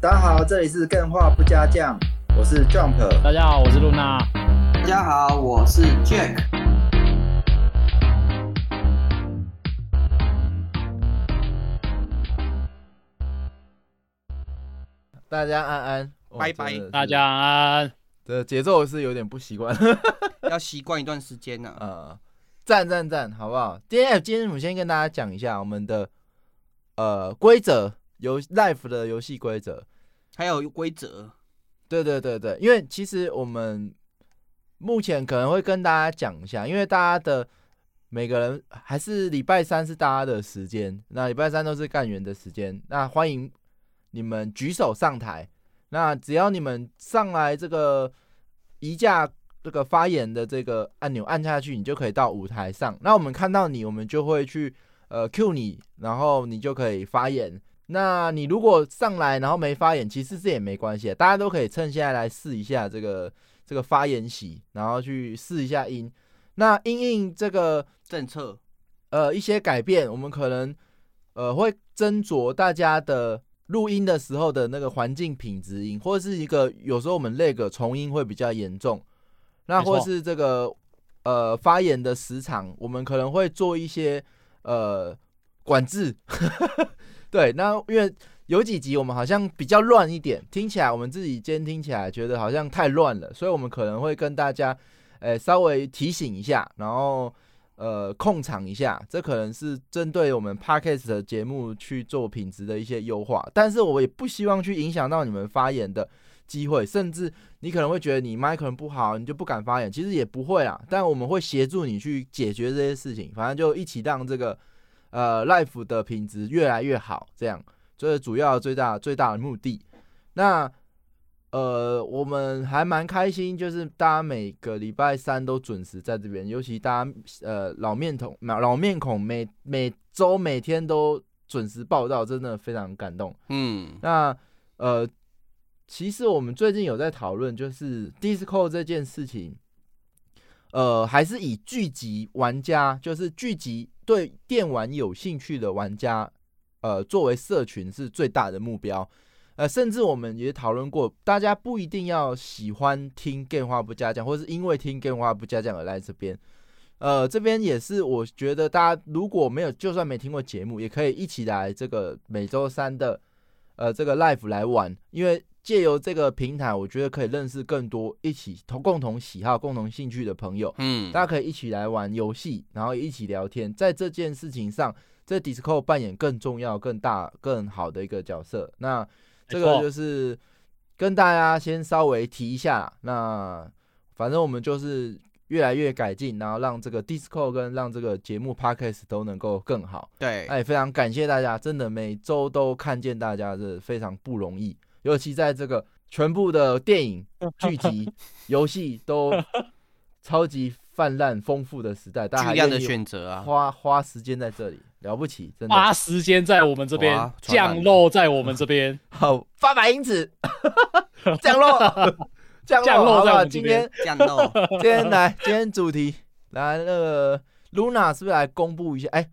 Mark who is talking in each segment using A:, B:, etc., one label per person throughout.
A: 大家好，这里是更画不加酱，我是 Jump。
B: 大家好，我是露娜。
C: 大家好，我是 Jack。
D: 大家安安，哦
C: 拜拜
D: 真的是
B: 大家安安，
D: 这节奏是有点不习惯，
C: 要习惯一段时间 啊呢、
D: 呃，赞赞赞，好不好？今天哎今天我们先跟大家讲一下我们的呃规则，游 Life 的游戏规则。
C: 还有规则，
D: 对对对对，因为其实我们目前可能会跟大家讲一下，因为大家的每个人还是礼拜三是大家的时间，那礼拜三都是干员的时间，那欢迎你们举手上台，那只要你们上来这个移驾这个发言的这个按钮按下去，你就可以到舞台上，那我们看到你，我们就会去呃 Q 你，然后你就可以发言，那你如果上来然后没发言，其实这也没关系，啊，大家都可以趁现在来试一下这个这个发言席，然后去试一下音。那因应这个
C: 政策
D: 呃一些改变，我们可能呃会斟酌大家的录音的时候的那个环境品质音，或者是一个有时候我们那个重音会比较严重，那
B: 没错
D: 或是这个呃发言的时长，我们可能会做一些呃管制。 对，那因为有几集我们好像比较乱一点，听起来我们自己监听起来觉得好像太乱了，所以我们可能会跟大家，呃，稍微提醒一下，然后呃控场一下，这可能是针对我们 podcast 的节目去做品质的一些优化，但是我也不希望去影响到你们发言的机会，甚至你可能会觉得你麦可能不好，你就不敢发言，其实也不会啦，但我们会协助你去解决这些事情，反正就一起让这个呃 life 的品质越来越好，这样。这是主要最大最大的目的。那呃，我们还蛮开心，就是大家每个礼拜三都准时在这边，尤其大家呃老面孔老面孔每每周每天都准时报道，真的非常感动。
C: 嗯，
D: 那呃，其实我们最近有在讨论，就是 Disco 这件事情，呃，还是以聚集玩家，就是聚集对电玩有兴趣的玩家，呃，作为社群是最大的目标。呃，甚至我们也讨论过，大家不一定要喜欢听《电话不加酱》，或是因为听《电话不加酱》而来这边。呃，这边也是，我觉得大家如果没有，就算没听过节目，也可以一起来这个每周三的呃这个 live 来玩，因为借由这个平台，我觉得可以认识更多一起同共同喜好、共同兴趣的朋友，
C: 嗯
D: 大家可以一起来玩游戏，然后一起聊天，在这件事情上，这 Disco 扮演更重要、更大、更好的一个角色。那这
B: 没
D: 个
B: 错
D: 就是跟大家先稍微提一下，那反正我们就是越来越改进，然后让这个 Disco 跟让这个节目 Podcast 都能够更好。
C: 对，
D: 哎，非常感谢大家，真的每周都看见大家，是非常不容易。尤其在这个全部的 电影、剧集、游戏都超级泛滥、丰富的时代，大家
C: 巨
D: 还
C: 量的
D: 愿意
C: 选择啊，
D: 花花时间在这里，了不起，真
B: 花
D: 的。
B: 时间在我们这边
C: 哇，传染
B: 降落在我们这边，
D: 好，八百英尺， 降落， 降落，
B: 降落
D: 好不
B: 在我
D: 好
B: 们这
D: 今
B: 边
D: 天
C: 这样弄，
D: 今天来，今天主题来那个 Luna 是不是来公布一下？哎、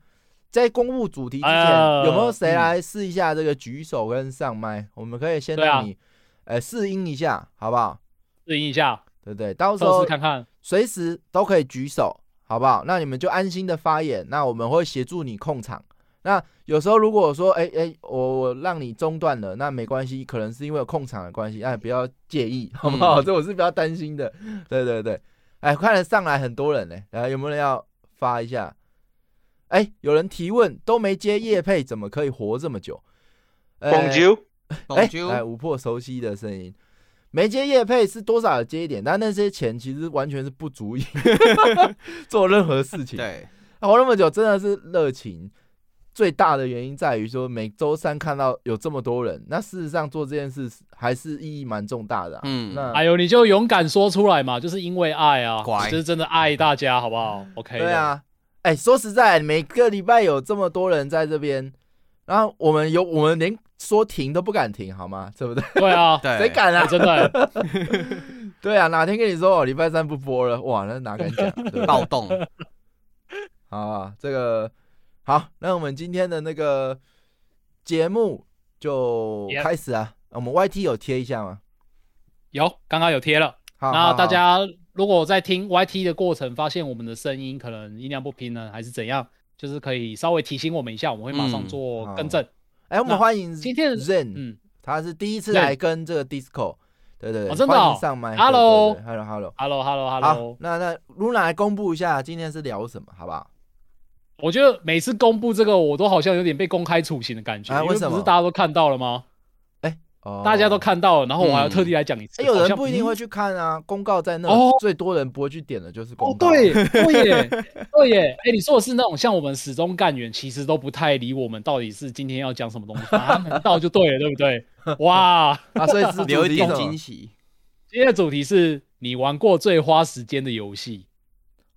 D: 在公布主题之前，
B: 呃
D: 有没有谁来试一下这个举手跟上麦？我们可以先
B: 对啊
D: 让你，呃，试音一下，好不好？
B: 适应一下，
D: 对不对？到时
B: 测
D: 候
B: 试看看。
D: 随时都可以举手，好不好？那你们就安心的发言，那我们会协助你控场。那有时候如果说，哎、哎、我我让你中断了，那没关系，可能是因为有控场的关系，哎，不要介意，好不好？这我是比较担心的。对对对，哎，看了上来很多人呢，来有没有人要发一下？哎、有人提问都没接叶配，怎么可以活这么久？呃
E: 广州
C: 懂
D: 哎，
C: 就
D: 哎，五破熟悉的声音。没接业配是多少有接一点，但那些钱其实完全是不足以 做任何事情。
C: 对，
D: 啊，活那么久真的是热情最大的原因在于说，每周三看到有这么多人，那事实上做这件事还是意义蛮重大的、啊。
C: 嗯，
D: 那
B: 哎呦，你就勇敢说出来嘛，就是因为爱啊，
C: 乖
B: 就是真的爱大家，好不好？OK，的
D: 对，啊，哎、说实在，每个礼拜有这么多人在这边，然后我们有我们连说停都不敢停，好吗？对不对？
B: 对 啊，
C: 对，
D: 谁敢啊
B: 哎？真的，
D: 对啊，哪天跟你说哦，礼拜三不播了，哇，那哪敢讲？啊对不对
C: 暴动？
D: 好啊，这个好，那我们今天的那个节目就
B: Yep
D: 开始啊。我们 YT 有贴一下吗？
B: 有，刚刚有贴了。
D: 好，
B: 那
D: 好
B: 大
D: 好
B: 家如果在听 YT 的过程，发现我们的声音可能音量不平衡，还是怎样，就是可以稍微提醒我们一下，我们会马上
C: 嗯
B: 做
D: 好
B: 更正。
D: 哎，我们
B: 那
D: 欢迎
B: 今天的
D: Zen，
B: 嗯
D: 他是第一次
B: Zen
D: 来跟这个 Disco，对对对，
B: 哦真的哦
D: 欢迎上麦
B: Hello
D: ，Hello Hello，好
B: Hello，Hello，Hello。
D: 那那 Luna 来公布一下今天是聊什么，好不好？
B: 我觉得每次公布这个，我都好像有点被公开处刑的感觉，
D: 啊
B: 因
D: 为
B: 为
D: 什
B: 不
D: 么
B: 是大家都看到了吗？
D: 哦
B: 大家都，看到了，然后我还要
C: 嗯
B: 特地来讲一次。
D: 哎，有
B: 好
D: 人
B: 像
D: 不一定会去看啊，公告在那
B: 哦，
D: 最多人不会去点的就是
B: 哦
D: 公，告，啊
B: 对，对 耶，对耶，哎，你说的是那种像我们始终干员，其实都不太理我们到底是今天要讲什么东西，反正他们到就对了，对不 对？哇，
D: 啊，所以是主
C: 留一
D: 题是
C: 点
D: 什么
C: 惊喜。
B: 今天的主题是你玩过最花时间的游戏，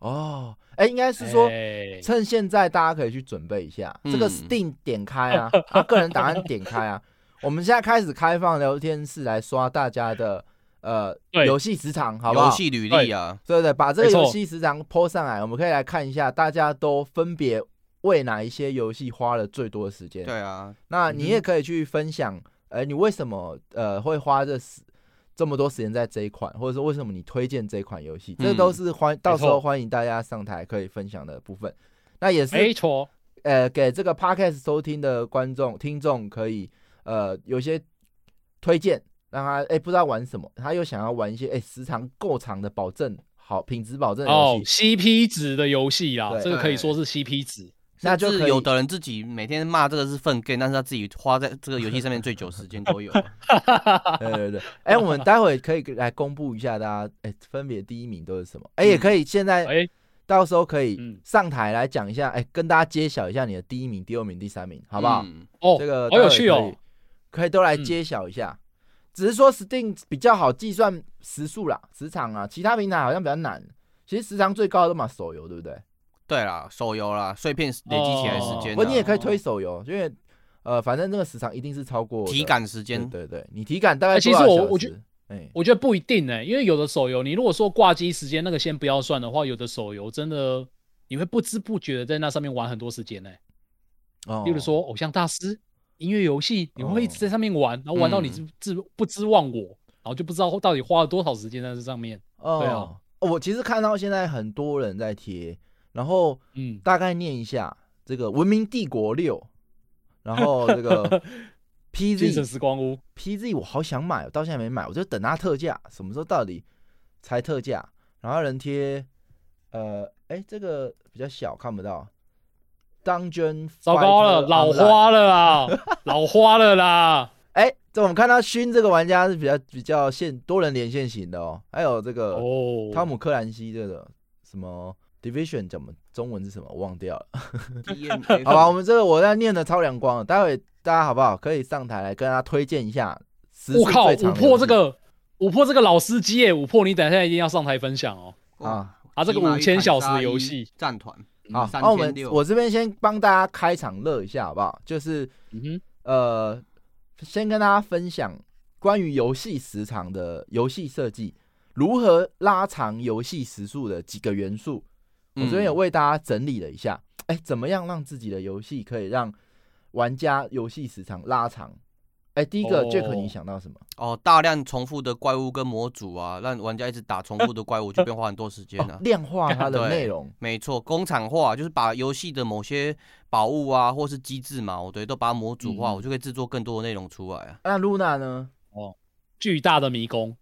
D: 哦，哎，应该是说。
B: 哎
D: 趁现在大家可以去准备一下，
C: 嗯
D: 这个 Steam 点开啊，啊个人档案点开 啊。我们现在开始开放聊天室来刷大家的呃
B: 对
D: 游戏时长，好不
C: 游
D: 好？
C: 戏履历啊，
D: 对对，把这个
B: 没错
D: 游戏时长 PO 上来，我们可以来看一下大家都分别为哪一些游戏花了最多的时间。
C: 对，啊，
D: 那你也可以去分享，呃，你为什么呃会花这时这么多时间在这一款，或者说为什么你推荐这一款游戏？这
C: 嗯
D: 都是欢到时候
B: 错
D: 欢迎大家上台可以分享的部分。那也是
B: 没错，
D: 呃，给这个 podcast 收听的观众、听众可以呃有一些推荐，让他哎、诶不知道玩什么，他又想要玩一些哎、诶时长够长的保证好品质保证的
B: 哦
D: 游戏，
B: ，CP 值的游戏啦，
D: 对
B: 这个可以说是 CP 值，
D: 那就可
C: 是
D: 以
C: 有的人自己每天骂这个是粪 gay，但是他自己花在这个游戏上面最久时间都有。
D: 对对对，哎、我们待会可以来公布一下大家哎、诶分别第一名都是什么，哎、也
C: 嗯
D: 可以现在、
B: 哎，
D: 到时候可以
B: 嗯
D: 上台来讲一下，哎、跟大家揭晓一下你的第一名、第二名、第三名，好不好？
C: 嗯？
B: 哦
D: 这，个
B: 好有趣
D: 呃待会
B: 哦嗯
D: 可以，，可以都来揭晓一下。只是说 Steam 比较好计算时速啦、时长啊，其他平台好像比较难。其实时长最高的都嘛手游，对不对？
C: 对啦，手游啦，碎片累积起来的时间
D: 哦不过
C: 啊，
D: 你也
B: 哦
D: 可以推手游，因为呃，反正那个时长一定是超过的
C: 体感时
D: 对
C: 间。
D: 对对，你体感大概
B: 哎其实
D: 多少
B: 我
D: 小时
B: 我觉
D: 哎，
B: 我觉得不一定呢、欸因为有的手游，你如果说挂机时间那个先不要算的话，有的手游真的你会不知不觉的在那上面玩很多时间呢、欸
D: 哦
B: 例如说《偶像大师》音乐游戏，你会一直在上面玩，然后玩到你自
C: 嗯
B: 自不知忘我，然后就不知道到底花了多少时间在这上面。对啊
D: 哦，我其实看到现在很多人在贴，然后
B: 嗯，
D: 大概念一下这个《文明帝国六》，然后 这个
B: 精神
D: PZ
B: 时光屋
D: PZ 我好想买，我哦到现在没买，我就等它特价，什么时候到底才特价？然后有人贴，呃，哎、这个比较小看不到。Dungeon，
B: 糟糕了，
D: Fighter
B: 老
D: Online
B: 花了啊啦，老花了啦。
D: 哎、这我们看到勋这个玩家是比较比较现多人连线型的哦，还有这个
B: 哦，
D: 汤姆克兰西这个什么 Division 怎么中文是什么我忘掉了。
C: DMF
D: 好吧，我们这个我在念的超阳光了，待会大家好不好可以上台来跟大家推荐一下时速
B: 我靠，
D: 最长
B: 五
D: 的
B: 破
D: 游
B: 这
D: 戏
B: 个五破这个老司机欸耶，五破你等一下一定要上台分享哦。
D: 啊
B: 啊这个5000小时的游戏
C: 战团
D: 好，
C: 嗯三
D: 啊那、我
C: 千
D: 们
C: 六，
D: 我这边先帮大家开场乐一下好不好？就是
B: 嗯哼，
D: 呃，先跟大家分享关于游戏时长的游戏设计，如何拉长游戏时速的几个元素。我这边有
C: 嗯
D: 为大家整理了一下，哎、怎么样让自己的游戏可以让玩家游戏时长拉长？哎、第一个、
B: 哦
D: Jack 你想到什么？
C: 哦，大量重复的怪物跟模组啊，让玩家一直打重复的怪物，就变花很多时间了、
D: 哦、量化它的
C: 对
D: 内容。
C: 没错，工厂化就是把游戏的某些宝物啊，或是机制嘛，我对都把它模组化，
B: 嗯
C: 我就可以制作更多的内容出来啊。
D: 那露娜呢？
C: 哦
B: 巨大的迷宫，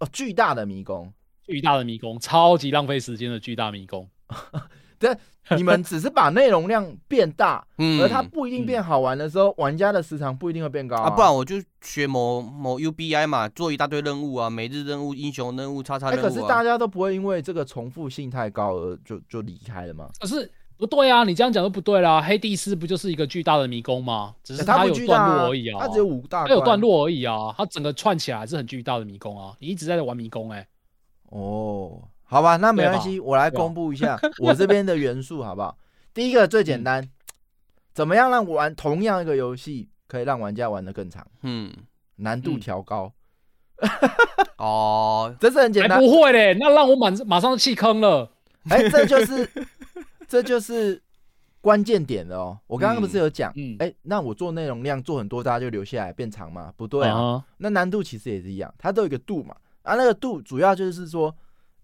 D: 哦，巨大的迷宫，
B: 巨大的迷宫，超级浪费时间的巨大迷 宫。
D: 你们只是把内容量变大，
C: 嗯，
D: 而它不一定变好玩的时候，玩家的时长不一定会变高
C: 啊，不然我就学某某 UBI 嘛，做一大堆任务啊，每日任务、英雄任务、叉叉
D: 哎、
C: 任务、啊
D: 可是大家都不会因为这个重复性太高而就就离开了吗？
B: 可是不对啊，你这样讲就不对啦。黑帝斯不就是一个巨大的迷宫吗？只是
D: 哎它
B: 它
D: 不
B: 有
D: 巨大
B: 段
D: 啊
B: 落而已啊，
D: 它只有五大，
B: 它有段。落而已啊，它整个串起来还是很巨大的迷宫啊。你一直在玩迷宫哎、
D: 哦，好吧，那没关系，我来
B: 对吧嗯
D: 公布一下 我这边的元素好不好？第一个最简单，怎么样让玩同样一个游戏可以让玩家玩的更长？
C: 嗯，
D: 难度
B: 嗯
D: 调高，
C: 哦，
D: 这是很简
B: 还
D: 单。
B: 哎不会
D: 哎
B: 嘞，那让我马马上弃坑了。
D: 哎、这就是这就是关键点了哦。我刚刚不是有讲，哎、
B: 嗯嗯
D: 那我做内容量做很多，大家就留下来变长嘛？不对啊，
B: 啊，
D: 那难度其实也是一样，它都有一个度嘛。啊，那个度主要就是说，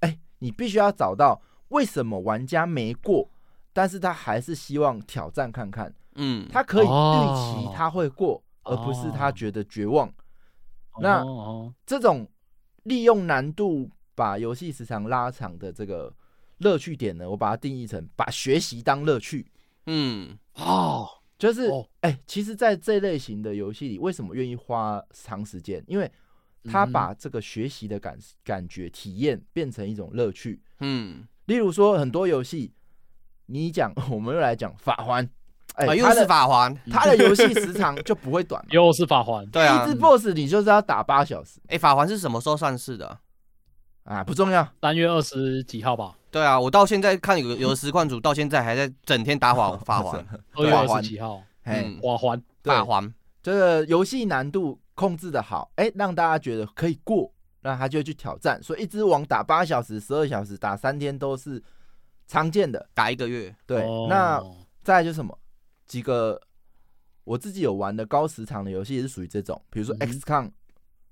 D: 哎、你必须要找到为什么玩家没过，但是他还是希望挑战看看，
C: 嗯，
D: 他可以预期
B: 哦
D: 他会过，而不是他觉得绝望。那
B: 哦
D: 这种利用难度把游戏时长拉长的这个乐趣点呢，我把它定义成把学习当乐趣，
C: 嗯
B: 哦，
D: 就是哎、
B: 哦
D: 其实，在这类型的游戏里，为什么愿意花长时间？因为
B: 嗯
D: 他把这个学习的感感觉体验变成一种乐趣。
C: 嗯，
D: 例如说，很多游戏，你讲， 我们又来讲《法环》哎、
C: 啊，又
D: 它
C: 是
D: 的
C: 法环，
D: 它的游戏时长就不 会短 嘛。
B: 又是法环，
C: 对啊
D: 一只，BOSS 你就是要打八小时
C: 哎，法环是什么时候上市的啊？
D: 啊，不重要。
B: 三月二十几号吧？
C: 对啊，我到现在看有有的实况组到现在还在整天 打法法环，
B: 二月
D: 法
B: 二
D: 环
B: 十几号，
D: 哎、
C: 嗯
B: 法环，
D: 对
C: 法环，
D: 这个游戏难度控制的好，哎、让大家觉得可以过，那他就会去挑战。所以一只网打八小时、十二小时、打三天都是常见的。
C: 打一个月，
D: 对，
B: 哦
D: 那再来就是什么？几个我自己有玩的高时长的游戏也是属于这种，比如说
B: 嗯
D: XCOM、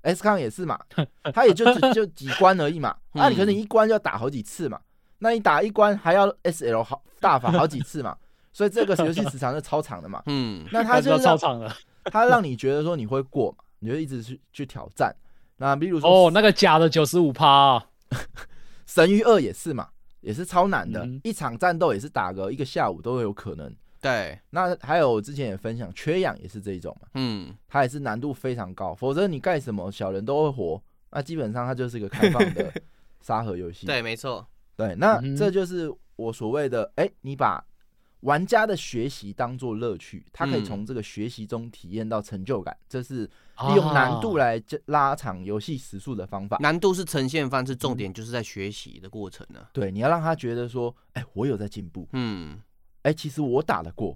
D: XCOM 也是 嘛，它也就只就几关而已嘛。
C: 嗯
D: 那、你可能一关就要打好几次嘛，那你打一关还要 SL 好大法好几次嘛，所以这个游戏时长就超长 的嘛。
C: 嗯
D: 那
B: 那
D: 它就
B: 就是超
D: 让
B: 长了。
D: 它让你觉得说你会过嘛，你就一直去去挑战。那比如说
B: 哦，那个假的九十五趴，啊
D: 神域二也是嘛，也是超难的，
B: 嗯
D: 一场战斗也是打个一个下午都有可能。
C: 对，
D: 那还有我之前也分享，缺氧也是这一种嘛，
C: 嗯
D: 它也是难度非常高，否则你干什么小人都会活。那基本上它就是一个开放 的沙盒游戏。
C: 对，没错，
D: 对那
B: 嗯哼
D: 这就是我所谓的，哎、你把玩家的学习当做乐趣，他可以
C: 嗯哦
D: 从这个学习中体验到成就感，这是
B: 啊
D: 利用难度来这拉长游戏时速的方法。
C: 难度是呈现方式，重点就是在学习的过程啊呢。
D: 对，你要让他觉得说，哎、我有在进步，
C: 嗯
D: 哎、其实我打得过，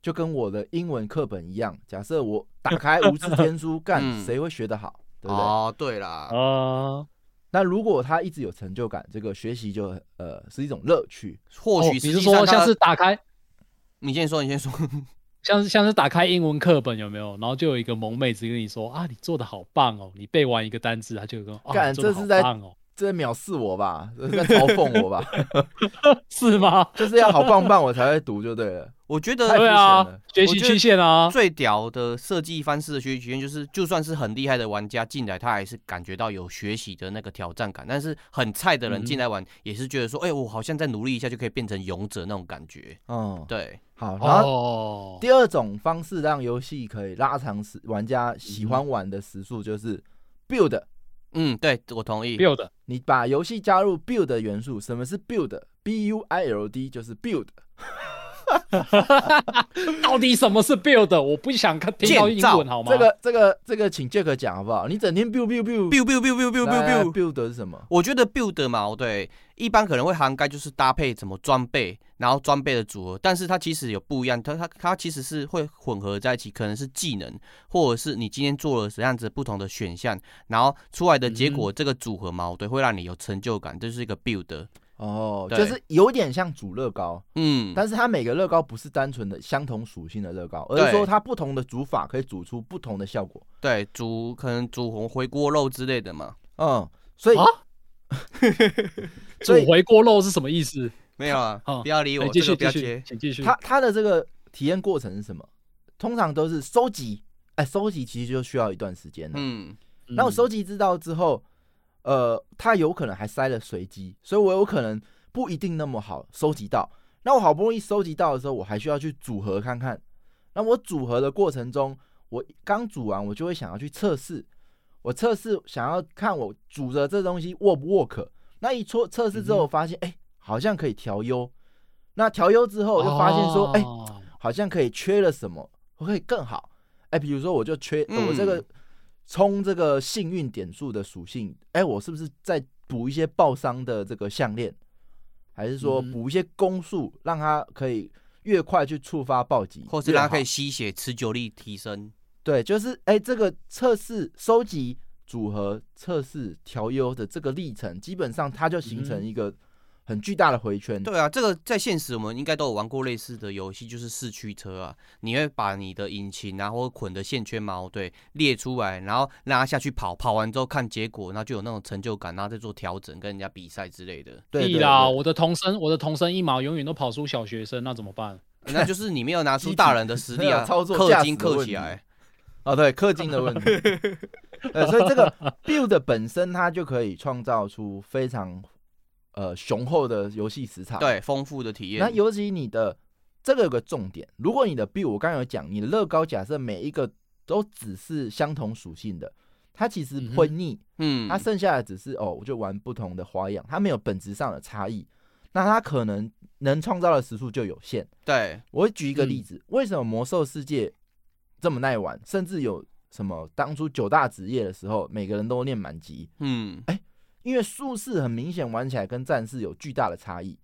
D: 就跟我的英文课本一样。假设我打开无字天 书，干
C: 嗯
D: 谁会学得好，对不对？
C: 哦，对啦，
B: 啊，
D: 那如果他一直有成就感，这个学习就呃是一种乐趣。
C: 或许
B: 哦
C: 实
B: 你
C: 际
B: 是
C: 上
B: 说
C: 它
B: 像是打开，
C: 你先说，你先说，
B: 像是像是打开英文课本有没有？然后就有一个萌妹子跟你说啊，你做的好棒哦，你背完一个单字，她就跟我
D: 干
B: 啊，你做得
D: 这是
B: 好
D: 在
B: 棒哦，
D: 这在藐视我吧，这是在嘲讽我吧，
B: 是吗？
D: 就是要好棒棒我才会读就对了。
C: 我觉
D: 太
C: 得
B: 对
D: 肤浅
B: 啊
D: 了，
B: 学习曲线啊，
C: 最屌的设计方式的学习曲线，就是就算是很厉害的玩家进来，他还是感觉到有学习的那个挑战感。但是很菜的人
B: 嗯
C: 进来玩，也是觉得说，哎、我好像再努力一下就可以变成勇者那种感觉。
D: 嗯，
C: 对，
D: 好，然后
B: 哦，
D: 第二种方式让游戏可以拉长时玩家喜欢玩的时速，就是 build。
C: 嗯，对我同意。
B: build
D: 你把游戏加入 build 的元素，什么是 build？B U I L D 就是 build。
B: 到底什么是 build？我不想看听到英
C: 建造
B: 文好吗？
D: 这个这个这个，请 Jack 讲好不好？你整天 build build build
C: biu biu biu biu biu
D: 来
C: biu biu。
D: build 是什么？
C: 我觉得 build 嘛，对，一般可能会涵盖就是搭配什么装备，然后装备的组合，但是它其实有不一样，它它它其实是会混合在一起，可能是技能，或者是你今天做了怎样子不同的选项，然后出来的结
D: 嗯
C: 果这个组合嘛，对，会让你有成就感，这是一个 build。
D: 哦，
C: 对
D: 就是有点像煮乐高，
C: 嗯，
D: 但是它每个乐高不是单纯的相同属性的乐高，而是说它不同的煮法可以煮出不同的效果。
C: 对，煮可能煮红回锅肉之类的嘛，
D: 嗯，所以
B: 啊煮
D: 所以
B: 回锅肉是什么意思？
C: 没有啊，
B: 哦
C: 不要理我
B: 哎，
C: 这
B: 继
C: 个
B: 续
C: 不要
B: 继
C: 接
B: 续，。请继续。
D: 它它的这个体验过程是什么？通常都是收集，哎，收集其实就需要一段时间了。
C: 嗯，
B: 嗯
D: 那我收集知道之后，呃，他有可能还塞了随机，所以我有可能不一定那么好收集到。那我好不容易收集到的时候，我还需要去组合看看。那我组合的过程中，我刚组完，我就会想要去测试，我测试想要看我组的这东西 work 不 work。那一测测试之后，
B: 嗯哼
D: 我发现哎、好像可以调优。那调优之后，我就发现说，哎、
B: 哦
D: 好像可以缺了什么，我可以更好。哎，比如说我就缺、呃我这个
C: 嗯
D: 冲这个幸运点数的属性，哎，我是不是再补一些爆伤的这个项链，还是说
B: 嗯哼
D: 补一些攻速，让它可以越快去触发暴击，
C: 或是
D: 越
C: 让它
D: 好
C: 可以吸血，持久力提升。
D: 对，就是哎，这个测试收集。组合测试调优的这个历程，基本上它就形成
B: 嗯
D: 一个很巨大的回圈。
C: 对啊，这个在现实我们应该都有玩过类似的游戏，就是四驱车啊，你会把你的引擎啊或捆的线圈毛对列出来，然后拉下去跑，跑完之后看结果，然后就有那种成就感，然后再做调整，跟人家比赛之类的。
D: 对
B: 屁
D: 对
B: 啦！
D: 对
B: 我的童声，我的童声一毛永远都跑输小学生，那怎么办？
C: 欸那就是你没有拿出大人的实力
D: 没
C: 啊，
D: 有 操作
C: 氪金
D: 驾驶的
C: 氪
D: 问
C: 起
D: 题
C: 来。
D: 哦，对，氪金的问题。呃，所以这个 build 本身它就可以创造出非常呃雄厚的游戏时长。，
C: 对，丰富的体验。
D: 那尤其你的这个有个重点，如果你的 build 我刚刚有讲，你的乐高假设每一个都只是相同属性的，它其实
B: 嗯哼
D: 会腻，
C: 嗯，
D: 它剩下的只是哦，我就玩不同的花样，它没有本质上的差异。那它可能能创造的时速就有限。
C: 对，
D: 我会举一个
B: 嗯
D: 例子，为什么魔兽世界这么耐玩，甚至有什么当初九大职业的时候，每个人都练满级，
C: 嗯，
D: 因为术士很明显玩起来跟战士有巨大的差异。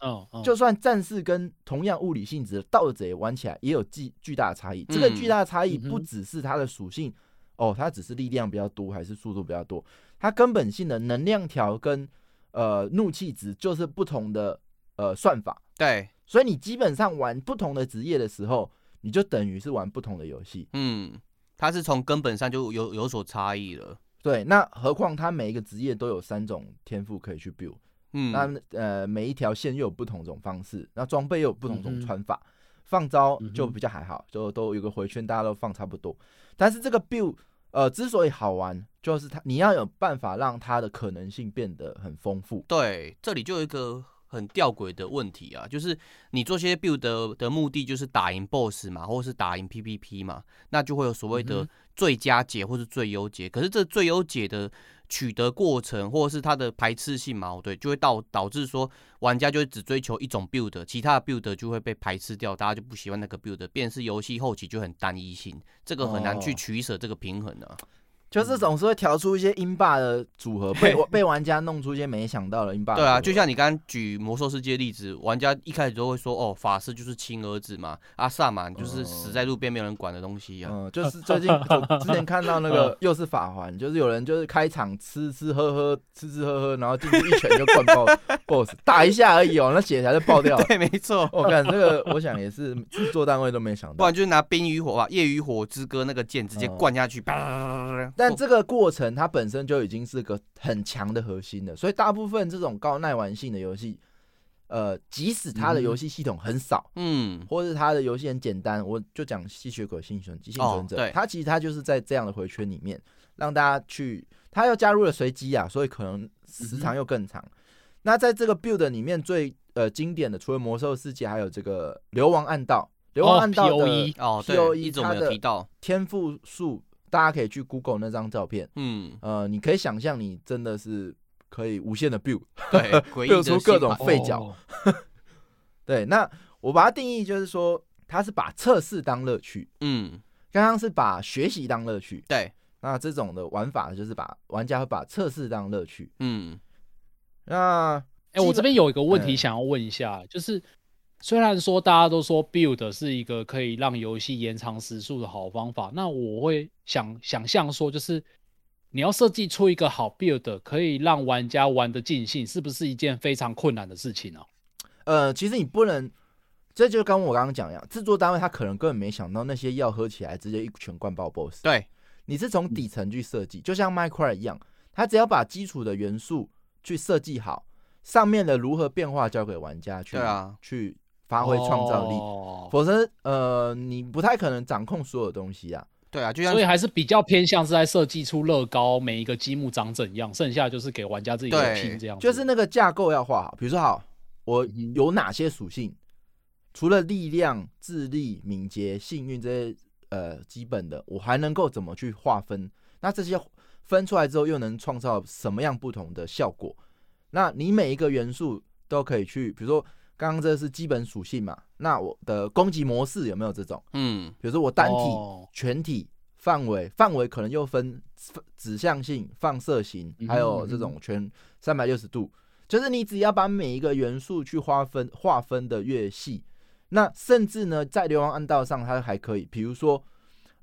B: 嗯，嗯
D: 就算战士跟同样物理性质的盗贼玩起来也有巨巨大的差异，这个
C: 嗯
D: 巨大的差异
B: 嗯哼
D: 不只是它的属性，哦，它只是力量比较多还是速度比较多，它根本性的能量条跟呃怒气值就是不同的呃算法。
C: 对，
D: 所以你基本上玩不同的职业的时候，你就等于是玩不同的游戏。
C: 嗯，它是从根本上就有有所差异了。
D: 对，那何况它每一个职业都有三种天赋可以去 build，、
C: 嗯，
D: 那呃每一条线又有不同种方式，那装备又有不同
B: 嗯
D: 种
B: 哼
D: 穿法，放招
B: 嗯哼
D: 就比较还好，就都有个回圈，大家都放差不多。但是这个 build 呃之所以好玩，就是它你要有办法让它的可能性变得很丰富。
C: 对，这里就有一个很吊诡的问题啊，就是你做这些 build 的的目的就是打赢 boss 嘛，或是打赢 PVP 嘛，那就会有所谓
B: 嗯
C: 的最佳解或是最优解。可是这最优解的取得过程，或者是它的排斥性嘛，哦对，就会导导致说玩家就会只追求一种 build，其他的 build 就会被排斥掉，大家就不喜欢那个 build，便是游戏后期就很单一性，这个很难去
D: 哦
C: 取舍这个平衡啊。
D: 就是总是会调出一些音霸的组合，被被玩家弄出一些没想到的音霸。
C: 对啊，就像你刚刚举魔兽世界例子，玩家一开始都会说，哦，法师就是亲儿子嘛，阿萨满就是死在路边没有人管的东西啊。
D: 嗯，就是最近我之前看到那
C: 嗯
D: 个又是法环，就是有人就是开场吃吃喝喝吃吃喝喝，然后进去一拳就灌爆 BOSS，打一下而已哦，那血才就爆掉了。
C: 对，没错，
D: 我看这个，我想也是制作单位都没想
C: 不
D: 到
C: 然。就是拿冰与火吧，夜与火之歌那个剑直接
D: 嗯
C: 灌下去，啪
D: 但这个过程它本身就已经是个很强的核心了，所以大部分这种高耐玩性的游戏，呃，即使它的游戏系统很少，
C: 嗯，
D: 或是它的游戏很简单，我就讲吸血鬼幸存幸存者，
C: 哦对
D: 它其实它就是在这样的回圈里面让大家去，它又加入了随机啊，所以可能时长又更
C: 嗯
D: 长。那在这个 build 里面最呃经典的，除了魔兽世界，还有这个流亡暗道，流亡
B: 哦
D: 暗道的、
B: POE
C: 哦，
D: POE
C: 对，一直我们
D: 它
C: 有
D: 的
C: 提到，
D: 天赋树，大家可以去 Google 那张照片，
C: 嗯，
D: 呃，你可以想象你真的是可以无限的 build，
C: 对，诡异
D: 变
C: 的
D: 出各
C: 心
D: 种
C: 法
D: 废角
B: 哦
D: 对，那我把它定义就是说，它是把测试当乐趣，
C: 嗯，
D: 刚刚是把学习当乐趣，
C: 对，
D: 那这种的玩法就是把玩家会把测试当乐趣。
C: 嗯，
D: 那
B: 哎、我这边有一个问题
D: 嗯
B: 想要问一下，就是虽然说大家都说 build 是一个可以让游戏延长时速的好方法，那我会想想象说，就是你要设计出一个好 build，可以让玩家玩的尽兴，是不是一件非常困难的事情啊？
D: 呃，其实你不能，这就跟我刚刚讲一样，制作单位他可能根本没想到那些药喝起来直接一拳灌爆 BOSS。
C: 对，
D: 你是从底层去设计，就像 Minecraft 一样，他只要把基础的元素去设计好，上面的如何变化交给玩家去
C: 对啊
D: 去发挥创造力，
B: 哦
D: 否则呃你不太可能掌控所有东西啊。
C: 对啊，就像
B: 所以还是比较偏向是在设计出乐高每一个积木长怎样，剩下就是给玩家自己
C: 对
B: 去拼这样子。嗯
D: 就是那个架构要画好。比如说，好，我有哪些属性？除了力量、智力、敏捷、幸运这些呃基本的，我还能够怎么去划分？那这些分出来之后，又能创造什么样不同的效果？那你每一个元素都可以去，比如说刚刚这是基本属性嘛，那我的攻击模式有没有这种？
C: 嗯，
D: 比如说我单体、
B: 哦
D: 全体、范围，范围可能又分分指向性、放射型，
C: 嗯
D: 还有这种全三百六十度。就是你只要把每一个元素去划分，划分的越细，那甚至呢，在流亡暗道上，它还可以，比如说，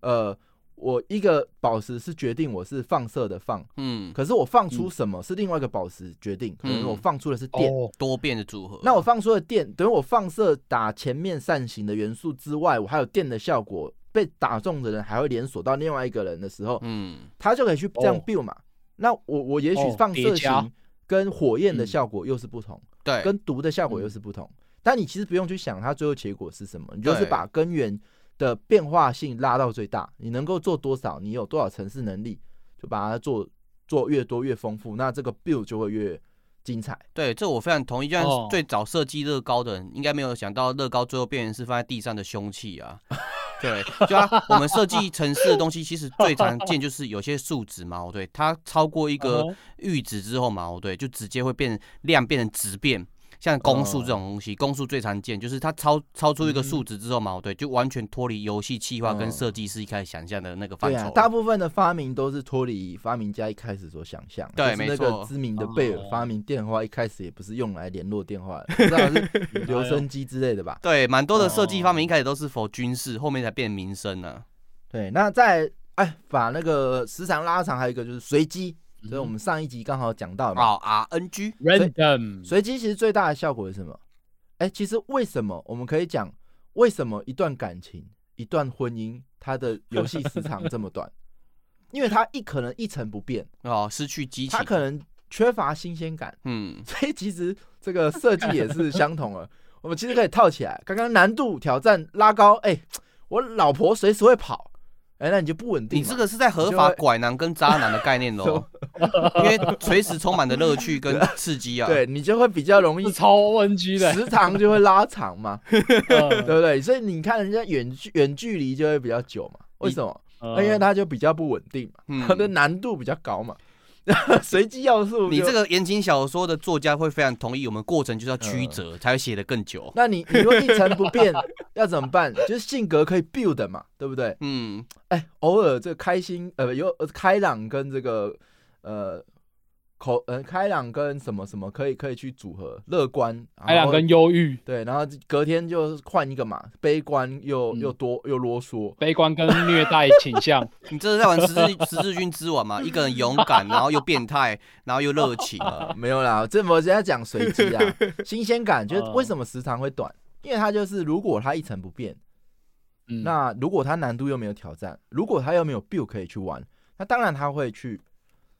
D: 呃，我一个宝石是决定我是放射的放，
C: 嗯，
D: 可是我放出什么是另外一个宝石决定，可能我放出的是电。
B: 哦，
C: 多变的组合。
D: 那我放出的电，等于我放射打前面扇形的元素之外，我还有电的效果，被打中的人还会连锁到另外一个人的时候，
C: 嗯
D: 他就可以去这样
B: 哦
D: build 嘛。那我我也许
B: 哦
D: 放射
B: 叠加
D: 型跟火焰的
B: 嗯
D: 效果又是不同，
C: 对，嗯
D: 跟毒的效果又是不同。但你其实不用去想它最后结果是什么，你就是
C: 对
D: 把根源的变化性拉到最大，你能够做多少，你有多少城市能力，就把它做做越多越丰富，那这个 build 就会越精彩。
C: 对，这我非常同意。就像
B: 哦
C: 最早设计乐高的人，应该没有想到乐高最后变成是放在地上的凶器啊。对，就啊，我们设计城市的东西，其实最常见就是有些数值矛哦对，它超过一个
B: 嗯哼
C: 阈值之后矛对，就直接会变量变成质变。像公数
D: 哦
C: 这种东西，公数最常见就是它超超出一
B: 嗯
C: 个数值之后哦矛对，就完全脱离游戏企划跟
D: 嗯
C: 设计师一开始想象的那个范
D: 对
C: 畴
D: 啊
C: 了。，
D: 大部分的发明都是脱离发明家一开始所想象。
C: 对
D: 就是那
C: 没错
D: 个知名的贝尔
B: 哦
D: 发明电话，一开始也不是用来联络电话的，不知道
C: 嗯
D: 是
C: 哎
D: 留声机之类的吧？
C: 对，蛮多的设计方
B: 哦
C: 面一开始都是否军事，后面才变啊民生呢、
D: 对，那再哎，把那个时长拉长，还有一个就是随机，所以我们上一集刚好讲到嘛，
C: 啊。啊，RNG，
B: random
D: 随机其实最大的效果是什么？哎、其实为什么我们可以讲为什么一段感情、一段婚姻，它的游戏时长这么短？因为它一可能一成不变，
C: 哦，失去激情，
D: 它可能缺乏新鲜感，
C: 嗯，
D: 所以其实这个设计也是相同的。我们其实可以套起来，刚刚难度挑战拉高，哎、我老婆随时会跑，哎、那你就不稳定
C: 你
D: 嘛。
C: 这个是在合法拐男跟渣男的概念
D: 什
C: 哦
D: 么，
C: 因为随时充满了乐趣跟刺激 啊。
D: 对你就会比较容易
B: 是超 NG 的，
D: 时长就会拉长嘛，对
B: 嗯
D: 不对？所以你看人家远距远距离就会比较久嘛，为什么？
B: 嗯
D: 因为它就比较不稳定
C: 嗯
D: 嘛，它的难度比较高嘛，随机要素就。
C: 你这个言情小说的作家会非常同意，我们过程就是要曲折，才会写得更久。
D: 嗯 那你你若一成不变，要怎么办？就是性格可以 build 嘛，对不对？
C: 嗯，
D: 哎，偶尔这个开心，呃，有呃开朗跟这个呃口呃开朗跟什么什么可以可以去组合，乐观，
B: 还
D: 然
B: 两
D: 后
B: 根哎忧郁、
D: 对，然后隔天就换一个嘛，悲观又
B: 嗯
D: 又多又啰嗦，
B: 悲观跟虐待倾向，
C: 你这是在玩十字十字军之王嘛？一个人勇敢，然后又变态，然后又热情。啊
D: 呃， 没有啦，这我人家讲随机 啊，新鲜感，就是
B: 嗯
D: 为什么时长会短？因为它就是如果它一成不变，
B: 嗯，
D: 那如果它难度又没有挑战，如果它又没有 build 可以去玩，那当然它会去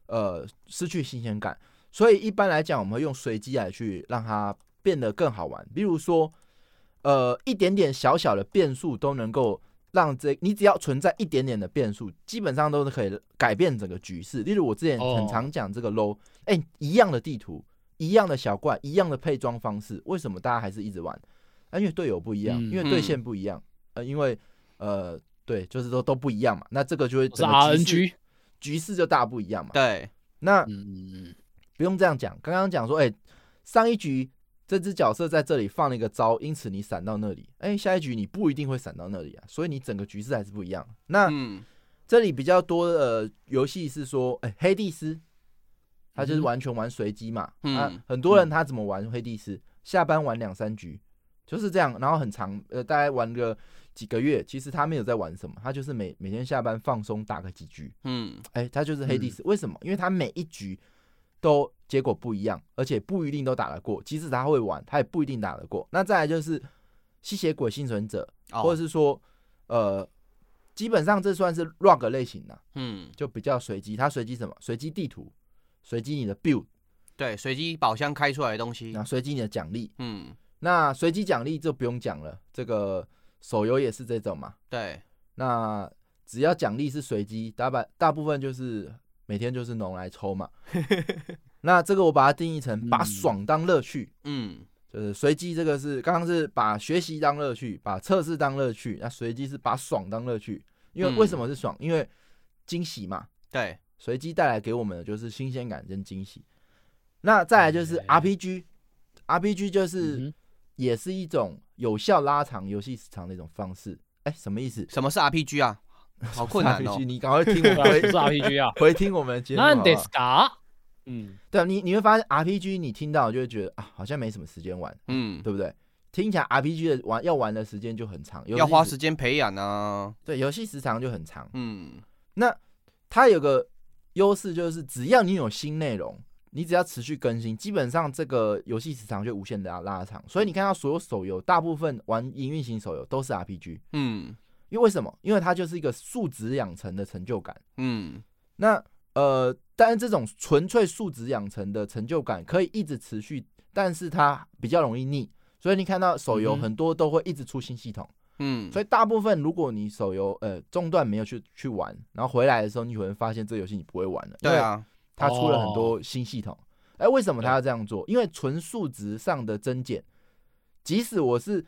D: 呃失去新鲜感。所以一般来讲，我们会用随机来去让它变得更好玩。比如说，呃，一点点小小的变数都能够让这你只要存在一点点的变数，基本上都是可以改变整个局势。例如我之前
B: 哦
D: 很常讲这个 low，哎、一样的地图，一样的小怪，一样的配装方式，为什么大家还是一直玩？啊，因为队友不一样，
B: 嗯
D: 因为对线不一样，呃，因为呃，对，就是说都不一样嘛。那这个就会
B: 我是
D: 整个局势
B: RNG，
D: 局势就大不一样嘛。
C: 对，
D: 那
B: 嗯嗯
D: 不用这样讲，刚刚讲说，哎、上一局这只角色在这里放了一个招，因此你闪到那里，哎、下一局你不一定会闪到那里啊，所以你整个局势还是不一样。那
C: 嗯，
D: 这里比较多的呃游戏是说，哎、黑帝斯，他就
B: 嗯
D: 是完全玩随机嘛，
C: 嗯
D: 啊，很多人他怎么玩黑帝斯，下班玩两三局。就是这样，然后很长，呃，大概玩个几个月。其实他没有在玩什么，他就是每每天下班放松打个几局，
C: 嗯，
D: 哎、他就是黑帝斯。为什么？因为他每一局都结果不一样，而且不一定都打得过。即使他会玩，他也不一定打得过。那再来就是吸血鬼幸存者，或
C: 哦
D: 者，是说，呃，基本上这算是 rug 类型的、
C: 嗯，
D: 就比较随机。它随机什么？随机地图，随机你的 build，
C: 对，随机宝箱开出来的东西
D: 然，后随机你的奖励。
C: 嗯，
D: 那随机奖励就不用讲了，这个手游也是这种嘛。
C: 对，
D: 那只要奖励是随机，大半大部分就是每天就是农来抽嘛。那这个我把它定义成把
B: 嗯
D: 爽当乐趣，
C: 嗯，
D: 就是随机这个是刚刚是把学习当乐趣，把测试当乐趣，那随机是把爽当乐趣。因为
C: 嗯
D: 为什么是爽？因为惊喜嘛，
C: 对，
D: 随机带来给我们的就是新鲜感跟惊喜。那再来就是
B: 哎
D: RPG，RPG 就是
B: 嗯
D: 也是一种有效拉长游戏时长的一种方式。哎、什么意思？
C: 什么是 RPG 啊？好困难哦
D: RPG，。你赶快听
B: 哼，
D: 我
B: 对啊是
D: 回
B: 不是 RPG 啊？
D: 回听我们的节目好
B: 那
D: 不好
B: 得啥？嗯，
D: 对，啊你你会发现 RPG 你听到就会觉得啊，好像没什么时间玩，
C: 嗯，
D: 对不对？听起来 RPG 的玩要玩的时间就很长，游戏
C: 要花
D: 时
C: 时间培养啊。
D: 对游戏时长就很长。
C: 嗯，
D: 那它有个优势就是，只要你有新内容，你只要持续更新，基本上这个游戏时长就无限的拉长。所以你看到所有手游，大部分玩营运型手游都是 RPG，
C: 嗯
D: 因为为什么？因为它就是一个数值养成的成就感。
C: 嗯
D: 那呃，但是这种纯粹数值养成的成就感可以一直持续，但是它比较容易腻，所以你看到手游
B: 嗯哼
D: 很多都会一直出新系统，
C: 嗯，
D: 所以大部分如果你手游呃中断没有去去玩，然后回来的时候你可能发现这个游戏你不会玩了，
C: 对，啊，
D: 它出了很
B: 哦
D: 多新系统。哎、为什么它要这样做？因为纯数值上的增减，即使我是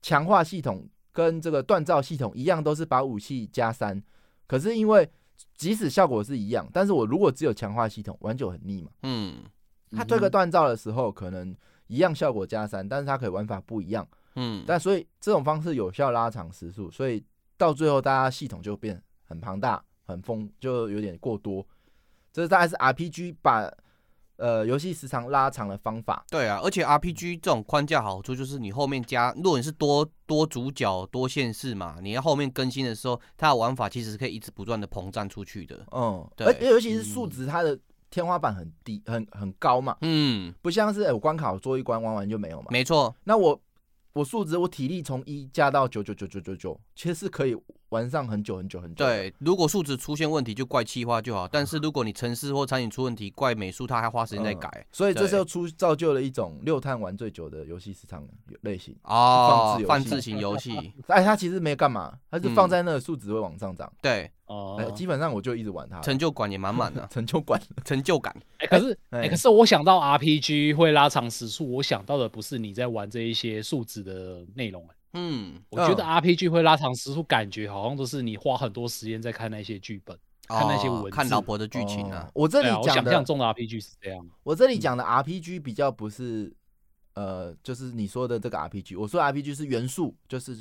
D: 强化系统跟这个锻造系统一样，都是把武器加三，可是因为即使效果是一样，但是我如果只有强化系统，玩久很腻嘛。
C: 嗯
D: 它推个
B: 嗯
D: 锻造的时候，可能一样效果加三，但是它可以玩法不一样。
C: 嗯，
D: 但所以这种方式有效拉长时速，所以到最后大家系统就变很庞大、很丰，就有点过多。这大概是 RPG 把呃游戏时长拉长的方法。
C: 对啊，而且 RPG 这种框架好处就是你后面加，如果你是多多主角多线式嘛，你要后面更新的时候，它的玩法其实是可以一直不断的膨胀出去的。
D: 嗯，
C: 哦对
D: 而且尤其是数值，它的天花板很低、很很高嘛，
C: 嗯，
D: 不像是、哎我关卡我做一关玩完就没有嘛。
C: 没错，
D: 那我我数值我体力从一加到九九九九九九，其实是可以玩上很久很久很久。，
C: 对。如果数值出现问题，就怪气化就好；但是如果你城市或场景出问题，怪美术，它还花时间在改。
D: 嗯所以这
C: 对
D: 时候出造就了一种六探玩最久的游戏时长类型。
C: 哦，
D: 放
C: 放
D: 置游戏
C: 置型游戏，
D: 哎，它其实没干嘛，它是
C: 嗯
D: 放在那个数值会往上涨。
C: 对，
B: 哦
D: 哎，，基本上我就一直玩它，，
C: 成就感也满啊满 的
D: 成就感。
C: 成就感。
B: 哎， 可是哎，
D: 哎
B: 可是我想到 RPG 会拉长时速，我想到的不是你在玩这一些数值的内容，哎
C: 嗯，
B: 我觉得
D: 嗯
B: RPG 会拉长时速，感觉好像都是你花很多时间在看那些剧本。看那些
C: 哦
B: 文
C: 看
B: 字
C: 老婆的剧情啊
D: 哦，，我这
B: 对啊，
D: 里
B: 我
D: 讲
B: 想象
D: 的，
B: 中的 RPG 是这样。
D: 我
C: 嗯
D: 这里讲的 RPG 比较不是，呃，就是你说的这个 RPG。我说 RPG 是元素，就是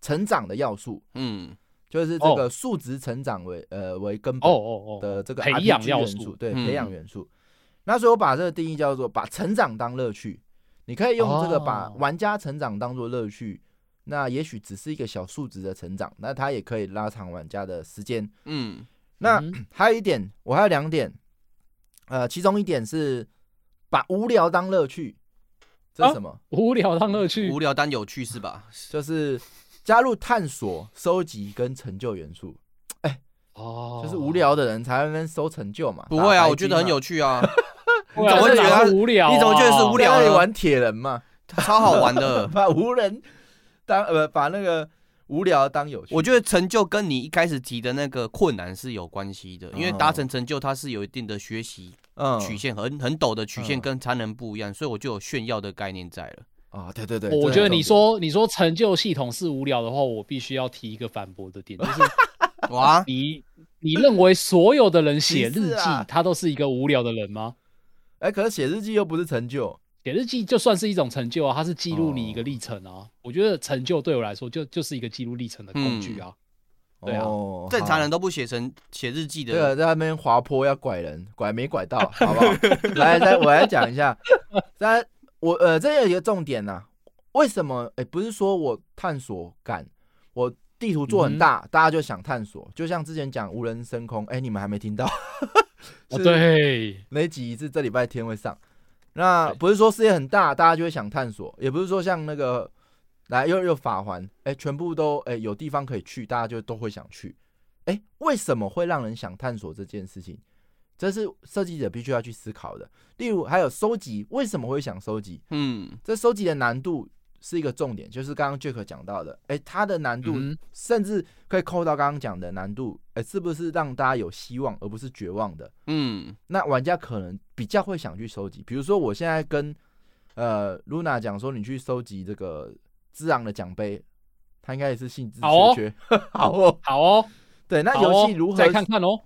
D: 成长的要素，
C: 嗯
D: 就是这个数值成长为呃为根
B: 哦
D: 本
B: 哦哦，
D: 的这个
B: 培养
D: RPG
B: 要
D: 元
B: 素
D: 素，对，
C: 嗯
D: 培养元素。那所以我把这个定义叫做把成长当乐趣，你可以用这个把
B: 哦
D: 玩家成长当做乐趣。那也许只是一个小数值的成长，那它也可以拉长玩家的时间。
C: 嗯
D: 那、
B: 嗯
D: 还有一点，我还有两点，呃，其中一点是把无聊当乐趣，这是什么？
B: 啊无聊当乐趣
C: 无。聊但有趣是吧？
D: 就是加入探索、收集跟成就元素，哎
B: 哦，
D: 就是无。聊的人才能收成就嘛。
C: 不会
D: 打
C: 啊，
D: 白
C: 我觉得很
D: 金嘛
C: 有。趣啊，
B: 对啊
C: 你怎么会
B: 这哪
C: 觉得
B: 是无聊啊？
C: 你怎么觉得是无
D: 无
C: 聊
D: 聊
C: 呢
D: 可以玩铁 人嘛，
C: 超好玩的
D: 。把无人当呃把那个无聊当有趣。
C: 我觉得成就跟你一开始提的那个困难是有关系的，因为达成成就它是有一定的学习
D: 嗯
C: 曲线很很陡的曲线
D: 嗯
C: 跟常人不一样，所以我就有炫耀的概念在了。
D: 啊，对对对，
B: 哦我
D: 这
B: 觉得
D: 很
B: 你
D: 重点
B: 说你说成就系统是无聊的话，我必须要提一个反驳的点，就是，
C: 哇
B: 你你认为所有的人写
D: 你
B: 日
D: 是
B: 记
D: 啊，
B: 他都是一个无聊的人吗？
D: 哎，可是写日记又不是成就，
B: 写日记就算是一种成就啊，它是记录你一个
D: 哦
B: 历程啊。我觉得成就对我来说就就是一个记录历程的工具啊。对啊
D: 哦
C: 嗯正常
D: 好啊
C: 人都不写成写日记的
D: 这个
C: 人，
D: 在那边滑坡要拐人，拐没拐到，好不好？ 来，来，我来讲一下。但我呃，这有一个重点呐、为什么？哎、不是说我探索感，我地图做很大，大家就想探索。就像之前讲无人升空，哎、你们还没听到？
B: 哦，
D: 是
B: 对，
D: 哪集是这礼拜天会上？那
B: 对
D: 不是说世界很大，大家就会想探索，也不是说像那个来又又法环，哎、全部都哎、有地方可以去，大家就都会想去。哎、为什么会让人想探索这件事情？这是设计者必须要去思考的。例如还有收集，为什么会想收集？
C: 嗯
D: 这收集的难度是一个重点，就是刚刚 Jack 讲到的，哎、它的难度
B: 嗯
D: 甚至可以扣到刚刚讲的难度，哎、是不是让大家有希望而不是绝望的？
C: 嗯
D: 那玩家可能比较会想去收集。比如说，我现在跟呃 Luna 讲说，你去收集这个之昂的奖杯，他应该也是兴致缺缺。 好哦，
B: 好哦，
D: 对，那
B: 好
D: 游
B: 哦
D: 戏如何
B: 再看看哦。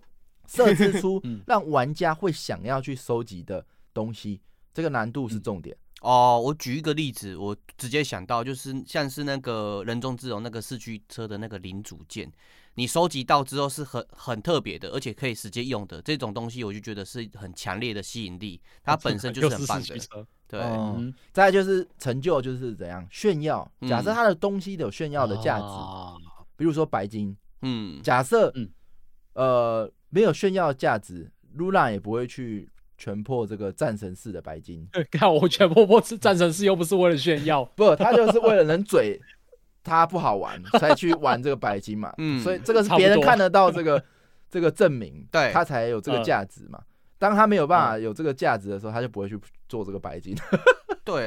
D: 设置出
B: 嗯
D: 让玩家会想要去收集的东西？这个难
B: 嗯
D: 度是重点。
C: 哦，我举一个例子，我直接想到就是像是那个人中之龙那个四驱车的那个零组件，你收集到之后是很很特别的，而且可以直接用的这种东西，我就觉得是很强烈的吸引力，它本身就是
B: 哦又
C: 很
B: 是
C: 棒
B: 四
C: 的
B: 驱。车，
C: 呃对，
D: 哦
B: 嗯
D: 再来就是成就，就是怎样炫耀。假设
C: 嗯
D: 它的东西有炫耀的价值，
B: 啊
D: 比如说白金，
C: 嗯
D: 假设
B: 嗯
D: 呃没有炫耀价值，Luna 也不会去全破这个战神式的白金，
B: 看我全部破是战神四，又不是为了炫耀。
D: 不，他就是为了能嘴他不好玩才去玩这个白金嘛，
C: 嗯
D: 所以这个是
B: 差不
D: 别人
B: 多
D: 看得到 这个这个证明，
C: 对嗯
D: 他才有这个
B: 嗯
D: 价值嘛。当他没有办法有这个价值的时候，他就不会去做这个白金。
C: 对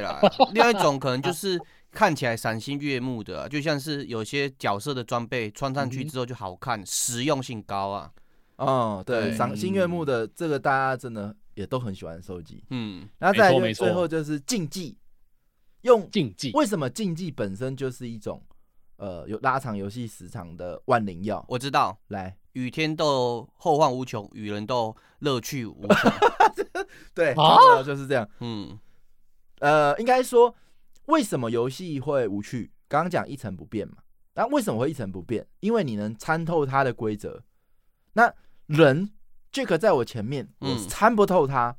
C: 啦，另外一种可能就是看起来赏心悦目的啊、就像是有些角色的装备穿上去
B: 嗯哼
C: 之后就好看，实用性高啊。
D: 哦，对，
C: 对嗯
D: 赏心悦目的这个大家真的也都很喜欢收集。
C: 嗯，
D: 然后再来
B: 没错
D: 就
B: 没错
D: 最后就是竞技，用
B: 竞技
D: 为什么竞技本身就是一种呃有拉长游戏时长的万灵药？
C: 我知道，
D: 来，
C: 与天斗后患无穷，与人斗乐趣无穷。
D: 对，
B: 啊
D: 差不多就是这样。
C: 嗯，
D: 呃，应该说，为什么游戏会无趣？刚刚讲一成不变嘛，那为什么会一成不变？因为你能参透它的规则。那人 Jack 在我前面，我
C: 嗯
D: 参不透他。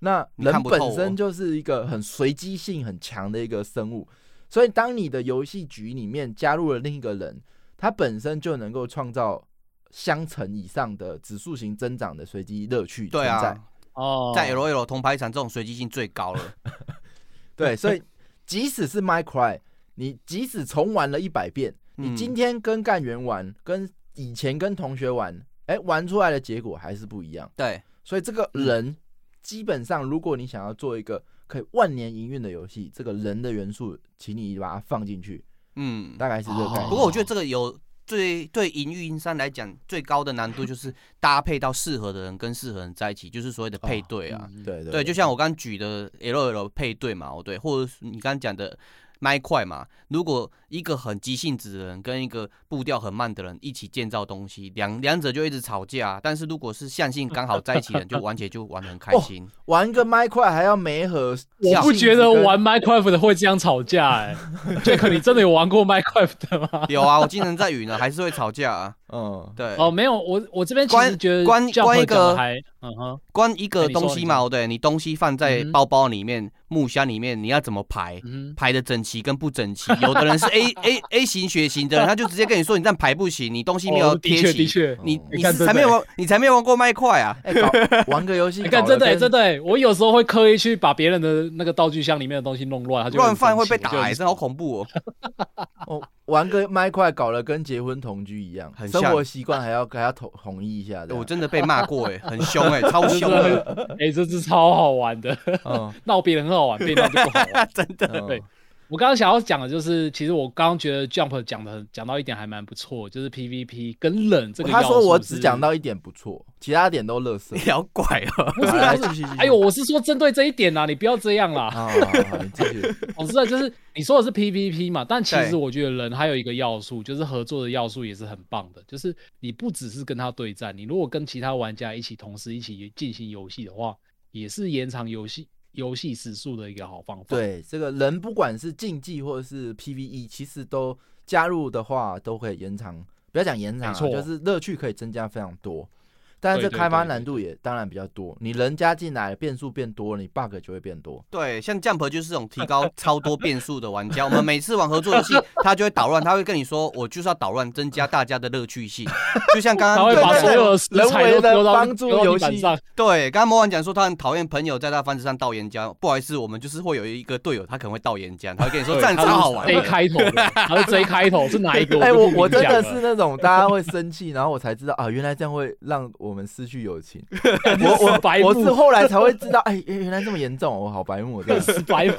D: 那
C: 你
D: 人
C: 看不透
D: 本身
C: 我
D: 就是一个很随机性很强的一个生物，所以当你的游戏局里面加入了另一个人，他本身就能够创造相乘以上的指数型增长的随机乐趣存
C: 对
D: 在。
C: 啊，
B: 哦，
C: 在 L O L 铜牌场这种随机性最高了。
D: 对，所以即使是 My Cry，你即使重玩了一百遍，你
C: 嗯
D: 今天跟干员玩，跟以前跟同学玩，哎、玩出来的结果还是不一样。
C: 对，
D: 所以这个人基本上，如果你想要做一个可以万年营运的游戏，这个人的元素，请你把它放进去，
C: 嗯。
D: 大概是这个概念。
C: 不过我觉得这个有最对营运商来讲最高的难度就是搭配到适合的人跟适合人在一起，就是所谓的配对啊。
B: 嗯，
D: 对对
C: 对，就像我刚举的 L L 配对嘛，哦对，或者是你刚刚讲的麦块嘛，如果一个很急性子的人跟一个步调很慢的人一起建造东西，两两者就一直吵架、啊但是如果是象性刚好在一起的人，就玩起来就玩得很
D: 哦
C: 开心。
D: 玩个 My Cry 还要没和，
B: 我不觉得玩 Minecraft 的会这样吵架 哎、Jack，你真的有玩过 Minecraft 的吗？
C: 有啊，我 经常在雨呢，还是会吵架啊。
D: 嗯，
C: 对，
B: 哦，没有，我我这边其实
C: 关
B: 觉得
C: 关
B: Jump
C: 关一个
B: 讲得还嗯哼，
C: 关一
B: 哎
C: 个
B: 你说
C: 东西
B: 你
C: 嘛，
B: 说
C: 哦对，你东西放在
B: 嗯哼
C: 包包里面、木箱里面，你要怎么排？
B: 嗯
C: 排的整齐跟不整齐，有的人是 A A A 型血型的人，他就直接跟你说你这样排不行，你东西
B: 哼，
C: 没有
B: 哦的
C: 贴
B: 确的
C: 齐，
B: 确，
C: 你
D: 嗯
C: 你
B: 你看
C: 是
B: 真
C: 才
B: 的
C: 没有玩，你才没有玩过麦块啊。
D: 哎、搞玩个游戏
B: 你
D: 搞
B: 看
D: 得
B: 真的欸
D: 跟
B: 真的欸，我有时候会刻意去把别人的那个道具箱里面的东西弄乱，他就
C: 乱
B: 很
C: 放
B: 生
C: 会
B: 气
C: 被打、
B: 我就
C: 欸，真的好恐怖哦！
D: 哦，玩个麦块搞得跟结婚同居一样，
C: 很
D: 生
C: 像
D: 活习惯还要给他统统一一下这样。
C: 我真的被骂过 哎、很凶哎、超
B: 真
C: 凶
B: 的
C: 的，
B: 很，哎、这是超好玩的，
D: 嗯，
B: 闹别人很好玩，被闹就不好玩。
C: 真的。
D: 嗯
B: 对，我刚刚想要讲的就是，其实我刚刚觉得 Jump 讲的很讲到一点还蛮不错，就是 PVP 跟冷 这个
D: 他
B: 要
D: 说我
B: 素
D: 只
B: 是
D: 讲到一点不错，其他点都垃圾
C: 你。好怪哦、
B: 不是
D: 来
B: 不
D: 继续继续
B: 是，哎呦，我是说针对这一点啦，你不要这样 啦。
D: 啊，好你继续。
B: 我知道，就是你说的是 PVP 嘛，但其实
C: 对
B: 我觉得人还有一个要素，就是合作的要素也是很棒的。就是你不只是跟他对战，你如果跟其他玩家一起同时一起进行游戏的话，也是延长游戏游戏时速的一个好方法。，
D: 对，这个人不管是竞技或者是 PVE，其实都加入的话都可以延长，不要讲延长、啊，
B: 没错
D: 就是乐趣可以增加非常多。但是这
B: 对对
D: 开发
B: 对对
D: 难度也当然比较多，你人加进来变数变多，你 bug 就会变多。
C: 对，像 Jump 就是这种提 高超多变数的玩家。我们每次玩合作游戏，他就会捣乱，他会跟你说，我就是要捣乱，增加大家的乐趣性。就像刚
B: 他
C: 刚
B: 会
D: 对
B: 把
D: 对
B: 所
D: 对
B: 有的食
D: 人
B: 材
D: 为
B: 都
D: 的
B: 丢到
D: 帮助
B: 丢到
D: 游
B: 地
D: 戏
B: 板上。
C: 对，刚刚魔王讲说他很讨厌朋友在他番子上倒岩浆，不好意思，我们就是会有一个队友，他可能会倒岩浆，他会跟你说这样
B: 他
C: 超
B: 是
C: 好玩
B: J
C: 的。
B: 开 头的，他是 J 开头，是哪 一个？
D: 哎、我
B: 我就不明
D: 我真
B: 讲
D: 的
B: 了
D: 是那种大家会生气，然后我才知道啊，原来这样会让我们失去友情。我我
B: 白目
D: 我是后来才会知道，哎、原原来这么严重，我好白目，我真的是，
B: 死白目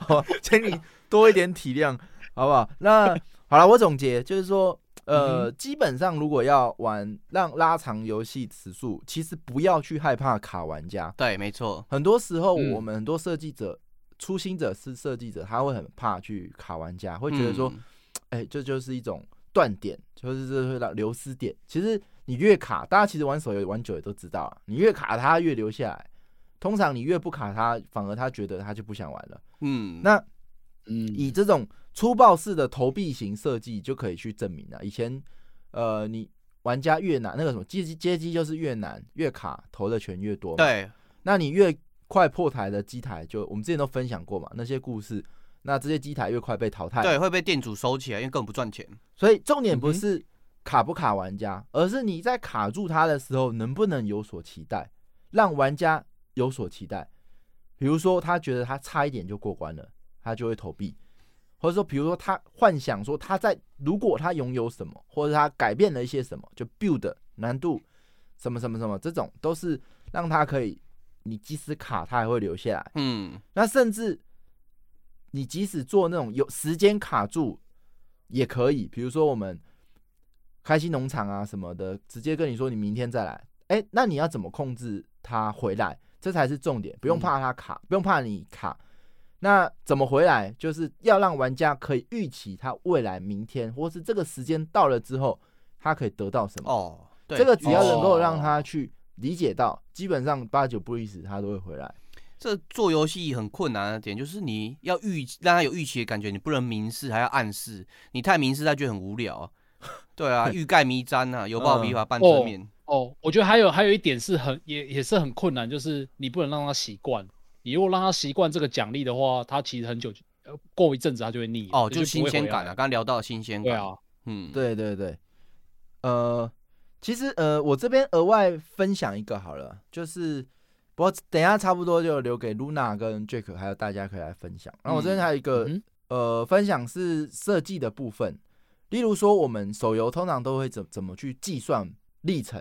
D: 好请你多一点体谅，好不好？那好了，我总结就是说，
B: 嗯
D: 呃，基本上如果要玩让拉长游戏时速，其实不要去害怕卡玩家，
C: 对，没错，
D: 很多时候
B: 嗯
D: 我们很多设计者。初心者是设计者，他会很怕去卡玩家，会觉得说，
C: 嗯
D: 哎、这就是一种断点，就是这会让流失点。其实你越卡，大家其实玩手游玩久也都知道啊，你越卡它越留下来。通常你越不卡它，反而他觉得他就不想玩了。
C: 嗯，
D: 那
B: 嗯，
D: 以这种粗暴式的投币型设计就可以去证明了。以前，呃，你玩家越难，那个什么阶级阶级就是越难，越卡投的钱越多嘛。
C: 对，
D: 那你越快破台的机台就，我们之前都分享过嘛，那些故事，那这些机台越快被淘汰。
C: 对，会被店主收起来，因为根本不赚钱。
D: 所以重点
B: 嗯
D: 不
B: 哼
D: 是卡不卡玩家，而是你在卡住他的时候能不能有所期待，让玩家有所期待。比如说他觉得他差一点就过关了，他就会投币，或者说比如说他幻想说他在如果他拥有什么，或者他改变了一些什么，就 build 难度什么什么什么，这种都是让他可以，你即使卡他还会留下来。
C: 嗯，
D: 那甚至你即使做那种有时间卡住也可以，比如说我们开心农场啊什么的，直接跟你说你明天再来。哎、那你要怎么控制它回来？这才是重点，不
C: 嗯
D: 用怕它卡，不用怕你卡。那怎么回来？就是要让玩家可以预期他未来明天或是这个时间到了之后，他可以得到什么。
C: 哦，对，
D: 这个只要能够
B: 哦
D: 让他去理解到，基本上八九不离十，他都会回来。
C: 这做游戏很困难的点就是你要预让他有预期的感觉，你不能明示，还要暗示。你太明示，他觉得很无聊啊、对 啊，欲盖弥彰啊，犹抱琵琶半遮面。
B: 嗯哦，我觉得还有还有一点是很也也是很困难，就是你不能让他习惯。你如果让他习惯这个奖励的话，他其实很久就呃过一阵子他就会腻了
C: 哦，
B: 就
C: 就是新鲜感啊，
B: 啊。
C: 刚刚聊到新鲜
B: 对
C: 感。
B: 啊，
C: 嗯，，
D: 对对对，呃，其实呃，我这边额外分享一个好了，就是不过等一下差不多就留给 Luna 跟 Jack 还有大家可以来分享。然后我这边还有一个、
B: 嗯
D: 呃分享是设计的部分，例如说我们手游通常都会怎怎么去计算历程，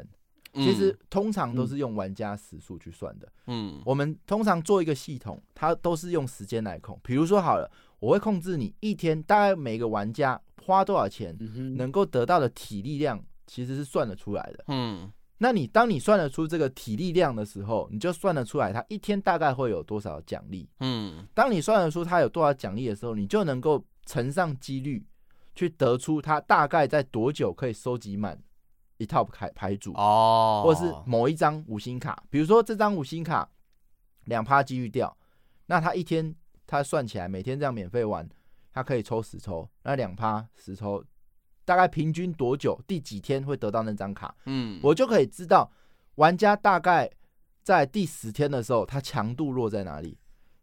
B: 嗯
D: 其实通常都是用玩家时数去算的。
C: 嗯，嗯，
D: 我们通常做一个系统，它都是用时间来控。比如说好了，我会控制你一天大概每个玩家花多少钱。
B: 嗯哼，
D: 能够得到的体力量其实是算得出来的。
C: 嗯，
D: 那你当你算得出这个体力量的时候，你就算得出来他一天大概会有多少奖励。
C: 嗯，
D: 当你算得出他有多少奖励的时候，你就能够乘上几率，去得出他大概在多久可以收集满一套牌牌组，
C: 哦，
D: 或者是某一张五星卡。比如说这张五星卡两趴几率掉，那他一天他算起来每天这样免费玩，他可以抽十抽，那两趴十抽，大概平均多久第几天会得到那张卡，
C: 嗯，
D: 我就可以知道玩家大概在第十天的时候他强度落在哪里。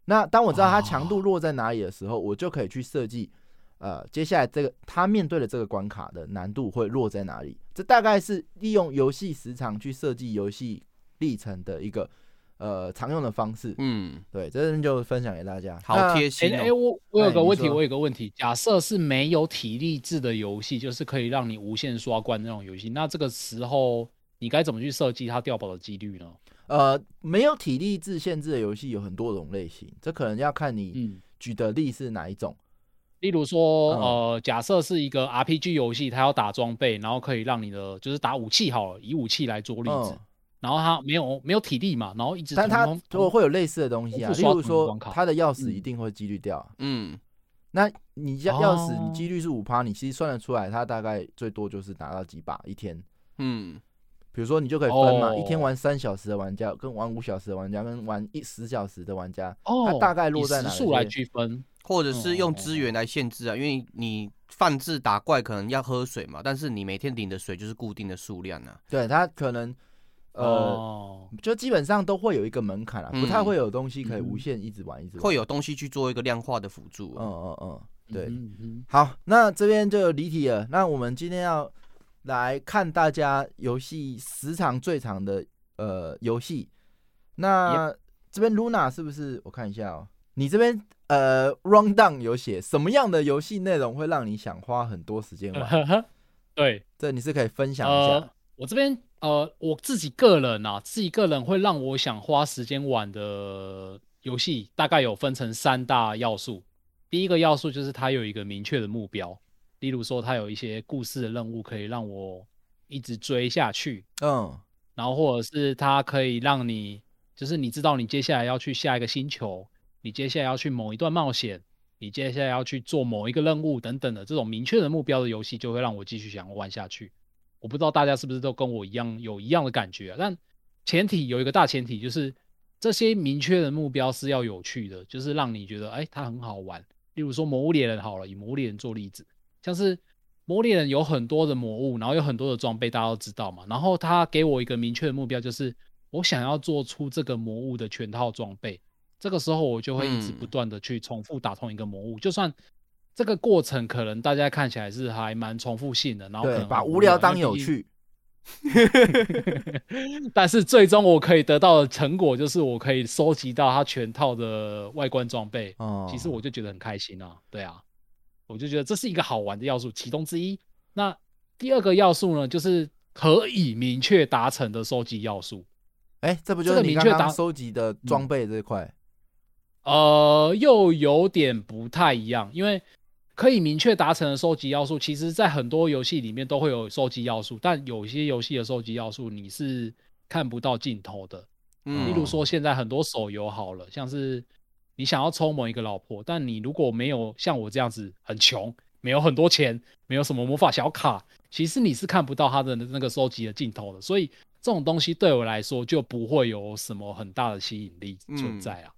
D: 那当
C: 哦
D: 我知道他强度落在哪里的时候，我就可以去设计。呃，接下来这个他面对的这个关卡的难度会落在哪里？这大概是利用游戏时长去设计游戏历程的一个呃常用的方式。
C: 嗯，
D: 对，这边就分享给大家。
C: 好
D: 那
C: 贴心
B: 哎、哎
C: 哦。
B: 我我有
D: 哎
B: 个
D: 你
B: 问题，
D: 说
B: 我有个问题。假设是没有体力制的游戏，就是可以让你无限刷关那种游戏，那这个时候你该怎么去设计它掉宝的几率呢？
D: 呃，没有体力制限制的游戏有很多种类型，这可能要看你
B: 嗯，
D: 举的例是哪一种。
B: 例如说，
D: 嗯
B: 呃，假设是一个 RPG 游戏，它要打装备，然后可以让你的就是打武器好了，以武器来做例子，
D: 嗯，
B: 然后它没有没有体力嘛，然后一直
D: 但它
B: 同
D: 如果会有类似的东西啊，
B: 重复刷
D: 例如
B: 同一个
D: 说
B: 关卡
D: 它的钥匙
B: 嗯
D: 一定会几率掉啊。
C: 嗯，
D: 那你要钥匙，
B: 哦
D: 你几率是五趴，你其实算得出来，它大概最多就是拿到几把一天。
C: 嗯，
D: 比如说，你就可以分嘛，
B: 哦
D: 一天玩三小时的玩家，跟玩五小时的玩家，跟玩一十小时的玩家，
B: 哦，
D: 它大概落在
B: 以
D: 哪
B: 时速来
D: 些嗯
B: 区分，
C: 或者是用资源来限制啊，因为你放置打怪可能要喝水嘛，但是你每天领的水就是固定的数量啊。
D: 对，它可能呃，
B: 哦，
D: 就基本上都会有一个门槛啊，
C: 嗯
D: 不太会有东西可以
B: 嗯
D: 无限一直玩一直玩。
C: 会有东西去做一个量化的辅助、啊
D: 嗯嗯嗯，对。
B: 嗯嗯
D: 好，那这边就离题了。那我们今天要来看大家游戏时长最长的呃游戏。那这边 Luna 是不是？我看一下哦，你这边呃 round down 有写什么样的游戏内容会让你想花很多时间玩？
B: 嗯 对，
D: 这你是可以分享一
B: 呃
D: 下。、
B: 我这边呃，我自己个人啊，自己个人会让我想花时间玩的游戏，大概有分成三大要素。第一个要素就是它有一个明确的目标，例如说它有一些故事的任务可以让我一直追下去，
D: 嗯
B: 然后或者是它可以让你，就是你知道你接下来要去下一个星球，你接下来要去某一段冒险，你接下来要去做某一个任务等等的这种明确的目标的游戏，就会让我继续想要玩下去。我不知道大家是不是都跟我一样有一样的感觉啊、但前提有一个大前提就是这些明确的目标是要有趣的，就是让你觉得哎它很好玩。例如说《魔物猎人》好了，以《魔物猎人》做例子，像是魔物猎人有很多的魔物，然后有很多的装备，大家都知道嘛。然后他给我一个明确的目标，就是我想要做出这个魔物的全套装备。这个时候我就会一直
C: 嗯
B: 不断的去重复打通一个魔物，就算这个过程可能大家看起来是还蛮重复性的，然后可
D: 对，
B: 能
D: 把
B: 很
D: 无
B: 聊
D: 聊当有，
B: 因为
D: 趣，
B: 毕竟但是最终我可以得到的成果就是我可以收集到它全套的外观装备，
D: 哦，
B: 其实我就觉得很开心啊，对啊，我就觉得这是一个好玩的要素其中之一。那第二个要素呢，就是可以明确达成的收集要素。
D: 哎，这不就
B: 这
D: 是
B: 个
D: 你
B: 明
D: 刚
B: 确
D: 刚
B: 答嗯
D: 收集的装备这一块？
B: 呃，又有点不太一样，因为可以明确达成的收集要素，其实在很多游戏里面都会有收集要素，但有些游戏的收集要素你是看不到尽头的。
C: 嗯，
B: 例如说，现在很多手游好了，像是你想要抽某一个老婆，但你如果没有像我这样子很穷，没有很多钱，没有什么魔法小卡，其实你是看不到它的那个收集的尽头的。所以这种东西对我来说就不会有什么很大的吸引力存
C: 嗯
B: 在啊。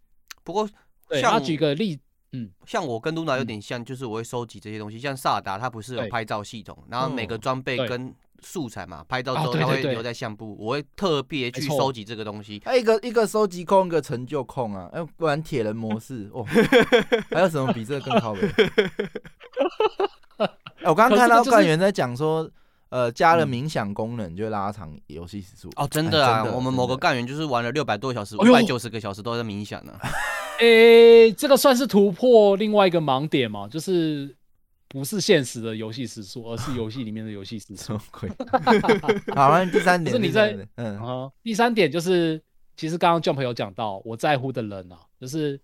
C: 不过
B: 对，
C: 像
B: 他
C: 我
B: 举个例，嗯，
C: 像我跟露娜有点像，就是我会收集这些东西。像萨达，它不是有
B: 对
C: 拍照系统，然后每个
D: 嗯
C: 装备
B: 对
C: 跟素材嘛，拍照
B: 啊
C: 之后
B: 对
C: 它
B: 对
C: 会
B: 对
C: 留在相簿，我会特别去
B: 没错
C: 收集这个东西。
D: 哎，一个一个收集控，一个成就控啊，哎，不然铁人模式 哦，还有什么比这个更靠谱？哎，我刚刚看到
B: 可是这个嗯就是
D: 干员在讲说，呃，加了冥想功能就会拉长游戏时速哎
C: 哦，真的啊，我们某个干员就是玩了六百多个小时，五
B: 哎呦
C: 百九十个小时都在冥想呢。
B: 诶、这个算是突破另外一个盲点嘛，就是不是现实的游戏时速，而是游戏里面的游戏时
D: 什
B: 速。
D: 么鬼？ 好，那第三点
B: 不是你
D: 第三
B: 在
D: 点嗯
B: 然后第三点就是，其实刚刚 Jump 有讲到，我在乎的人啊，就是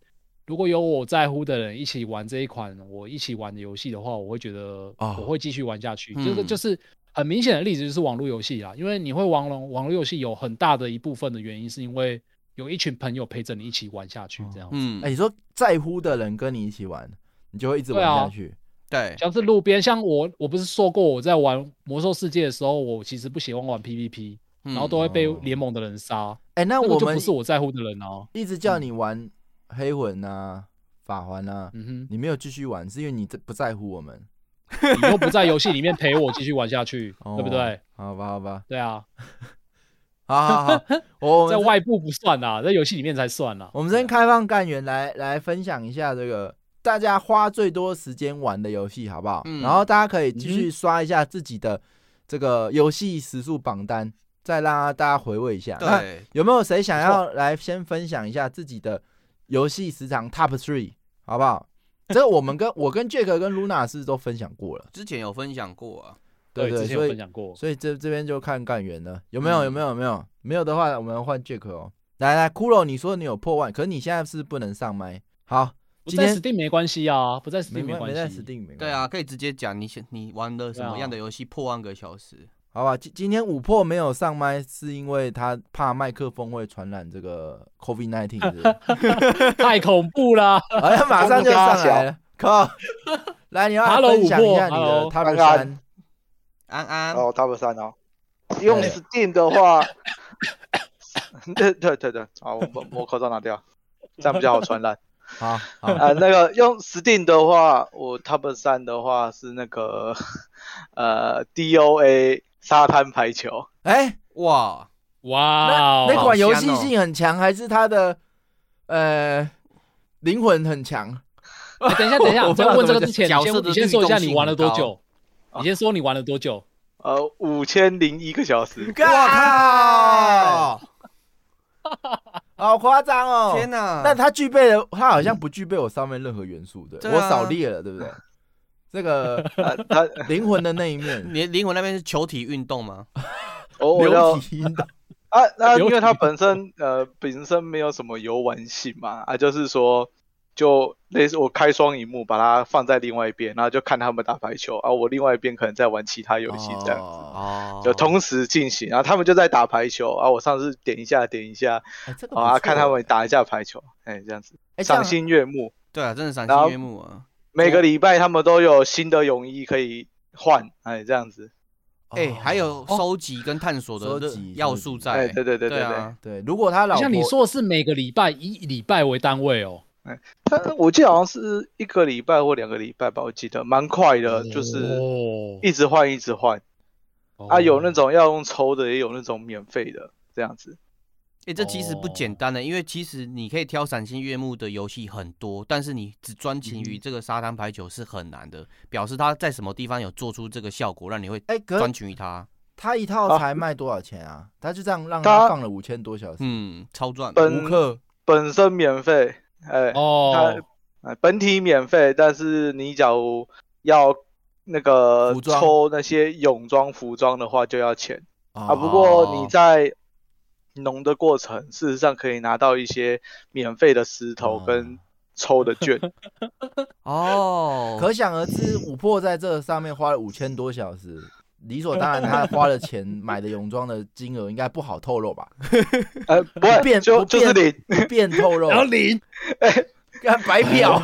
B: 如果有我在乎的人一起玩这一款我一起玩的游戏的话，我会觉得
D: 哦
B: 我会继续玩下去。
C: 嗯
B: 这个就是很明显的例子，就是网络游戏啊啦，因为你会玩网网络游戏有很大的一部分的原因是因为有一群朋友陪着你一起玩下去，这样子。
C: 嗯，
D: 哎，你说在乎的人跟你一起玩，你就会一直玩
B: 对啊
D: 下去。
C: 对，
B: 像是路边，像我，我不是说过我在玩《魔兽世界》的时候，我其实不喜欢玩 PVP，、
C: 然
B: 然后都会被
D: 哦
B: 联盟的人杀，
D: 哎，那
B: 那个
D: 我
B: 就
D: 们
B: 不是我在乎的人啊。
D: 一直叫你玩黑魂啊、法环啊，
B: 嗯
D: 你没有继续玩，是因为你这不在乎我们，
B: 哼，你又不在游戏里面陪我继续玩下去，
D: 哦
B: 对不对？？
D: 好吧，好吧，
B: 对啊，
D: 好好好，我 我
B: 在
D: 们
B: 外部不算啦，在游戏里面才算啊啦。
D: 我们先开放干员来来分享一下这个大家花最多时间玩的游戏，好不好？
C: 嗯
D: 然后大家可以继
B: 嗯
D: 续
B: 哼
D: 刷一下自己的这个游戏时速榜单，再让大家回味一下。那
C: 对，
D: 有没有谁想
B: 不错
D: 要来先分享一下自己的游戏时长 Top Three，好不好？这个我们跟我跟 Jack 跟 Luna 是都分享过了。
C: 之前有分享过 啊。
D: 对
B: 之前有
D: 所
B: 分
D: 以
B: 享过。
D: 所以这这边就看干员了，有没有？
C: 嗯
D: 有没有？有没有？没有的话，我们换 Jack 哦。来来，骷髅，你说你有破万，可是你现在是不能上麦。好，
B: 不
D: 今
B: 在
D: 天
B: Steam 没关系啊，不在
D: 没
B: Steam
D: 关没
B: 关
D: 在
B: 系。
D: Steam 没关系
C: 对啊，，可以直接讲你想你玩了什么
B: 啊
C: 样的游戏破万个 小时。
D: 好吧，今今天五破没有上麦，是因为他怕麦克风会传染这个 COVID nineteen，
B: 太恐怖啦！
D: 好像马上就上 来了。靠， 来你要
B: Hello，
D: 分享一下
B: 五
D: 你
B: 破
D: 的
B: Hello
D: Top
A: 刚刚
D: 三，
C: 安安，
A: 哦，Top 三哦，用
D: 对
A: Steam 的话， 对对对对，好，我把我口罩拿掉，这样比较好传染。
D: 好好，
A: 啊，那个用 Steam 的话，我 Top 三的话是那个 呃 DOA 沙滩排球，
D: 哎，
C: 哇，
B: 哇
D: 那
B: 哦，
D: 那款游
C: 好
D: 戏
C: 香哦
D: 性很强，还是它的呃灵魂很强？
B: 哎 等一下，等一 下，
D: 我不知
B: 在
D: 道
B: 问
D: 怎
B: 这
D: 么
B: 个之前，
C: 讲
B: 你
C: 角色
B: 先
C: 的
B: 你先说一下
C: 律动性
B: 你玩了多
C: 很高
B: 久？你先说你玩了多久？
A: 呃，五千零一个小时，
D: 哇
C: 哇
D: 好夸张哦！
C: 靠！天哪！
D: 那它具备了，它好像不具备我上面任何元素，对不对，
C: 对啊
D: 我扫列了，对不对？这 个
A: 呃，他
D: 灵魂的那一面，
C: 你的灵魂那边是球体运动吗？
A: 哦我我要
D: 流体引导，
A: 啊， 那
B: 流
A: 因为
B: 体
A: 它本身呃本身没有什么游玩性嘛，啊，就是说就类似我开双荧幕把它放在另外一边，然后就看他们打排球啊，我另外一边可能在玩其他游戏这样子。
D: 哦
C: 哦，
A: 就同时进行，然后他们就在打排球啊！我上次点一下，点一下
D: 哎这个不
A: 啊，
D: 错
A: 看他们打一下排球，哎、这样子
D: 哎这样
A: 赏心悦目。
C: 对啊，真的赏
A: 然后
C: 心悦目啊！
A: 每个礼拜他们都有新的泳衣可以换，哎，这样子，
C: 哎、
D: 哦
C: 还有收集跟探索
D: 收
C: 的乐
D: 集
C: 要
D: 收
C: 素
D: 集
C: 在、
A: 哎，对对对对对。
C: 啊，
D: 对， 如果他老婆
B: 像你说的是每个礼拜以礼拜为单位哦。
A: 他我记得好像是一个礼拜或两个礼拜吧，我记得蛮快的，就是
B: 哦
A: 一直换一直换啊，有那种要用抽的，也有那种免费的这样子。
C: 哎、哎、这其实
D: 哦
C: 不简单的，因为其实你可以挑赏心悦目的游戏很多，但是你只
D: 嗯
C: 专情于这个沙滩排球是很难的。表示他在什么地方有做出这个效果，让你会
D: 哎，可
C: 专
D: 是
C: 情于他，
D: 他一
C: 啊
D: 套才卖多少钱啊？他就这样让他
A: 他
D: 放了五千多小时，
C: 嗯，超赚。
D: 无
A: 本
D: 氪
A: 本身免费，哎、
B: 哦，
A: 哎本体免费，但是你假如要那个
D: 服装
A: 抽那些泳装、服装的话，就要钱。啊，
D: 啊
A: 不过你在农的过程，事实上可以拿到一些免费的石
D: 哦
A: 头跟抽的券。
C: 哦，
D: 可想而知，五破在这上面花了五千多小时，理所当然，他花的钱买的泳装的金额应该不好透露 吧？
A: 呃，不会，
D: 变
A: 就
D: 不
A: 就是
D: 变
A: 你，
D: 不便透露，
B: 零，
D: 干白 嫖
A: 我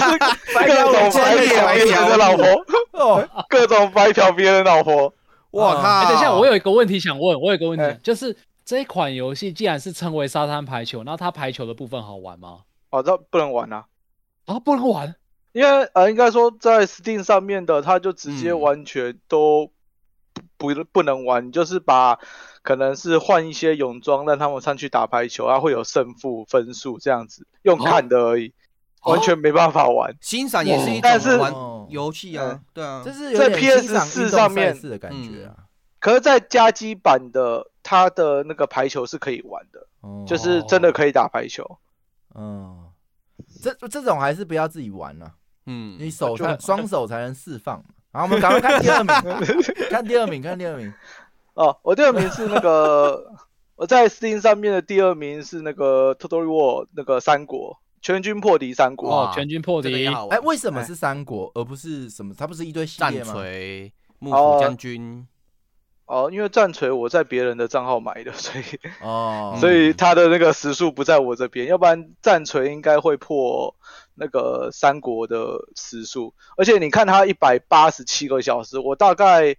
A: 是
D: 白嫖
A: 各
D: 我
A: 种
D: 专业
A: 白嫖
D: 白
A: 别人
D: 嫖
A: 的老婆，
D: 哦！
A: 各种白嫖别人的老婆。
C: 我靠、
B: 哎、等一下，我有一个问题想问，我有一个问题，
A: 哦哎
B: 就是这一款游戏既然是称为沙滩排球，那它排球的部分好玩吗？
A: 哦，这不能玩啊，
B: 啊，不能玩
A: 因为呃，应该说在 Steam 上面的，它就直接
C: 嗯
A: 完全都不不不能玩，就是把可能是换一些泳装让他们上去打排球啊，会有胜负分数这样子，用
B: 哦
A: 看的而已，
B: 哦
A: 完全没办法玩。哦
C: 欣赏也是一
A: 嗯但是
C: 种玩游戏啊
A: 嗯，
C: 对啊，
D: 哦这是有点
A: 在
D: 欣赏
A: PS4
D: 运动
A: 上面嗯
D: 赛事的感觉啊，
A: 可是，在加基版的它的那个排球是可以玩的，
D: 哦
A: 就是真的可以打排球。
D: 嗯，这这种还是不要自己玩了、啊
C: 嗯，
D: 你手
A: 就
D: 上双手才能释放嘛。然后我们赶快看第二名，看第二名，看第二名。
A: 哦，我第二名是那 个我在 Steam 上面的第二名是那个 Total War 那个三国全军破敌三国。
B: 哦
C: 哇，
B: 全军破
C: 这个
B: 敌
C: 也，好玩
D: 哎，为什么是三国而不是什么？它不是一堆系
C: 战
D: 列吗？
C: 锤、幕府将军，
A: 哦，因为战锤我在别人的账号买的，所以
D: 哦，
A: 所以它的那个时速不在我这边，要不然战锤应该会破那个三国的时速。而且你看它一百八十七个小时，我大概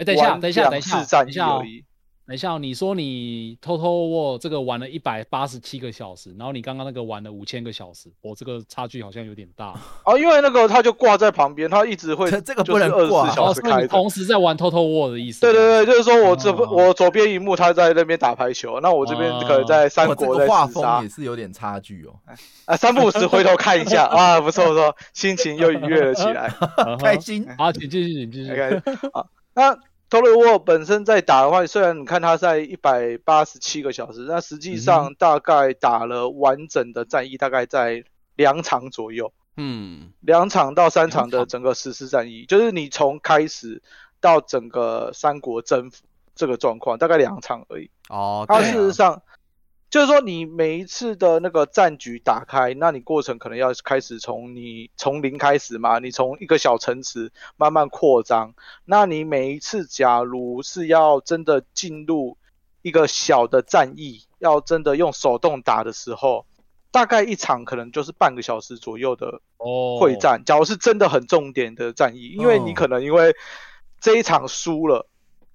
B: 哎、等一下，
A: 玩
B: 等一下，等
A: 两
B: 一下，
A: 次战
B: 等一
A: 役
B: 下、哦
A: 而，已。
B: 等一下哦、你说你偷偷握这个玩了一百八十七个小时，然后你刚刚那个玩了五千个小时，我、这个差距好像有点大。
A: 哦，因为那个它就挂在旁边，它一直会
D: 这这个
A: 就
D: 不
A: 是
D: 能
A: 二
D: 挂
A: 十四
B: 哦，
A: 小时
B: 所以
A: 开着。
B: 你同时在玩偷偷握的意思。
A: 对对对，就是说我这、
D: 哦
A: 我左边一幕他在那边打排球，那我这
C: 哦
A: 边可能在三
D: 哦哇这
A: 国
D: 个
A: 在
D: 画
A: 厮
D: 风
A: 杀
D: 也是有点差距哦，
A: 啊，三不五时回头看一 下，啊，不错不错，心情又愉悦了起来。
B: 对
D: 开心。
A: 哎
B: 好，请嗯继续，请继续。
A: OK，好，那 t o l w a r 本身在打的话，虽然你看他在一百八十七个小时，那实际
B: 嗯
A: 上大概打了完整的战役，大概在两场左右，
C: 嗯，
A: 两场到三场
B: 两
A: 的
B: 场
A: 整个实施战役，就是你从开始到整个三国征服这个状况，大概两场而已。
C: 哦，
A: 它
C: 对啊
A: 事实上就是说，你每一次的那个战局打开，那你过程可能要开始从你从零开始嘛，你从一个小城池慢慢扩张。那你每一次假如是要真的进入一个小的战役，要真的用手动打的时候，大概一场可能就是半个小时左右的
B: 哦，
A: 会战。假如是真的很重点的战役，因为
D: 哦
A: 你可能因为这一场输了，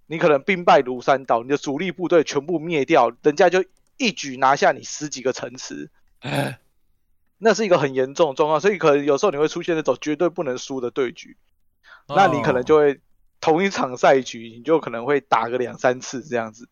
A: 你可能兵败如山倒，你的主力部队全部灭掉，人家就一举拿下你十几个城池，
B: 哎，
A: 那是一个很严重的状况。所以可能有时候你会出现那种绝对不能输的对局，那你可能就会同一场赛局，你就可能会打个两三次这样子。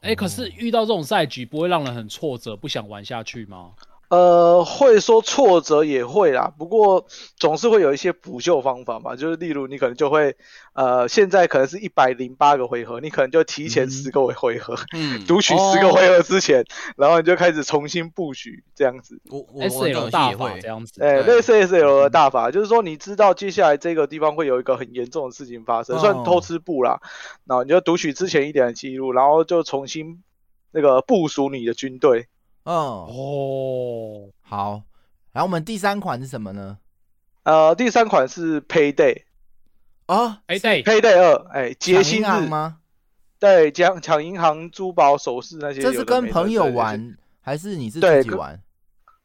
B: 哎，可
A: 哦
B: 是遇到这种赛局，不会让人很挫折，不想玩下去吗？
A: 呃，会说挫折也会啦，不过总是会有一些补救方法嘛，就是例如你可能就会，呃，现在可能是一百零八个回合，你可能就提前十个回合，
C: 嗯，
A: 读取十
D: 哦
A: 个回合之 前，然后你就开始重新布局这样子。
C: 我我我
B: S
C: 玩这种
B: L
C: 游
B: 大
C: 戏也
B: 法
C: 会
B: 这，样子，
A: 哎，
C: 对
A: 类似 S L 的大法，就是说你知道接下来这个地方会有一个很严重的事情发生，算
D: 哦
A: 偷吃步啦，然后你就读取之前一点的记录，然后就重新那个部署你的军队。
D: 嗯，
B: 哦，
D: 好。然后我们第三款是什么呢？
A: 呃，第三款是 Payday。
D: 啊，
B: 哎对，
A: Payday 二，哎，
D: 抢
A: 结薪
D: 银行
A: 日，
D: 吗？
A: 对，抢抢银行、珠宝、首饰那些有
D: 这
A: 的没的，
D: 是跟朋友
A: 对，对对
D: 玩还是你是自
A: 对
D: 己
A: 跟
D: 玩？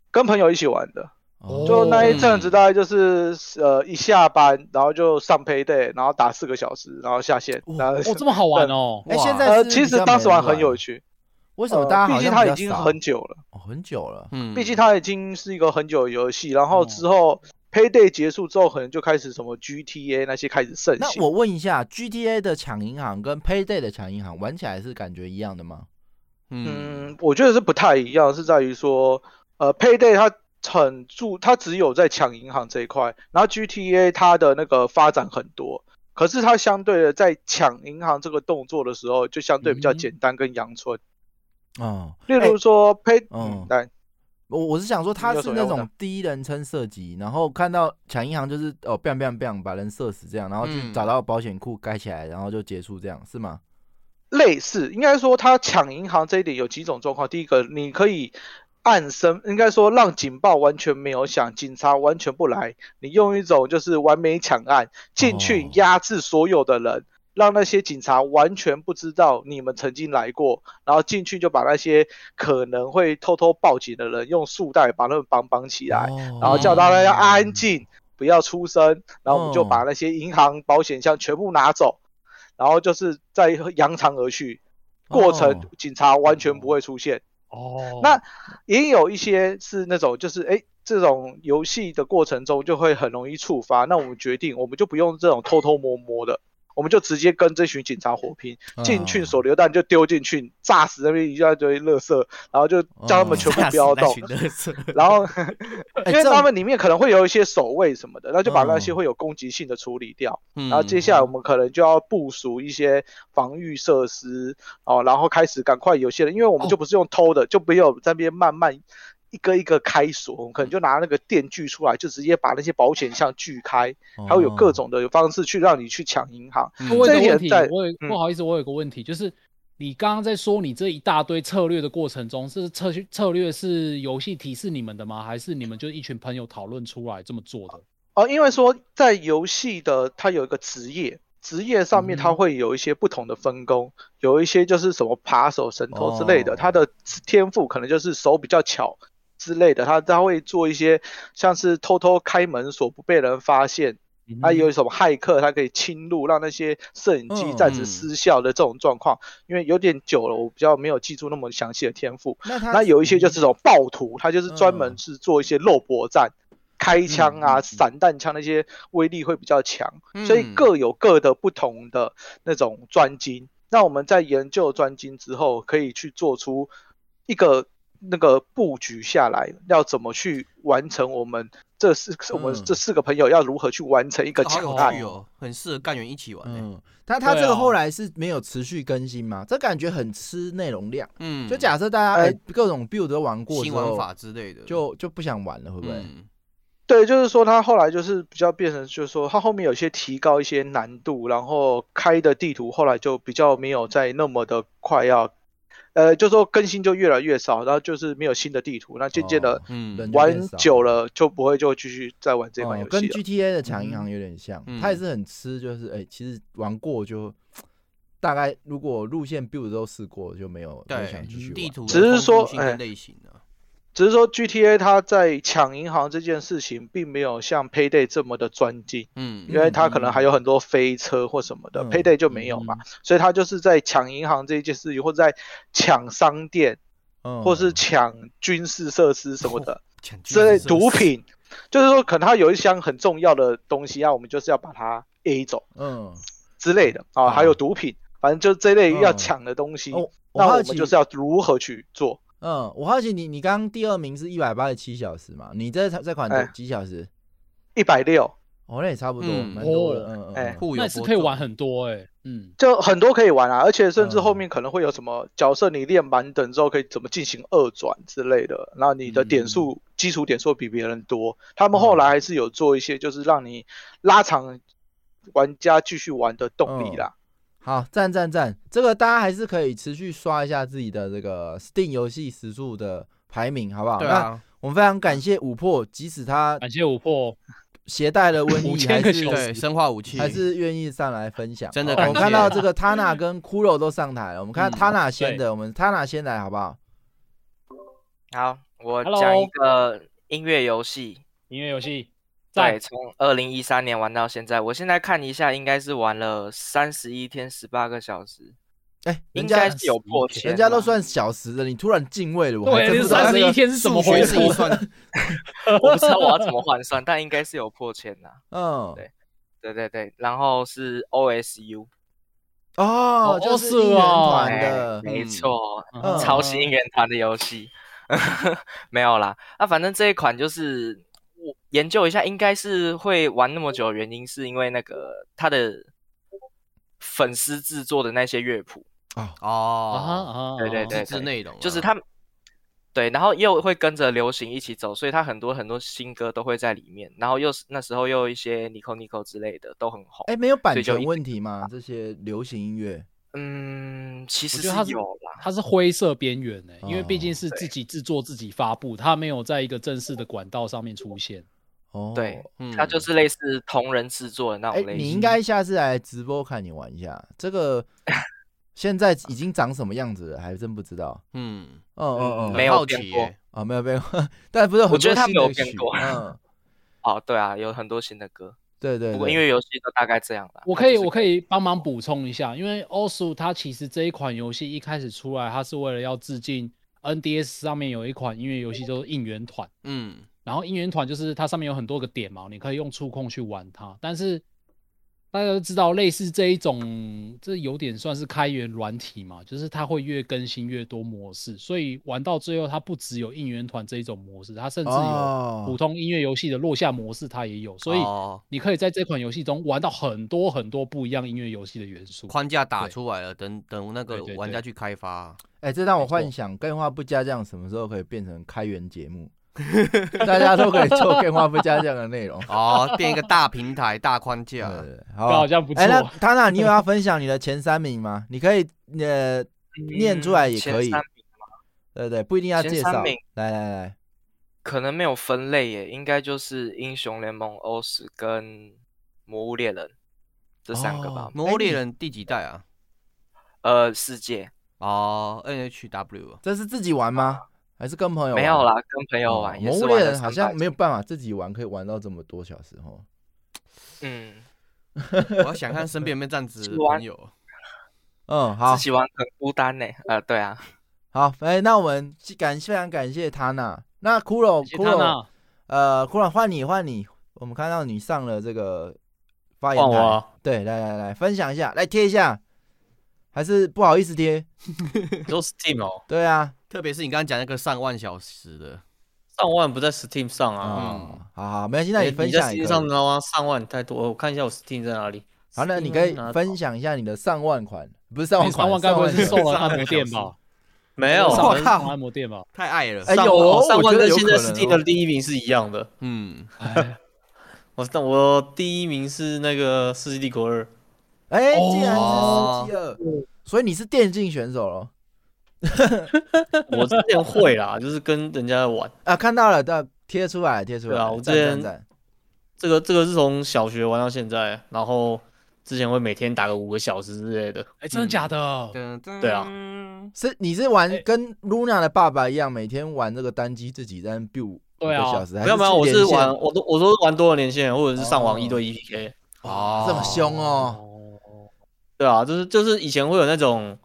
A: 跟朋友一起玩的。
B: 哦
A: 就那一阵
C: 嗯
A: 子，大概就是呃一下班，然后就上 Payday，然后打四个小时，然后下线
D: 哇。
A: 然后
B: 哦，这么好玩哦，
D: 哎，
C: 哇
D: 现在
A: 呃，
D: 是
A: 其
D: 比较
A: 实
D: 没
A: 当时玩
D: 人
A: 很有趣，
D: 为
A: 为
D: 什么大家好
A: 毕竟
D: 像
A: 它
D: 比
A: 已
D: 较
A: 经
D: 少
A: 很久了，
D: 哦很久了？
C: 嗯，
A: 毕竟它已经是一个很久的游戏。然
B: 哦
A: 后
D: 嗯
A: 之后 Payday 结束之后，可能就开始什么 GTA 那些开始盛
D: 那
A: 行。
D: 我问一下，GTA 的抢银行跟 Payday 的抢银行玩起来是感觉一样的吗？
C: 嗯
A: 嗯，我觉得是不太一样，是在于说，呃，Payday 它很注，它只有在抢银行这一块，然后 GTA 它的那个发展很多，可是它相对的在抢银行这个动作的时候，就相对比较
B: 嗯
A: 简单跟阳春。
D: 哦，
A: 例如说 Pay，
D: 嗯
A: 嗯，来，
D: 我我是想说他
A: 你有
D: 是
A: 什么
D: 那
A: 要问
D: 种
A: 的
D: 第一人称射击，然后看到抢银行就是哦 biang biang biang 把人射死这样，然后去
C: 嗯
D: 找到保险库盖起来，然后就结束这样是吗？
A: 类似，应该说他抢银行这一点有几种状况。第一个，你可以暗声，应该说让警报完全没有响，警察完全不来，你用一种就是完美抢案进去
D: 哦
A: 压制所有的人。让那些警察完全不知道你们曾经来过，然后进去就把那些可能会偷偷报警的人用束带把他们绑绑起来，然后叫大家要安静，不要出声，然后我们就把那些银行、保险箱全部拿走，然后就是再扬长而去。过程
D: 哦
A: 警察完全不会出现。
B: 哦，
A: 那也有一些是那种，就是哎，这种游戏的过程中就会很容易触发。那我们决定，我们就不用这种偷偷摸摸的，我们就直接跟这群警察火拼，进去手榴弹就丢进去，炸死那边一大堆垃圾，然后就
B: 嗯
A: 叫他
E: 哦
A: 们全部不要 动。然后，因为
D: 哎这种
A: 他们里面可能会有一些守卫什么的，那就把那些
D: 嗯
A: 会有攻击性的处理掉。
C: 然
A: 然后接下来我们可能就要部署一些防御设施哦，然后开始赶快有些人，因为我们
B: 哦
A: 就不是用偷的，就没有在那边慢慢一个一个开锁，我们可能就拿那个电锯出来，就直接把那些保险箱锯开，
D: 哦
A: 还会有各种的方式去让你去抢银行。
C: 嗯
D: 嗯
B: 那我
A: 这
B: 有
A: 一点
B: 个问题
A: 在，
B: 我有
A: 嗯
B: 不好意思，我有个问题，就是你刚刚在说你这一大堆策略的过程中，是策策略是游戏提示你们的吗？还是你们就一群朋友讨论出来这么做的？
A: 哦，因为说在游戏的它有一个职业，职业上面它
B: 嗯
A: 会有一些不同的分工，有一些就是什么扒手、神偷之类的，他的天赋可能就是手比较巧之类的，他他会做一些像是偷偷开门锁不被人发现，他有什么骇客，他可以侵入让那些摄影机暂时
C: 嗯
A: 失效的这种状况，因为有点久了，我比较没有记住那么详细的天赋，
D: 那他
A: 那有一些就是这种暴徒，他就是专
D: 嗯
A: 门是做一些肉搏战、开枪
D: 嗯嗯
A: 啊、
D: 嗯
A: 散弹枪那些威力会比较强，所以各有各的不同的那种专精。那我们在研究专精之后，可以去做出一个那个布局下来，要怎么去完成我们这四、我们
D: 嗯
A: 这四个朋友要如何去完成一个
C: 好
A: 强
C: 有
A: 案
C: 趣。哦，很适合干员一起玩欸。
D: 嗯，他他这
B: 对
D: 个
B: 啊
D: 后来是没有持续更新吗？这感觉很吃内容量。
C: 嗯，
D: 就假设大家
A: 呃
D: 哎各种 build 都玩过之
C: 新
D: 后
C: 玩法之类的，
D: 就就不想玩了，会不会？
C: 嗯
A: 对，就是说他后来就是比较变成，就是说他后面有些提高一些难度，然后开的地图后来就比较没有再那么的快要，呃，就说更新就越来越少，然后就是没有新的地图，那渐渐的
D: 哦人
C: 嗯
D: 就变
A: 玩
D: 少
A: 久了就不会就继续再玩这款
D: 哦
A: 游
D: 跟
A: 戏了。
D: GTA 的抢银行有点像，
C: 啊嗯
D: 它也是很吃，就是哎、其实玩过就大概如果路线 build 都试过，就没有没有想继续玩。
C: 对，地图
A: 只是说
C: 哎
A: 哎
C: 类型的，
A: 只是说 GTA 它在抢银行这件事情，并没有像 Payday 这么的专精。
C: 嗯
A: 因为它可能还有很多飞车或什么的、
D: 嗯
A: p a y d a y 就没有嘛，所以它就是在抢银行这一件事情，或者在抢商店，
D: 嗯哦
A: 或是抢军事设施什么的，
C: 抢军
A: 之类
C: 事
A: 毒品，就是说可能它有一箱很重要的东西啊，我们就是要把它 A 走
D: 嗯，
A: 之类的啊，
D: 啊
A: 还有毒品，反正就这类
D: 嗯
A: 要抢的东西，
D: 哦，我
A: 那我
D: 好
A: 们
D: 奇
A: 就是要如何去做？
D: 嗯，我好奇你你刚刚第二名是一百八十七小时嘛？你这这款
A: 哎
D: 多几小时？
A: 一百六
D: 哦，那也差不多，
C: 嗯
D: 蛮多的。嗯嗯
A: 哎
D: 嗯，
C: 互有
B: 那也是
C: 波
B: 可以
C: 动
B: 玩很多哎、嗯，
A: 就很多可以玩啊，而且甚至
D: 嗯
A: 后面可能会有什么角色，你练满等之后可以怎么进行二转之类的，然后你的点数、基础点数比别人多。他们后来还是有做一些，就是让你拉长玩家继续玩的动力啦。
D: 好，赞赞赞！这个大家还是可以持续刷一下自己的这个 Steam 游戏时速的排名，好不好？
C: 对
D: 那
C: 啊，
D: 我们非常感谢五破，即使他
B: 感谢五破，
D: 携带了瘟疫，
B: 5000
D: 还
B: 个
D: 是
B: 小时
C: 对，生化武器
D: 还是愿意上来分享。
C: 真的
D: 哦
C: 感
D: 我
C: 谢啊
D: 看到这个 Tana 跟骷髅都上台了，我们看
C: 嗯
D: Tana 先的，我们 Tana 先来好不好？
E: 好，我
B: Hello
E: 讲一个音乐游戏，
B: 音乐游戏
E: 对，
B: 在
E: 从二零一三年玩到现在，我现在看一下，应该是玩了三十一天十八个小时，
D: 哎，人
E: 应
D: 家
E: 该是有破千啦，
D: 人家都算小时的，你突然进位了，我
B: 对
D: 还真不知道
B: 三
D: 这
B: 十
D: 个
B: 一天是怎么
C: 数
B: 回
C: 学
B: 事
C: 是？一算，
E: 我不知道我要怎么换算，但应该是有破千呐。
D: 嗯，
E: 对对对，然后是 OSU，
D: 哦
B: 哦，
D: 就是
B: 是
D: 应援
B: 哦
D: 团
E: 哎
D: 的，
E: 没
C: 嗯
E: 错，
D: 嗯
E: 抄袭应援团的游戏， 没有啦。那、反正这一款就是我研究一下，应该是会玩那么久，的原因是因为那个它的粉丝制作的那些乐谱，
B: 啊哈啊哈，
C: 哦，
E: 对对
B: 啊哈
E: 对
C: 自制内容啊
E: 就是他们对，然后又会跟着流行一起走，所以它很多很多新歌都会在里面，然后又是那时候又一些 Nico Nico 之类的都很红。
D: 哎，没有版
E: 所以就
D: 权
E: 一
D: 问题吗？这些流行音乐，
E: 嗯，其实
B: 觉得它
E: 是
B: 是
E: 有啦，
B: 它是灰色边缘的，因为毕
D: 哦
B: 竟是自己制作自己发布，它没有在一个正式的管道上面出现。
D: 哦，
E: 对
C: 嗯
E: 它就是类似同人制作的那
D: 哎，
E: 种类
B: 嗯
E: 型。
D: 你应该下次来直播看你玩一下这 个，现在已经长什么样子了，还真不知道。
C: 嗯，
D: 嗯嗯嗯，
E: 没有
C: 很好
E: 变
C: 奇
E: 过
C: 耶，
D: 啊，没有变过， 但不是有很
E: 我觉得
D: 多
E: 他
D: 新
E: 没有
D: 的
E: 变
D: 曲
E: 过
D: 嗯，
E: 哦，对啊，有很多新的歌，
D: 对对，
E: 不过
D: 对
E: 音乐游戏都大概这样了。
B: 我可以，我
E: 以，
B: 可以帮忙补充一下，因为 OSU 它其实这一款游戏一开始出来，它是为了要致敬 NDS 上面有一款音乐游戏叫做应援团，
C: 嗯，
B: 然后应援团就是它上面有很多个点嘛，你可以用触控去玩它。但是大家都知道，类似这一种，这有点算是开源软体嘛，就是它会越更新越多模式，所以玩到最后，它不只有应援团这一种模式，它甚至
D: 哦
B: 有普通音乐游戏的落下模式，它也有，所以。
C: 哦
B: 你可以在这款游戏中玩到很多很多不一样音乐游戏的元素。
C: 框架打
B: 对
C: 出来了，等等那个
B: 对对对
C: 玩家去开发，
D: 哎、这让我
B: 没错
D: 幻想更画不加酱什么时候可以变成开源节 目， 大家都可以做更画不加酱的内容。
C: 哦，变一个大平台、大框
D: 对
C: 架，
D: 对对好
B: 好
D: 啊，
B: 像不错
D: 哎、，那唐娜，你有要分享你的前三名吗？你可以呃，念出来也可以
E: 嗯前三名
D: 对对，不一定要
E: 前
D: 介
E: 三
D: 绍。
E: 名
D: 来来来，
E: 可能没有分类耶，应该就是英雄联盟、欧史跟魔物猎人这三个吧哎
D: 哦。
C: 魔物猎人第几代啊？
E: 呃，世界
C: 哦，N H W，
D: 这是自己玩吗？还是跟朋友玩？
E: 啊没有啦，跟朋友玩
D: 哦
E: 也
D: 魔
E: 是
D: 物
E: 玩
D: 猎
E: 了
D: 人好
E: 300
D: 像没有办法自己玩，可以玩到这么多小时哦。
E: 嗯，
C: 我要想看身边有没有这样子的
E: 玩
C: 朋 友，
D: 嗯，好
E: 自，己玩很孤单呢。呃，对啊，
D: 好，哎、那我们感非常感谢他娜。那骷髅，
B: 谢谢
D: 骷
B: 他
D: 髅，
B: 呢？
D: 呃，骷髅换你，换你。我们看到你上了这个发言
F: 换我
D: 台，
F: 啊，
D: 对，来来来，分享一下，来贴一下，还是不好意思贴？
F: 你说 Steam 哦，
D: 对啊，
C: 特别是你刚刚讲那个上万小时的，
F: 上万不在 Steam 上啊。
D: 啊、好好，没关系，那
F: 你
D: 你分
F: 在
D: 享一
F: Steam
D: 个。
F: 上高啊，上万太多。我看一下我 Steam 在哪里。
D: 好，那你
F: Steam
D: 可以
F: 哪
D: 分享一下你的上万款，不是上万
B: 你哎
D: 款，
B: 三万该不会是
D: 上
B: 送
D: 款
B: 了按摩店 吧？
F: 没有？
D: 我靠
B: 送按摩店吧？
C: 太爱了，
D: 哎
F: 上
D: 有
F: 万
D: 哦
F: 上
D: 我
F: 万
D: 觉得
F: 跟
D: 有
F: 现在
D: 可能
F: Steam
D: 哦
F: 的第一名是一样的。
C: 嗯，
B: 哎，
F: 我但我第一名是那个《世纪帝国二》，
D: 哎、
B: 哦
D: 竟然是四七二，所以你是电竞选手咯。
F: 我之前会啦，就是跟人家玩。
D: 啊？看到了，但贴出来，贴出来，
F: 对啊我之
D: 赞赞
F: 前
D: 赞
F: 这个这个是从小学玩到现在，然后之前会每天打个五个小时之类的。
B: 哎，真的假的？
C: 噔噔
F: 嗯对啊
D: 是你是玩
B: 哎
D: 跟 Luna 的爸爸一样，每天玩这个单机自己在那边 build 五
B: 对
D: 个
B: 啊
D: 小时，还
F: 没有没有，
D: 去
F: 我是
D: 连线
F: 玩我都我都是玩多人连线，或者是上
D: 哦
F: 网一 E 对一 PK。
C: 哦
D: 这么凶哦，
B: 哦，
F: 对啊，就是就是以前会有那种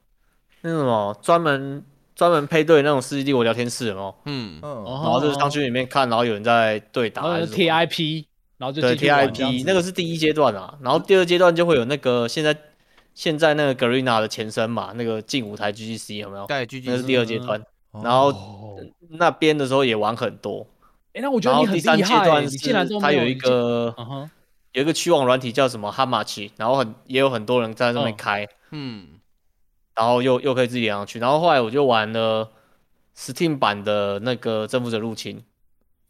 F: 那种什么专门专门配对那种《世纪帝国》聊天室哦，
C: 嗯，
D: 嗯
B: 哦
F: 然后就是上去里面看，然后有人在对打
B: 然后
F: 还
B: 就是
F: 什么，
B: 贴 IP，然后就
F: 对
B: 继续玩
F: TIP 那个是第一阶段啊，然后第二阶段就会有那个现在现在那个 Garena 的前身嘛，那个劲舞台 GGC 有没有？
C: 对，G
F: 那
C: G
F: 是第二阶段，
D: 哦
F: 然后
B: 哦，
F: 那边的时候也玩很多，
B: 哎，那我觉
F: 然
B: 得
F: 后
B: 你
F: 第
B: 很
F: 三
B: 厉
F: 阶段
B: 害，欸
F: 是
B: 你竟然都
F: 它
B: 没
F: 有一，个
B: 嗯哼，
F: 有一个驱网软体叫什么 Hamachi，然后很也有很多人在上面
B: 嗯
F: 开，
C: 嗯，
F: 然后又又可以自己连上去。然后后来我就玩了 Steam 版的那个《征服者入侵》，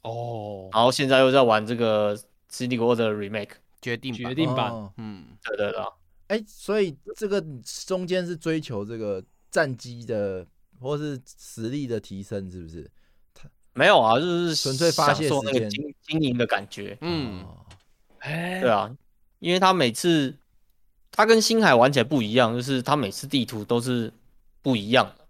B: 哦，
F: 然后现在又在玩这个《世纪帝国二》的 remake。
C: 决定吧
B: 决定版
D: 哦
C: 嗯，
F: 对对对啊，
D: 哎、所以这个中间是追求这个战机的或是实力的提升，是不是？
F: 没有啊，就是
D: 纯粹发泄
F: 享受那
D: 时间
F: 个经经营的感觉。
C: 嗯，
D: 哦
B: 哎
F: 对，啊，因为他每次他跟星海玩起来不一样，就是他每次地图都是不一样的。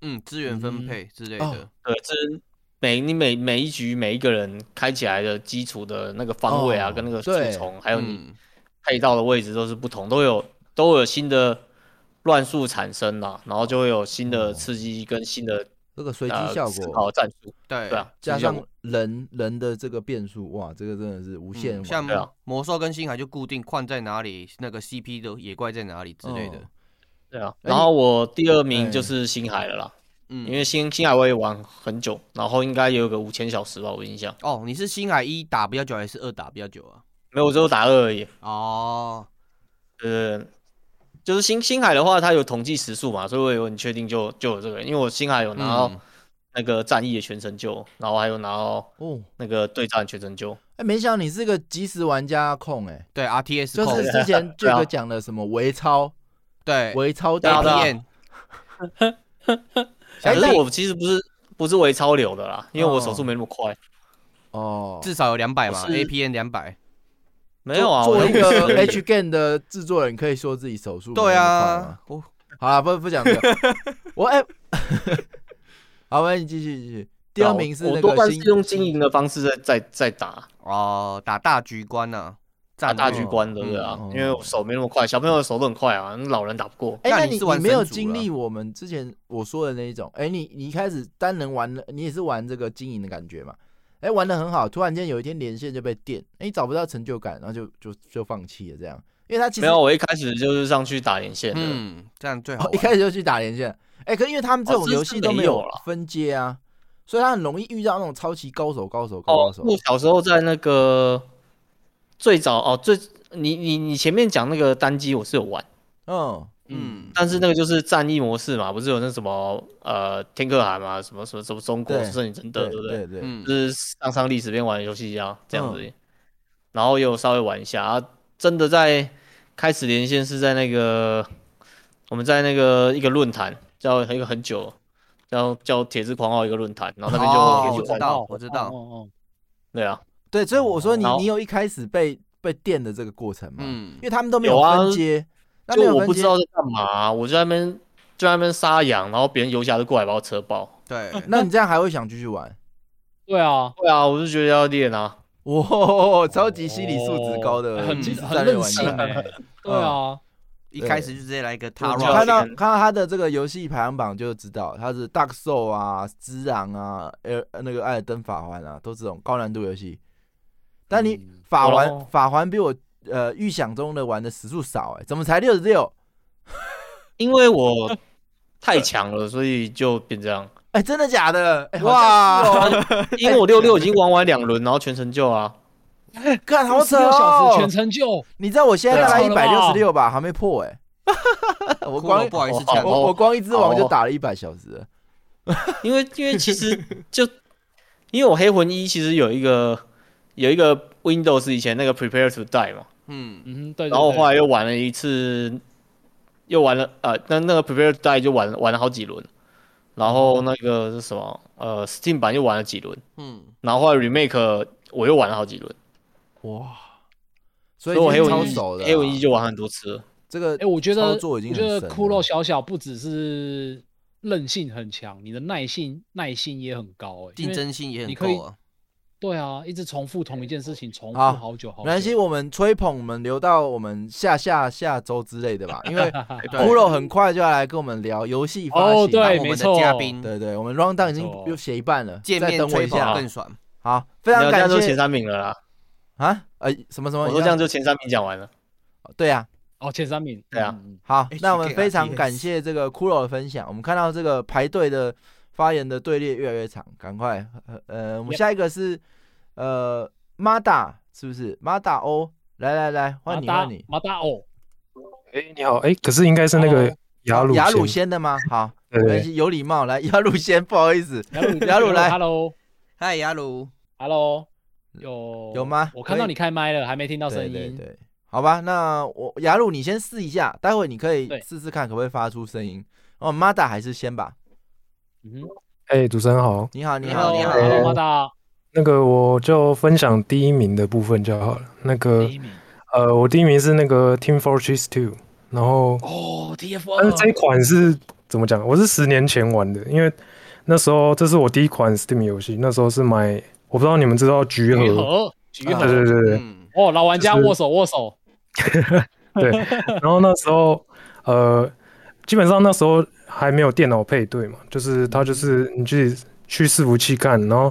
C: 嗯，资源分配之类
D: 哦
C: 的，
F: 对，这是每你每每一局每一个人开起来的基础的那个方位啊，
D: 哦
F: 跟那个树
D: 对
F: 丛，还有你
C: 嗯
F: 配到的位置都是不同，都有都有新的乱数产生啦，然后就会有新的刺激跟新的
D: 哦这个随机
F: 呃
D: 效
F: 思
D: 果、
F: 考战术，
C: 对
F: 对啊，
D: 加
F: 刺激效
D: 上
F: 果
D: 人人的这个变数，哇，这个真的是无
C: 嗯
D: 限玩、
C: 像
F: 对啊
C: 魔兽跟星海就固定矿在哪里，那个 CP 的野怪在哪里之类的
D: 哦，
F: 对啊，然后我第二名
D: 哎
F: 就是星海了啦，
C: 嗯，
F: 因为星星海我也玩很久，然后应该也有个五千小时吧，我印象。
C: 哦，你是星海一打比较久还是二打比较久啊？
F: 没有，我只有打二而已。
C: 哦，
F: 呃，就是星星海的话，它有统计时速嘛，所以我有很确定就就有这个，因为我星海有拿到
C: 嗯
F: 那个战役的全成就，然后还有拿到
D: 哦，
F: 那个对战全成就。
D: 哎，没想到你是个即时玩家控，哎，
C: 对，RTS
D: 就
C: 控
D: 是之前这
F: 对啊
D: 个讲的什么微超、
C: 对
D: 微超
F: 对啊
D: 大
F: 对啊
D: 片，
C: APN，
F: 可
D: 哎
F: 是
D: 那
F: 我其实不是不是为超流的啦，因为我手速没那么快。
D: 哦，
C: 至少有两百嘛
F: 我是
C: ，APN 两百。
F: 没有啊，
D: 作
F: 我
D: 为一个
F: 是
D: H game 的制作人，可以说自己手速没那么
C: 对
D: 快吗
C: 啊，哦
D: 好了，不不讲这个。我哎， 好，我你继续继续。第二名是
F: 我
D: 那
F: 我多
D: 个
F: 半是
D: 新
F: 用经营的方式在在在打
C: 哦，打大局观呐，
F: 打
C: 战
F: 大
C: 略
F: 局观的，对啊
D: 嗯嗯，
F: 因为我手没那么快，小朋友的手都很快啊，老人打不过。
D: 哎、
C: 那
D: 那
C: 你
D: 你
C: 是玩
D: 没有
C: 神族
D: 经
C: 了
D: 历我们之前我说的那一种？哎、你你一开始单人玩了，你也是玩这个经营的感觉嘛？哎、玩的很好，突然间有一天连线就被电，哎、你找不到成就感，然后就就就放弃了这样。因为他其实
F: 没有，我一开始就是上去打连线的。
C: 嗯，这样最好
D: 哦
C: 玩。
D: 一开始就去打连线，哎、可是因为他们这
F: 哦
D: 种
F: 这
D: 游
F: 是
D: 戏都
F: 没
D: 没
F: 有
D: 有
F: 啦
D: 分阶啊，所以他很容易遇到那种超级高手、高手、高
F: 哦
D: 手。，
F: 我小时候在那个最早哦，最你你你前面讲那个单机我是有玩，
D: 嗯，
C: 嗯，
F: 但是那个就是战役模式嘛，不是有那什么呃天克海嘛，什么什么什么中国
D: 对
F: 剩女贞德，
D: 对
F: 对不对？
D: 对嗯对，
C: 嗯
F: 就，是上上历史边玩游戏一样这样子而已，然后也有稍微玩一下啊，真的在开始连线是在那个我们在那个一个论坛叫一个很久叫叫铁之狂傲一个论坛，然后那边就
C: 哦
F: 有
C: 我
F: 去玩
C: 知道我知道
B: 哦哦
F: 对啊，
D: 对，所以我说你
F: 好
D: 你有一开始被被电的这个过程嘛？
C: 嗯
D: 因为他们都没有
F: 有啊
D: 分阶，那没
F: 就
D: 有
F: 我
D: 分
F: 不知
D: 阶
F: 道在干嘛、我就在那边就在那边杀羊，然后别人游侠就过来把我车爆。
C: 对，
D: 那你这样还会想继续玩？
B: 对啊，
F: 对啊，我就觉得要练啊，
D: 哇，超级心理素质高的，
B: 哦很
D: 即时
B: 很
D: 战略
B: 任
D: 玩
B: 性
D: 家。
B: 哎，
D: 哦嗯
B: 对啊，
C: 一开始就直接来一个
F: 我
C: 踏
F: 就
D: 我看
C: 入
D: 到
F: 嗯
D: 看到他的这个游戏排行榜就知道，他是 Dark Soul 啊、之昂啊、呃那个艾尔登法环啊，都是这种高难度游戏。但你法环
F: 哦
D: 法环比我呃预想中的玩的时数少哎、怎么才六十六？
F: 因为我太强了，所以就变这样。
D: 哎，真的假的？哎、好
C: 哇
D: 像是哦，
F: 因为我六六已经玩完两轮，然后全成就啊。
D: 干好扯
B: 六小时
D: 哦
B: 全！成就，
D: 你知道我现在大概一
B: 对
D: 百六
B: 啊
D: 十六吧，还没破哎、 我
C: 骷髅
D: 光
C: 不好意思
F: 哦
C: 讲，
F: 哦
D: 我我光一只王就
F: 哦
D: 打了一百小时了。
F: 因为因为其实就因为我黑魂一其实有一个有一个 Windows 以前那个 Prepare to Die 嘛，
C: 嗯，
B: 嗯，对，对
F: 然后我
B: 对
F: 后来又玩了一次，又玩了呃，那那个 Prepare to Die 就玩玩了好几轮，然后那个是什么呃 Steam 版又玩了几轮，
C: 嗯，
F: 然后后来 Remake 我又玩了好几轮，
D: 哇！所
F: 所
D: 以
F: 以我
D: 已
F: 黑
D: 经
F: 魂
D: 超
F: 一
D: 熟的啊、
F: 黑魂一就玩很多次了。
D: 这个
B: 哎、我觉得
D: 操作已经
B: 我
D: 很
B: 觉
D: 神了
B: 得骷髅小小不只是韧性很强，你的耐性耐性也很高、哎，
C: 竞争性也很
B: 你可以
C: 够啊。
B: 对啊，一直重复同一件事情，重复
D: 好
B: 好久好久。
D: 没关系，我们吹捧我们留到我们下下下周之类的吧，因为
C: 对
D: 骷髅很快就要来跟我们聊游戏发行。
B: 哎哦对
C: 然后我
B: 没
C: 们的
B: 错
C: 嘉宾
D: 对对，我们 round down 已经
B: 没错
D: 又写一半了，
C: 见
D: 再
C: 面
D: 等我
C: 吹
D: 一
C: 捧
D: 下。
C: 更爽。
D: 好，非
F: 没
D: 常
F: 有这样
D: 感
F: 就前
D: 谢
F: 三名了啦。
D: 啊，呃，什么什么？
F: 我
D: 你
F: 说这
D: 刚
F: 样就前三名讲完了。
D: 对啊，
B: 哦，前三名，
F: 对啊
B: 嗯，嗯
D: 好
C: HK，
D: 那我们非常感哎谢这个骷髅的分享。我们看到这个排队的发言的队列越来越长，赶快，呃呃，我们
B: Yep
D: 下一个是呃 Mada 是不是 Mada 欧？来来来，换你
B: 马达
D: 换你，
B: 马达哦，
G: 哎、你好，哎、可是应该是那个
B: Hello
G: 雅鲁
D: 哦雅鲁
G: 先，
D: 先的吗？好，
G: 对
D: 没关
G: 对
D: 系有礼貌，来雅鲁先，不好意思，
B: 雅鲁
D: 雅鲁来
B: ，Hello，Hello，
C: 嗨，雅鲁，
B: 有
D: 有吗
B: 我看到
D: 可以
B: 你开麦了，还没听到声
D: 对
B: 音。
D: 对对，好吧，那我雅鲁你先试一下，待会你可以
B: 对
D: 试试看可不可以发出声音。哦，Mada 还是先吧。
B: 嗯哼，
G: 哎、主持人好。
D: 你好，你
C: 好
D: 好，
C: 你好
B: ，Hello，马达，
G: 那个我就分享第一名的部分就好了。那个
B: 第一名
G: 呃，我第一名是那个 Team Fortress Two，然后
B: 哦，TF
G: 但是这
B: 二
G: 一款是怎么讲？我是十年前玩的，因为那时候这是我第一款 Steam 游戏，那时候是买，我不知道你们知道橘
B: 橘
G: 核，
B: 河，橘
G: 对
B: 河，
G: 啊对对对，
C: 嗯，
B: 哦，老玩家
G: 就是
B: 握手握手，
G: 对，然后那时候呃，基本上那时候还没有电脑配对嘛，就是它就是你自己去伺服器看，然后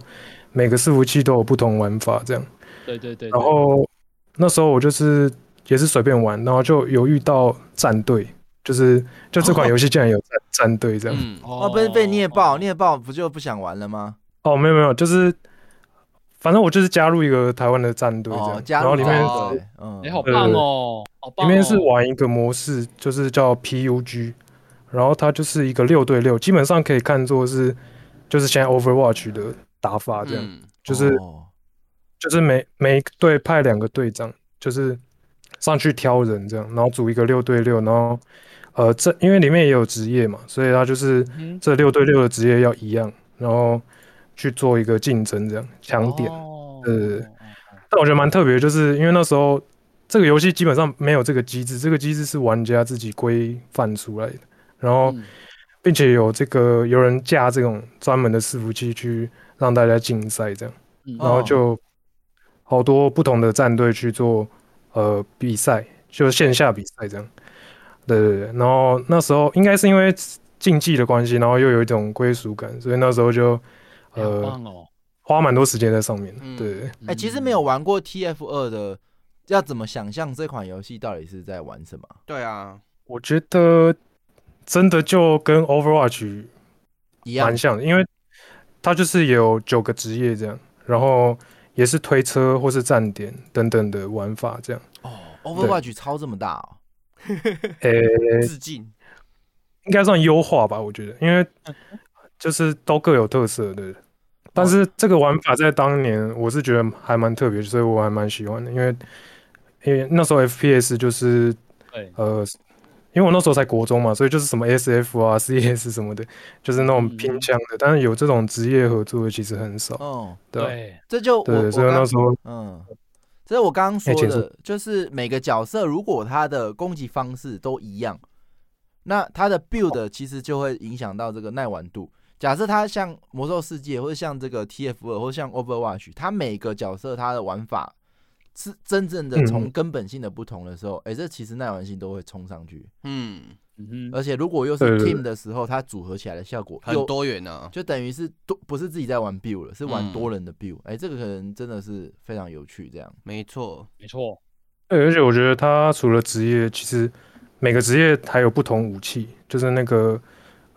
G: 每个伺服器都有不同玩法这样。
B: 对对对，对
G: 然后那时候我就是也是随便玩，然后就有遇到战队，就是就这款游戏竟然有战战队这样。
C: 嗯，
D: 哦，不是被虐爆，虐爆不就不想玩了吗？
G: 哦，没有没有，就是反正我就是加入一个台湾的战队这
D: 哦
G: 样，，
D: 加
G: 然
D: 入
G: 后里面
D: 战队嗯，
B: 哎、好棒哦，好棒、
G: 里
B: 哦！
G: 面是玩一个模式，就是叫 PUG，然后它就是一个六对六，基本上可以看作是就是现在 Overwatch 的打法这样，
C: 嗯
G: 就是
D: 哦
G: 就是每每一个队派两个队长，就是上去挑人这样，然后组一个六对六，然后呃这因为里面也有职业嘛，所以它就是
B: 嗯
G: 这六对六的职业要一样，然后去做一个竞争这样强点。
B: 哦
G: 呃但我觉得蛮特别，就是因为那时候这个游戏基本上没有这个机制，这个机制是玩家自己规范出来的，然后
B: 嗯
G: 并且有这个有人架这种专门的伺服器去让大家竞赛这样，
B: 嗯
G: 然后就好多不同的战队去做呃比赛，就是线下比赛这样。对对对，然后那时候应该是因为竞技的关系，然后又有一种归属感，所以那时候就
B: 哎好
G: 呃
B: 棒哦！
G: 花蛮多时间在上面的。
D: 嗯
G: 对对对。
D: 哎，其实没有玩过 TF 二的，要怎么想象这款游戏到底是在玩什么？
C: 对啊，
G: 我觉得真的就跟 Overwatch
D: 一样
G: 蛮，像的，因为它就是有九个职业这样，然后也是推车或是站点等等的玩法 这样。
D: 哦，Overwatch 超这么大哦，
G: 诶、
C: 致敬，
G: 应该算优化吧，我觉得，因为
D: 嗯
G: 就是都各有特色，对。
D: 哦
G: 但是这个玩法在当年我是觉得还蛮特别，所以我还蛮喜欢的，因为因为那时候 FPS 就是
B: 对，
G: 呃，因为我那时候才国中嘛，所以就是什么 SF 啊、CS 什么的，就是那种拼枪的。但是有这种职业合作的其实很少，
D: 嗯，
G: 对吧
B: 对，
D: 这就我
G: 对
D: 我
G: 所以
D: 刚
G: 那时候
D: 嗯，这是我刚刚说
G: 哎请
D: 的
G: 说，
D: 就是每个角色如果他的攻击方式都一样，那他的 build 其实就会影响到这个耐玩度。假设他像魔兽世界，或者像这个 TF 二，或者像 Overwatch，他每个角色他的玩法是真正的
G: 嗯
D: 从根本性的不同的时候，哎、这其实耐玩性都会冲上去。
C: 嗯，
B: 嗯哼，
D: 而且如果又是
G: 对对对
D: team 的时候，它组合起来的效果
C: 很
D: 又
C: 多元啊，
D: 就等于是多不是自己在玩 build 了，是玩
C: 嗯
D: 多人的 build、哎，这个可能真的是非常有趣。这样，
C: 没错，
B: 没错，
G: 对，而且我觉得他除了职业，其实每个职业还有不同武器，就是那个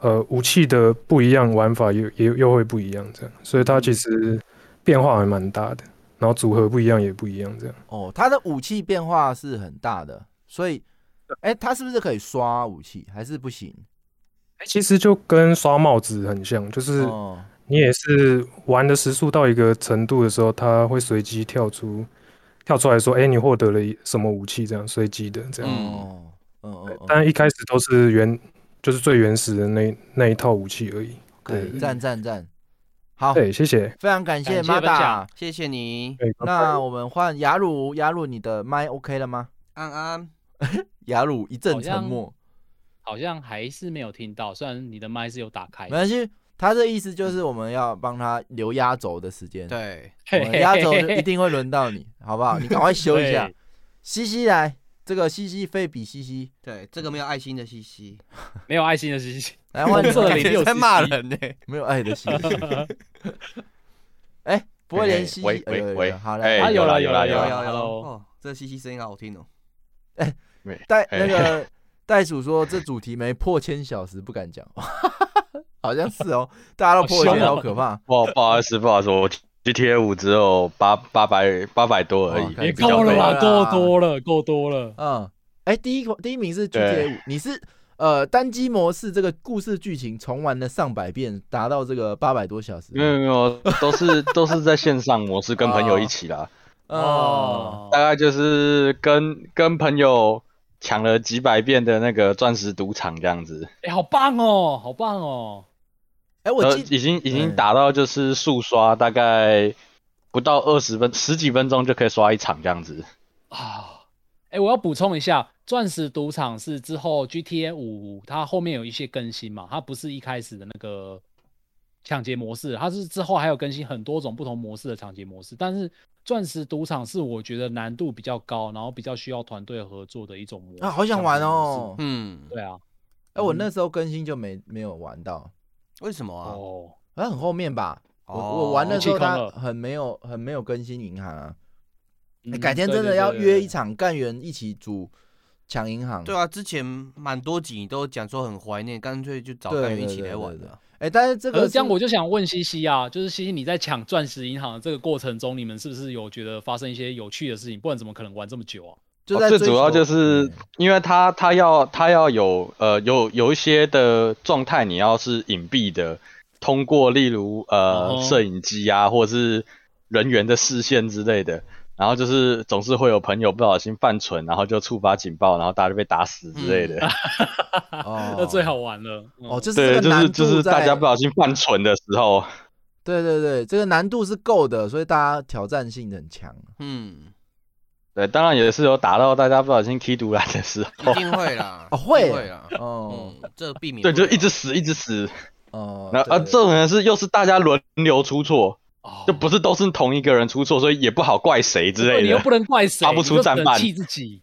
G: 呃武器的不一样玩法也也又会不一样这样，所以它其实变化还蛮大的，然后组合不一样也不一样这样。
D: 哦，它的武器变化是很大的，所以，哎、它是不是可以刷武器，还是不行？
G: 哎其实就跟刷帽子很像，就是
D: 哦，
G: 你也是玩的时速到一个程度的时候，它会随机跳出跳出来说：“哎、你获得了一什么武器？”这样随机的这样。
C: 嗯
D: 哦，嗯嗯嗯，
G: 但一开始都是原就是最原始的那那一套武器而已。
D: 可以，
G: 对
D: 嗯赞赞赞，好，
G: 嗯对，谢谢。
D: 非常感谢
B: 感谢分享
D: Mada。
C: 谢谢你，
G: 对
D: 那我们换雅鲁，雅鲁，你的麦 OK 了吗？
C: 安安，
D: 雅鲁一阵
B: 好
D: 沉
B: 像
D: 默，
B: 好像还是没有听到，虽然你的麦是有打开
D: 没，关系，他这意思就是我们要帮他留压轴的时间。
C: 对，
D: 我们压轴就一定会轮到你，好不好？你赶快修一下
B: 对。
D: 西西来，这个西西费比西西
C: 对，这个没有爱心的西西，
B: 没有爱心的事情。
D: 来换你
B: 这
D: 们
B: 里六十七
C: 在骂人呢、
D: 没有爱的西西。哎，不会连西西，
H: 喂
D: 哎
H: 喂
D: 有有
H: 喂，
D: 有好
H: 哎
D: 来，
B: 啊有
H: 啦
B: 啦
H: 啦
B: 有
H: 有
B: 啦
H: 啦，
B: 有喽
C: 哦，这西西声音好好听哦。
H: 没
D: 袋
H: 哎
D: 那个袋鼠说这主题没破千小时不敢讲， 好像是哦，大家都破
B: 好
H: 啊
D: 千，
B: 凶哦
D: 好可怕。
H: 不好不好意思不好意思，我 GTA 五只有八八百八百多而
D: 哦
H: 已
D: 可以，
H: 比较
B: 够了
H: 累。
B: 啦，够多了，够多了。
D: 啊嗯，哎，第一个第一名是
H: 对
D: GTA 五，你是呃单机模式这个故事剧情重玩了上百遍，达到这个八百多小时。
H: 没有没有，都是都是在线上模式跟朋友一起啦，
D: 哦，
H: 大概就是跟跟朋友抢了几百遍的那个钻石赌场这样子，
B: 哎，好棒哦，好棒哦。
D: 哎，我
H: 呃，
D: 记
H: 已经已
D: 嗯
H: 经打到就是速刷，大概不到二十分十几分钟就可以刷一场这样子。
B: 啊，哎、我要补充一下，《钻石赌场》是之后 GTA 五它后面有一些更新嘛，它不是一开始的那个抢劫模式，它是之后还有更新很多种不同模式的抢劫模式。但是《钻石赌场》是我觉得难度比较高，然后比较需要团队合作的一种模式。
D: 啊，好想玩
B: 抢劫模
D: 哦。
C: 嗯
B: 式！，对啊，
D: 哎、我那时候更新就没没有玩到，
C: 为什么啊？
B: 哦，
D: 好像很后面吧。我我
C: 哦
D: 玩的时
B: 弃坑
D: 候，它
B: 了
D: 很没有很没有更新银行啊。哎
B: 嗯
D: 改天真的
B: 对对
D: 要
B: 对对
D: 约一
B: 对
D: 场干员一起组抢银行。
C: 对啊，之前蛮多集你都讲说很怀念，干脆就找
D: 对
C: 干
D: 对
C: 员一起
D: 对
C: 来
D: 对
C: 玩
D: 对
C: 的啊。
D: 哎、但是这
B: 可
D: 个
B: 是这样，
D: 是
B: 我就想问西西啊，就是西西你在抢钻石银行的这个过程中，你们是不是有觉得发生一些有趣的事情？不然怎么可能玩这么久啊？
D: 就
H: 哦
D: 在
H: 最
D: 追
H: 主要
D: 求
H: 就是因为他他要他要有呃有有一些的状态，你要是隐蔽的，通过例如
B: 哦
H: 呃摄影机啊，或者是人员的视线之类的，然后就是总是会有朋友不小心犯蠢，然后就触发警报，然后大家就被打死之类的。
D: 对
B: 那
D: 哦
B: 最好玩了。嗯
D: 哦，，就是
H: 对，
D: 这个
H: 就是
D: 难
H: 就
D: 度
H: 是大
D: 在
H: 家不小心犯蠢的时候，
D: 对对对，这个难度是够的，所以大家挑战性很强。
C: 嗯，
H: 对，当然也是有打到大家不小心踢独篮的时
C: 一
H: 候，
C: 定会啦，
D: 哦会
C: 一定会啦。
D: 哦
C: 嗯，这避免
H: 对，就
C: 不了
H: 一直死一直死，
D: 哦，
H: 然后啊，
D: 对
H: 这种人是又是大家轮流出错。
B: 哦
H: 就不是都是同一个人出错，所以也不好怪谁之
B: 对
H: 类
B: 你又
H: 的
B: 不。能怪谁，
H: 发不出
B: 你就只
H: 战
B: 能
H: 犯
B: 气自己。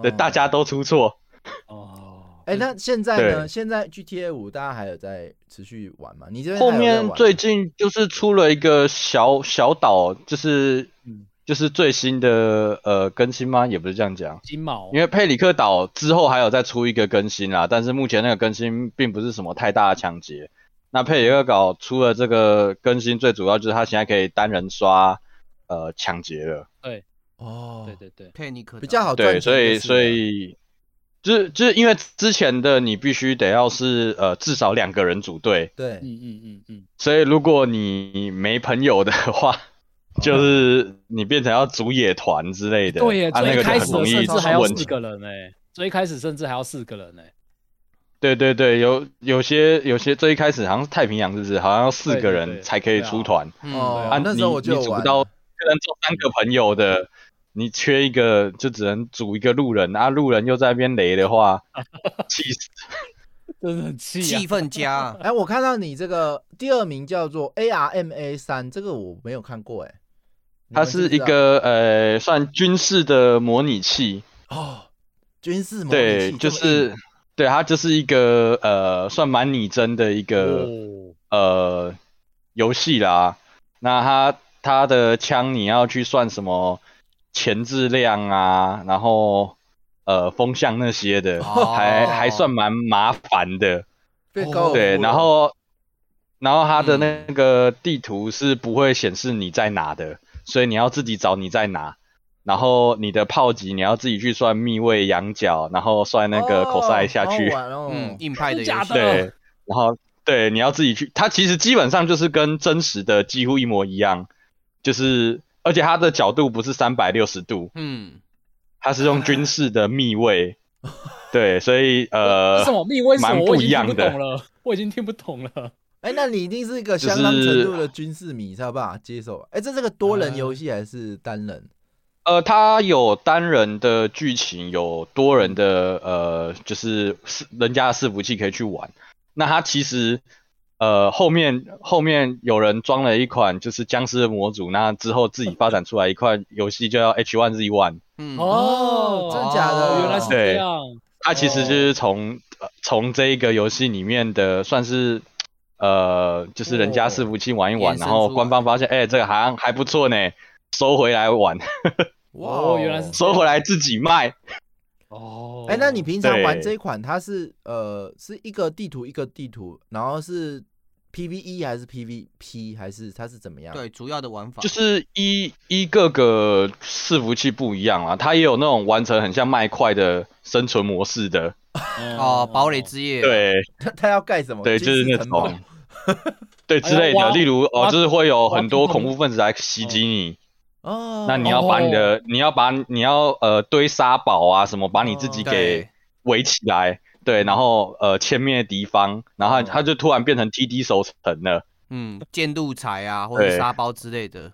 H: 对，
D: 哦
H: 大家都出错。
B: 哦，
D: 哎，那现在呢？
H: 对
D: 现在 GTA 五大家还有在持续玩吗？你这边
H: 后
D: 还有在
H: 面
D: 玩
H: 最近就是出了一个小小岛，就是
B: 嗯
H: 就是最新的呃更新吗？也不是这样讲，
B: 金毛
H: 因为佩里克岛之后还有再出一个更新啦，但是目前那个更新并不是什么太大的抢劫。那佩里克岛出了这个更新，最主要就是它现在可以单人刷呃抢劫了。
D: 哦，
B: 对对对，
C: 佩尼克
D: 比较好
H: 对，
D: 赚钱
H: 所以
D: 就是
H: 所
D: 了
H: 以就是就是因为之前的你必须得要是呃至少两个人组队，
D: 对，
B: 嗯嗯嗯嗯，
H: 所以如果你没朋友的 话，就是你变成要组野团之类的，
B: 对耶，
H: 啊那
B: 最
H: 个就
B: 开
H: 很
B: 始的
H: 容
B: 甚
H: 易
B: 至
H: 出
B: 还要
H: 问
B: 四
H: 题。
B: 个人呢，最开始甚至还要四个人呢。
H: 对对对，有有些有些最一开始好像是太平洋是不是？好像要四
B: 对
H: 个
B: 对对
H: 人才可以
B: 对啊
H: 出团
D: 哦
C: 嗯，
H: 啊，
D: 那
H: 你
D: 时候我就有
H: 你组
D: 玩
H: 不到，可能做三个朋友的。你缺一个，就只能组一个路人啊！路人又在那边雷的话， 气死！
B: 真的很气啊！
C: 气氛加啊，
D: 哎，我看到你这个第二名叫做 ARMA 三，这个我没有看过哎，你
H: 它
D: 们知
H: 是
D: 不知
H: 一
D: 道
H: 个呃，算军事的模拟器，
D: 哦，军事模拟
H: 对，
D: 器
H: 就
D: 这么硬啊
H: 是对，它就是一个呃，算蛮拟真的一个、
B: 哦，
H: 呃游戏啦。那它它的枪你要去算什么前置量啊，然后呃风向那些的，
C: 哦
H: 还还算蛮麻烦的。
D: 被高尔夫
H: 对，然
D: 了
H: 后然后它的那
C: 嗯
H: 个地图是不会显示你在哪的，所以你要自己找你在哪。然后你的炮击你要自己去算密位、仰角，然后算那个
D: 哦
H: cos 下去。
D: 好好玩哦
C: 嗯，硬派
B: 真
C: 的
B: 假
C: 游
B: 的
C: 戏，
H: 对，然后对你要自己去。它其实基本上就是跟真实的几乎一模一样，就是而且它的角度不是三百六十度，
C: 嗯，
H: 它是用军事的密 位。对，所以呃
B: 为什，么密为什
H: 蛮
B: 么
H: 不
B: 我已
H: 一
B: 经
H: 样
B: 听不
H: 的
B: 懂了？ 我已经听不懂了。
D: 哎，那你一定是一个
H: 就
D: 相当程
H: 是
D: 度的军事迷，才有办法接受吧。哎，这是个多人游戏还是单人？
H: 呃，它有单人的剧情，有多人的呃，就是是人家的伺服器可以去玩。那它其实呃后面后面有人装了一款就是僵尸的模组，那之后自己发展出来一款游戏叫 H1Z1，
C: 嗯，
B: 哦，
D: 真的假的
B: 哦原来是这
H: 对
B: 样。
H: 它其实
C: 哦
H: 就是从呃从这一个游戏里面的算是。呃，就是人家伺服器玩一玩，
C: 哦
H: 然后官方发现，哎、这个好像还不错呢，收回来玩，
D: 哇
B: 哦，原来是
H: 收回来自己卖。
B: 哦。
D: 哎、那你平常玩
H: 对
D: 这一款，它是呃是一个地图一个地图，然后是 PVE 还是 PVP 还是它是怎么样？
C: 对，主要的玩法
H: 就是一一个个伺服器不一样啊，它也有那种完成很像麦块的生存模式的，
D: 嗯
C: 哦，堡垒之夜，，
H: 对
D: 它，它要盖什么？
H: 对，
D: 军
H: 就是
D: 事
H: 那
D: 城堡
H: 种，对
B: 哎
H: 之类
B: 挖
H: 的。例如
B: 挖
H: 哦，就是会有
B: 挖
H: 很多
B: 地洞
H: 恐怖分子来袭击你，
D: 哦。
H: 那你要把你的你要把你要呃堆沙堡啊什么，把你自己
D: 哦
H: 给围起来，对，然后呃歼灭敌方，然后
D: 哦
H: 它就突然变成 TD 守城了，
C: 嗯，建路财啊，或者
H: 对
C: 沙包之类的，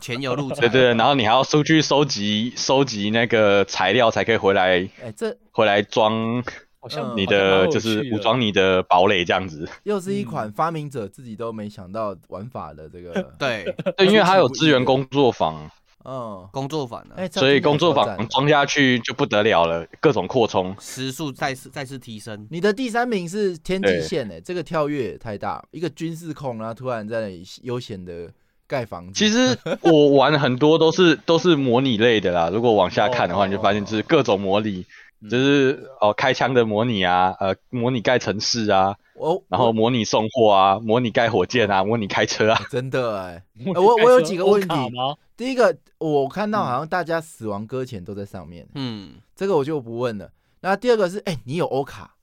C: 前有路 财，
H: 对对，对，然后你还要出去收集收集那个材料才可以回来
D: 哎、这
H: 回来装。
B: 好像
D: 嗯
H: 你
B: 好像蛮
H: 的
B: 有
H: 就是
B: 趣的
H: 武装你的堡垒这样 子。
D: 又是一
C: 嗯
D: 款发明者自己都没想到玩法的这个，
C: 呃 对，
H: 对，因为它有
D: 出其不意
H: 资源工作坊，
D: 嗯，
C: 工作坊
D: 哎、
C: 啊，
D: 这
H: 所以工作
D: 听起
H: 坊
D: 来有挑战
H: 装下去就不得了了，各种扩充。
C: 时速再次再次提升，
D: 你的第三名是天际
H: 对
D: 线、哎，这个跳跃也太大，一个军事控，然后突然在那里悠闲的盖房子，
H: 其实 我玩很多都是都是模拟类的啦，如果往下看的
D: 哦嗯
H: 话，你就发现就是各种模拟，就是哦、开枪的模拟啊，呃模拟盖城市啊，
D: 我
H: 然后模拟送货啊，模拟盖火箭啊，模拟开车啊，
D: 真 的哎、
B: 我
D: 呃我我有几个问题
B: 吗？
D: 第一个我看
H: 嗯
D: 到好像大家死亡搁浅都在上面，
C: 嗯，
D: 这个我就不问了。那第二个是，哎、你有欧卡？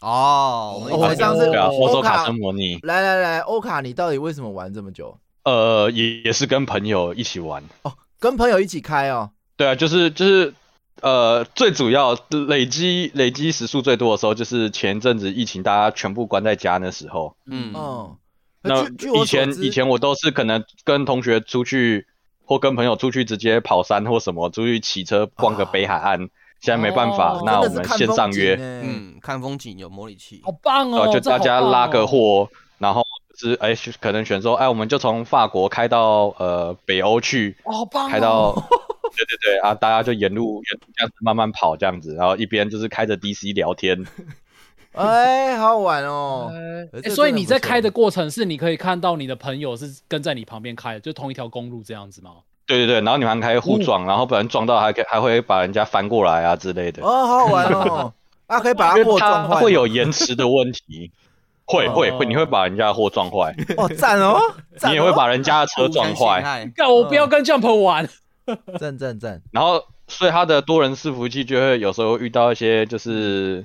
C: 哦，
D: 我们上次
H: 对啊，佛
D: 欧
H: 州卡
D: 卡
H: 车，模拟，
D: 来来来，欧卡，你到底为什么玩这么久？
H: 呃，也也是跟朋友一起玩。
D: 哦，跟朋友一起开哦。
H: 对啊，就是就是呃，最主要累积累积时数最多的时候，就是前一阵子疫情大家全部关在家那时候。
C: 嗯，
D: 嗯，
H: 那
D: 据据我
H: 以前
D: 所知
H: 以前我都是可能跟同学出去，或跟朋友出去直接跑山或什么，出去骑车逛个
D: 啊
H: 北海岸。现在没办法，
B: 哦
H: 那我
D: 真的
H: 们
D: 是看
H: 线上
D: 风景
H: 约，
D: 欸
C: 嗯，看风景有模拟器
B: 好，棒
H: 然
B: 哦！
H: 后就
B: 这好
H: 大家
B: 棒
H: 拉
B: 哦
H: 个货，然后就是哎、可能选说哎，我们就从法国开到呃北欧去，
B: 哦好棒哦
H: 开到， 对对对啊，大家就沿路沿路这样子慢慢跑这样子，然后一边就是开着 DC 聊 天，
D: 哎、好好玩哦。
B: 哎
D: 这真的
B: 所以你在
D: 不错
B: 开的过程是你可以看到你的朋友是跟在你旁边开的，就同一条公路这样子吗？
H: 对对对，然后你们还可以
D: 哦
H: 互撞，然后不然撞到还可以还会把人家翻过来啊之类的，
D: 哦，好好玩哦。 啊，可以把它
H: 因
D: 货
H: 为
D: 撞
H: 它
D: 坏吗，
H: 会有延迟的问 题。会会会，你会把人家的货撞 坏，
D: 哦，赞 哦，赞
H: 你也
D: 哦
H: 会把人家的车撞坏，
C: 坏，
B: 干我
D: 嗯
B: 不要跟 Jump 玩，
D: 赞赞赞，
H: 然后所以它的多人伺服器就会有时候遇到一些
C: 嗯
H: 就是、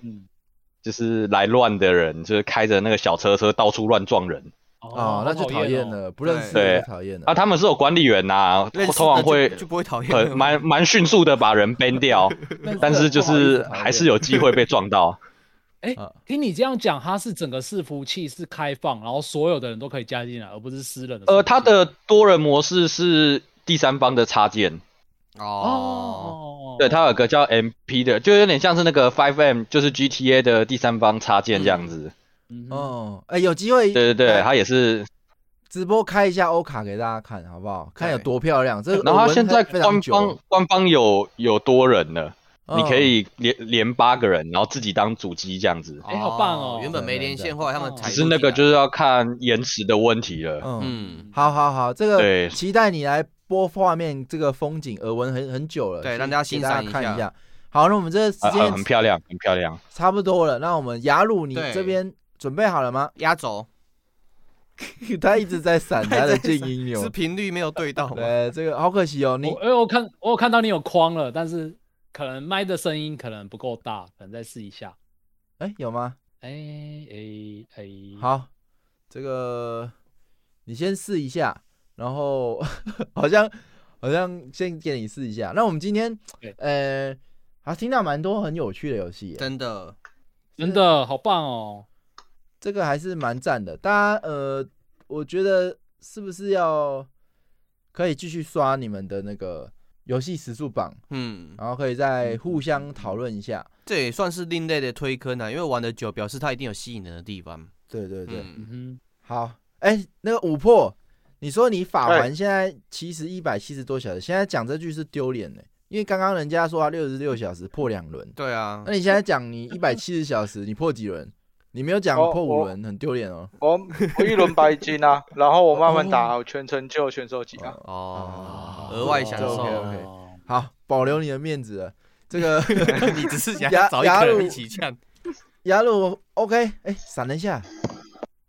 H: 就是来乱的人，就是开着那个小车车到处乱撞人
D: 哦，那就讨厌。了，不认识
H: 对
D: 的就讨厌了
H: 啊，。他们是有管理员呐、
C: 认识的
H: 通常会
C: 就就不会讨厌了
H: 很蛮蛮迅速的把人 ban 掉，但是就
D: 不好意思
H: 是
D: 讨厌
H: 还是有机会被撞到。
B: 哎、
D: 嗯
B: 听你这样讲，它是整个伺服器是开放，然后所有的人都可以加进来，而不是私人的伺服器。
H: 呃，它的多人模式是第三方的插件，
C: 哦，
B: 哦，
H: 对，它有个叫 MP 的，就有点像是那个 5M，就是 GTA 的第三方插件这样子。
B: 嗯哼
D: 哦，哎，有机会
H: 对对对，它也是
D: 直播开一下欧卡给大家看，好不好？看有多漂亮。这个
H: 然后
D: 我
H: 他
D: 闻
H: 现在
D: 呃非常
H: 官
D: 久
H: 方官方有有多人了，
D: 嗯
H: 你可以连连八个人，然后自己当主机这样子。
B: 哎好棒哦
C: 原本没连线，后来他们才
H: 只是那个就是要看延迟的问题了。
D: 嗯，
C: 嗯，
D: 好好好，这个
H: 对
D: 期待你来播画面，这个风景耳闻很很久了，
C: 对
D: 给
C: 让大家
D: 给
C: 欣
D: 大
C: 赏
D: 家
C: 一
D: 看
C: 下
D: 一下。好，那我们这个时
H: 啊，很
D: 间
H: 很漂亮，很漂亮。
D: 差不多了，那我们雅鲁，你
C: 对
D: 这边准备好了吗？
C: 压轴，
D: 他一直在闪 他的静音
C: 是
D: 钮，
C: 频率没有对到吗？
D: 对，这个好可惜哦，你
B: 我因为我看我有看到你有框了，但是可能麦的声音可能不够大，可能再试一下。
D: 哎有吗？
B: 哎哎哎，
D: 好，这个你先试一下，然后 好像好像先给你试一下。那我们今天
B: 对
D: 呃，还听到蛮多很有趣的游戏耶，
C: 真的，
B: 真的好棒哦！
D: 这个还是蛮赞的。大家呃，我觉得是不是要可以继续刷你们的那个游戏时速榜，
C: 嗯，
D: 然后可以再互相讨论一下。
C: 这也算是另类的推坑啊，因为玩的久，表示它一定有吸引人的地方。
D: 对对对，
B: 嗯哼，
C: 嗯，
D: 好，哎、那个五破，你说你法
A: 哎
D: 环现在其实一百七十多小时，现在讲这句是丢脸的，因为刚刚人家说他啊六十六小时破两轮，
C: 对啊
D: 那，你现在讲你一百七十小时，你破几轮？你没有讲
A: 哦
D: 破五
A: 我
D: 轮，很丢脸哦。
A: 我我一轮白金啊，然后我慢慢打，我全成就选手级啊。
C: 哦
D: 哦，
C: 额外享受，
D: OK，OK
C: 哦
D: 好，保留你的面子了。这个
C: 你只是想
D: 雅
C: 找一
D: 雅
C: 个
D: 鲁
C: 人一起呛，
D: 雅鲁 OK，哎、闪了一下，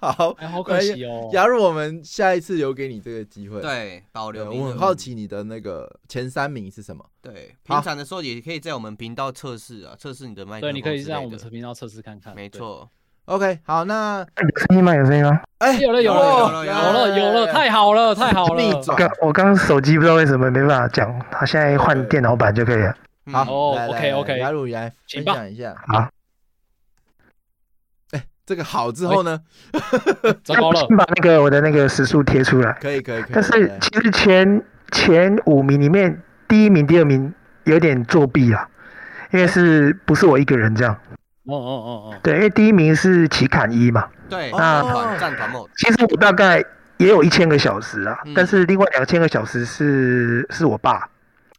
D: 好，
B: 哎，好可惜哦。
D: 雅鲁，我们下一次留给你这个机会。
C: 对，保
D: 对，
C: 留。
D: 我很好，奇你的那个前三名是什么。
C: 对，
B: 啊
D: 好
C: 平常的时候也可以在我们频道测试啊，测试你的麦克
B: 对，
C: 风之
B: 你
C: 类的。
B: 可以让我们测频道测试看看。
C: 没
B: 对，
C: 错，
D: OK，好，那
G: 声音吗？有声音吗？
D: 哎、
B: 有了有了
C: 有
D: 哦
C: 了
B: 有了有了，太好了太好
D: 逆
B: 了。
D: 转
G: 刚我刚手机不知道为什么没办法讲，它现在换电脑版就可以了。
C: 嗯
D: 好
B: 哦
D: 来来
B: OK，OK
D: 来雅鲁你来分
B: 请吧
D: 享一下
G: 好。
D: 哎，这个好之后呢？
B: 糟糕了
G: 先，把那个我的那个时速贴出来。
D: 可以可以可以。
G: 但
D: 来
G: 是其实前前五名里面，第一名、第二名有点作弊啊，因为是不是我一个人这样？
B: 哦哦哦哦，
G: 对，因为第一名是奇坎一嘛，
C: 对，
D: 那
C: 战团战团 mode，
G: 其实我大概也有一千个小时啊，
C: 嗯
G: 但是另外两千个小时是是我爸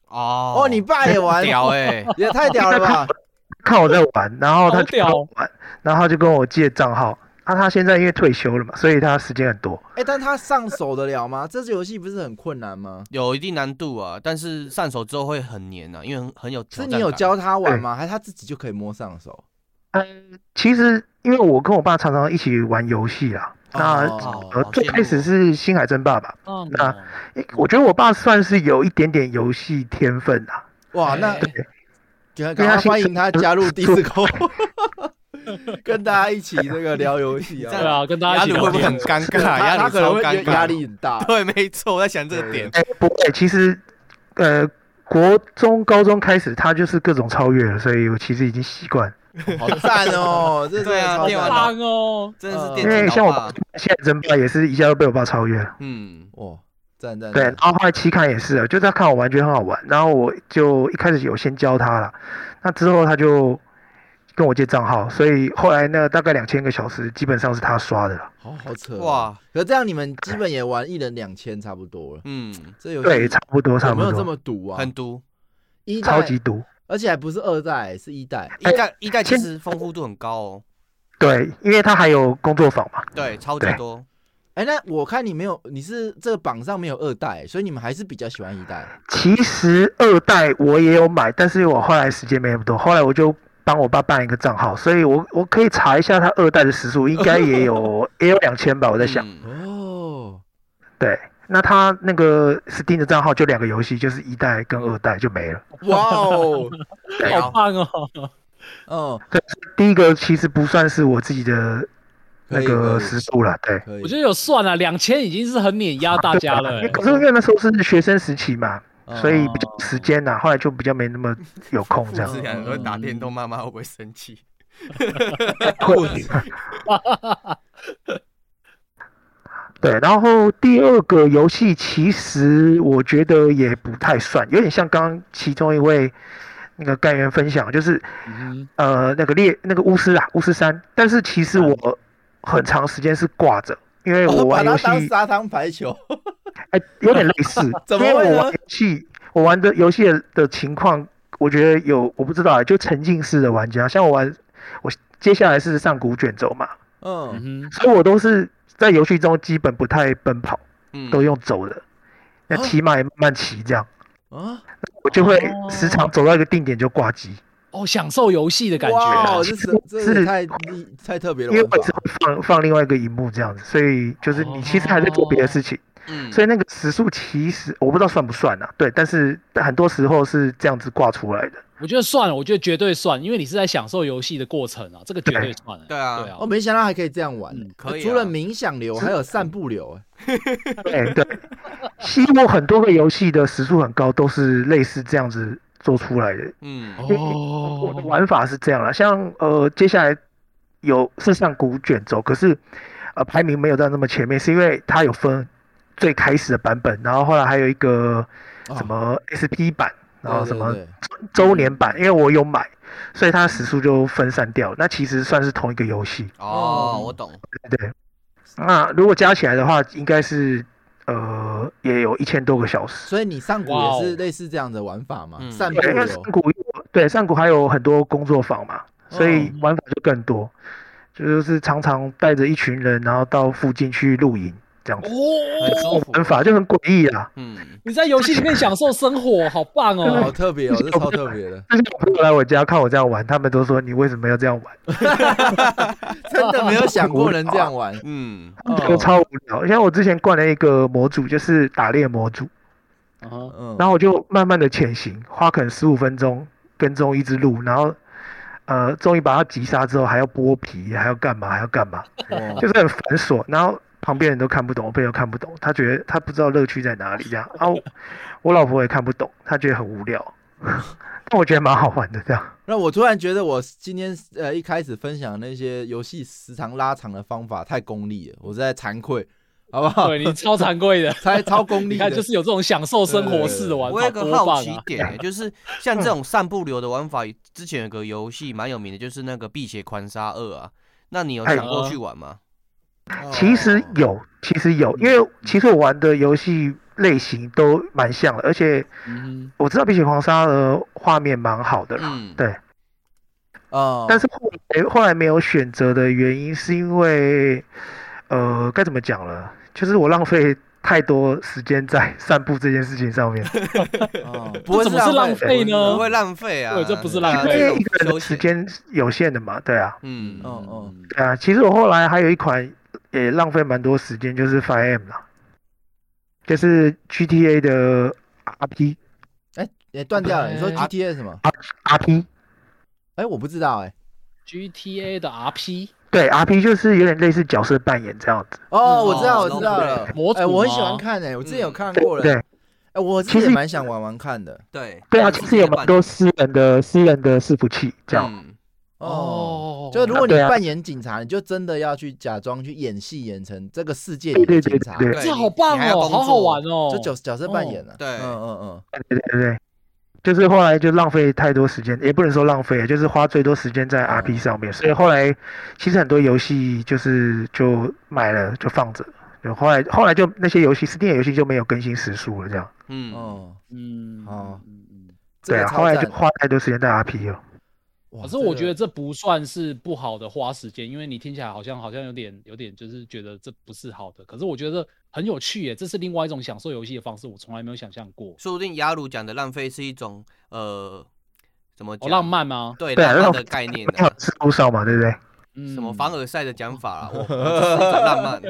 C: 哦
D: 哦，你爸也玩，
C: 屌哎，
D: 也太屌了吧！
G: 看我在玩，然后
B: 好
G: 他就
B: 屌
G: 帮我玩，然后他就跟我借账号。
I: 那啊他现在因为退休了嘛，所以他时间很多。
D: 哎、但他上手得了吗？这游戏不是很困难吗？
C: 有一定难度啊，但是上手之后会很黏啊，因为很很有挑
D: 是
C: 战
D: 你有
C: 感
D: 教他玩吗？还是他自己就可以摸上手？
I: 嗯，其实因为我跟我爸常常一起玩游戏啊，那、
D: 哦
I: 呃
C: 好
I: 最
C: 羡慕
I: 开始
C: 哦
I: 是《星海争霸》吧，
B: 棒
I: 那
B: 哦
I: 诶我觉得我爸算是有一点点游戏天分啊。
D: 哇，那
I: 对
D: 赶
I: 因为
D: 赶快
I: 他新
D: 欢迎他加入 Disco，跟大家一起这个聊游戏
C: 这
B: 对
D: 啊。
C: 样
B: 啊，跟大家
C: 压
B: 一起
C: 力
B: 聊
C: 会不会
B: 天
C: 很尴尬？
D: 他
C: 压
D: 他
C: 力
D: 可能
C: 超
D: 会
C: 尴
D: 觉
C: 尬，
D: 得压力很大。
C: 对，没错，我在想这个点。
I: 哎、不会，其实呃，国中、高中开始他就是各种超越了，所以我其实已经习惯。
D: 好赞 哦！这真
C: 对
D: 的
C: 啊
D: 超
C: 电玩
D: 赞
C: 老
D: 的
B: 棒哦，
C: 真的是
D: 呃
C: 电
I: 因
C: 竞
I: 为
C: 老
I: 像我
C: 爸
I: 爸现在争霸也是一下就被我爸超越了。
C: 嗯，
D: 哇，赞赞
I: 对，
D: 赞
I: 然！后后来期刊也是啊，就他看我玩觉得很好玩，然后我就一开始有先教他了，那之后他就跟我借账号，所以后来那大概两千个小时基本上是他刷的了，
D: 好好扯哦
C: 哇！
D: 可这样你们基本也玩一人两千差不多了。
C: 嗯，
D: 这游戏
I: 对，差不多差
D: 有
I: 不
D: 没有这
I: 多，
D: 么毒啊？
C: 很毒。
D: 一代
I: 超级，毒，哎
D: 而且还不是二代，是一代。
C: 一代一代其实丰富度很高哦，
I: 对，因为他还有工作坊嘛，
C: 对，超级
I: 对
C: 多。
D: 哎，那我看你没有，你是这个榜上没有二代，所以你们还是比较喜欢一 代。
I: 其实二代我也有买，但是我后来时间没那么多，后来我就。帮我爸办一个账号，所以我我可以查一下他二代的时速，应该也有也有两千吧，我在想。
C: 嗯
D: 哦，
I: 对，那他那个 Steam 的账号就两个游戏，就是一代跟二代就没了。
D: 哇 哦，
B: 好棒哦，
D: 嗯，
I: 第一个其实不算是我自己的那个时速了，对。
D: 可以，
B: 我觉得有算了，两千已经是很碾压大家了、
I: 因为
B: 欸
I: 啊可是因为那时候是学生时期嘛，
D: 嗯
I: 所以比较有时间啊呐，后来就比较没那么有空这
D: 哦
C: 父
I: 样。
C: 子俩人都打电动，妈妈会不会生 气？
I: 会对，然后第二个游戏其实我觉得也不太算，有点像刚刚其中一位那个干员分享，就是
B: 嗯
I: 呃，那个猎那个巫师啊，巫师三，但是其实我很长时间是挂着，因为我
D: 嗯哦把
I: 玩游
D: 它
I: 戏，
D: 当砂糖排 球。，
I: 哎、有点类似
D: 怎么
I: 因
D: 会
I: 为
D: 呢
I: 我玩游戏，我玩的游戏的的情况，我觉得有我不知道啊，就沉浸式的玩家，像我玩，我接下来是上古卷轴嘛，
D: 嗯，
B: 嗯
I: 所以我都是在游戏中基本不太奔跑，
C: 嗯，
I: 都用走的，那
D: 啊
I: 骑马也慢慢骑这样，
D: 啊，
I: 我就会
B: 哦
I: 时常走到一个定点就挂机，
B: 哼，哦，享受游戏的感觉
D: 哇
B: 啊，
D: 哦，这是这也
I: 是
D: 太厉太特别的
I: 因为
D: 玩
I: 我也是
D: 法。
I: 会放放另外一个荧幕这样子，所以就是你其实还在做别的事情。
C: 嗯，
I: 所以那个时速其实我不知道算不算啊，对，但是很多时候是这样子挂出来的。
B: 我觉得算了，我觉得绝对算，因为你是在享受游戏的过程啊，这个绝对算、欸。
C: 对啊
B: 对啊
D: 哦，，没想到还可以这样玩
B: 嗯，
C: 可以啊
D: 除了冥想流，还有散步流，哎
I: 对对，西部很多个游戏的时速很高，都是类似这样子做出来的。
C: 嗯，
D: 哦
I: 因为我的玩法是这样啦，像呃，接下来有是上古卷轴，可是呃排名没有到那么前面，是因为它有分最开始的版本，然后后来还有一个什么 SP 版，然后
D: 对
I: 什
D: 对
I: 么
D: 啊对
I: 周年版，因为我有买，所以它时速就分散掉。那其实算是同一个游戏，
C: 哦，
D: 嗯
C: 我懂，
I: 对。那如果加起来的话，应该是呃也有一千多个小时。
D: 所以你上古
B: 哇哦
D: 也是类似这样的玩法嘛？
C: 嗯
D: 散步
I: 对，因为
D: 流
I: 上，古有对上古还有很多工作坊嘛，所以
D: 哦
I: 玩法就更多。就是常常带着一群人，然后到附近去露营这样子，
B: 哦，
C: 很舒服。
I: 玩法就很诡异啊啦。
C: 嗯，
B: 你在游戏里面享受生活，好棒
D: 好
B: 哦！
D: 特别哦，这超特别的，
I: 但是我朋友来我家看我这样玩，他们都说你为什么要这样玩？
D: 真的没有想过能这样玩。
C: 嗯，
I: 都
D: 哦
I: 超无聊。像我之前灌了一个模组，就是打猎模组，
B: 啊哈
D: 嗯
I: 然后我就慢慢的潜行，花可能十五分钟跟踪一只鹿，然后呃，终于把它击杀之后，还要剥皮，还要干嘛，还要干嘛，
D: 哇
I: 就是很繁琐。然后旁边人都看不懂，我朋友看不懂，他觉得他不知道乐趣在哪里这样。然后我我老婆也看不懂，她觉得很无聊， 但我觉得蛮好玩的这样。
D: 那我突然觉得，我今天呃一开始分享那些游戏时长拉长的方法太功利了，我实在惭愧，好不好？
B: 对你超惭愧的，
D: 才超功利
B: 你
D: 的，
B: 看就是有这种享受生活式的玩
C: 我
B: 法，
C: 有一个
B: 多
C: 好
B: 棒
C: 奇
B: 啊！
C: 点欸，就是像这种散步流的玩法，之前有个游戏蛮有名的，就是那个《辟邪狂杀二》啊。那你有
I: 哎
C: 想过去玩吗？
I: 其实有，其实有，因为其实我玩的游戏类型都蛮像的，而且
B: 嗯
I: 我知道《碧血狂杀》的画面蛮好的啦，
C: 嗯，
I: 对。
D: 哦，
I: 但是后来后来没有选择的原因是因为，呃，该怎么讲了？就是我浪费太多时间在散步这件事情上面。
D: 哦不
B: 这
D: 会
B: 怎么是浪费呢
C: 不会浪费啊，
B: 对这不是浪费
I: 因
C: 对啊这
I: 为
C: 种
I: 一个人
C: 休
I: 的
C: 闲
I: 时，间有限的嘛，对啊，
C: 嗯
D: 嗯嗯
C: 嗯，
I: 对啊。其实我后来还有一款也浪费蛮多时间，就是 Five M 啦，就是 GTA 的 RP
D: 哎，也断掉了。你说
B: OK
D: GTA 是什么？
I: RP，
D: 哎，我不知道哎。
B: GTA 的 RP
I: 对 RP 就是有点类似角色扮演这样子。
D: 哦，我知道，
C: 哦
D: 我知道了。
B: 嗯模组
D: 哎，我很喜
B: 吗
D: 欢看哎，我之前
C: 嗯
D: 有看过了。
I: 对，
D: 哎，我自己也蛮想玩玩看的。
C: 对
I: 对啊，
C: 但是
I: 其实有
C: 自己
I: 蛮多私人的私人的伺服器这样。
C: 嗯
D: 哦，
B: 哦，
D: 就如果你
I: 对啊
D: 扮演警察，你就真的要去假装去演戏，演成这个世界
I: 对
D: 里
I: 对
D: 的警
I: 对
D: 察，
I: 对
B: 这
C: 对你
B: 好棒
C: 你还要
B: 哦，
C: 工作哦
B: 好好玩哦，
D: 就角角色扮演了。
C: 对
D: 嗯嗯嗯。
I: 对对对，就是后来就浪费太多时间，也不能说浪费，就是花最多时间在 RP 上面，所以后来其实很多游戏就是就买了就放着，就后来后来就那些游戏 Steam 的游戏就没有更新时数了，这样
C: 嗯嗯，
D: 哦，
B: 嗯，
D: 哦
B: 嗯嗯嗯
D: 这
I: 对
D: 个
I: 啊，
D: 超
I: 后来
D: 赞
I: 就花太多时间在 RP 了，
D: 哇
B: 可是
D: 这
B: 我
D: 个
B: 觉得这不算是不好的花时间，因为你听起来好像好像有点有点就是觉得这不是好的，可是我觉得很有趣耶，这是另外一种享受游戏的方式，我从来没有想象过。
C: 说不定雅鲁讲的浪费是一种呃，怎么
B: 哦，
C: 讲
B: 浪，漫吗？
C: 对
I: 对啊
C: 浪漫
I: 浪
C: 的
I: 费
C: 概念
I: 没有
C: 啊，
I: 吃多少嘛，对不对？
B: 嗯，
C: 什么凡尔赛的讲法啦，我我这 是一种浪漫，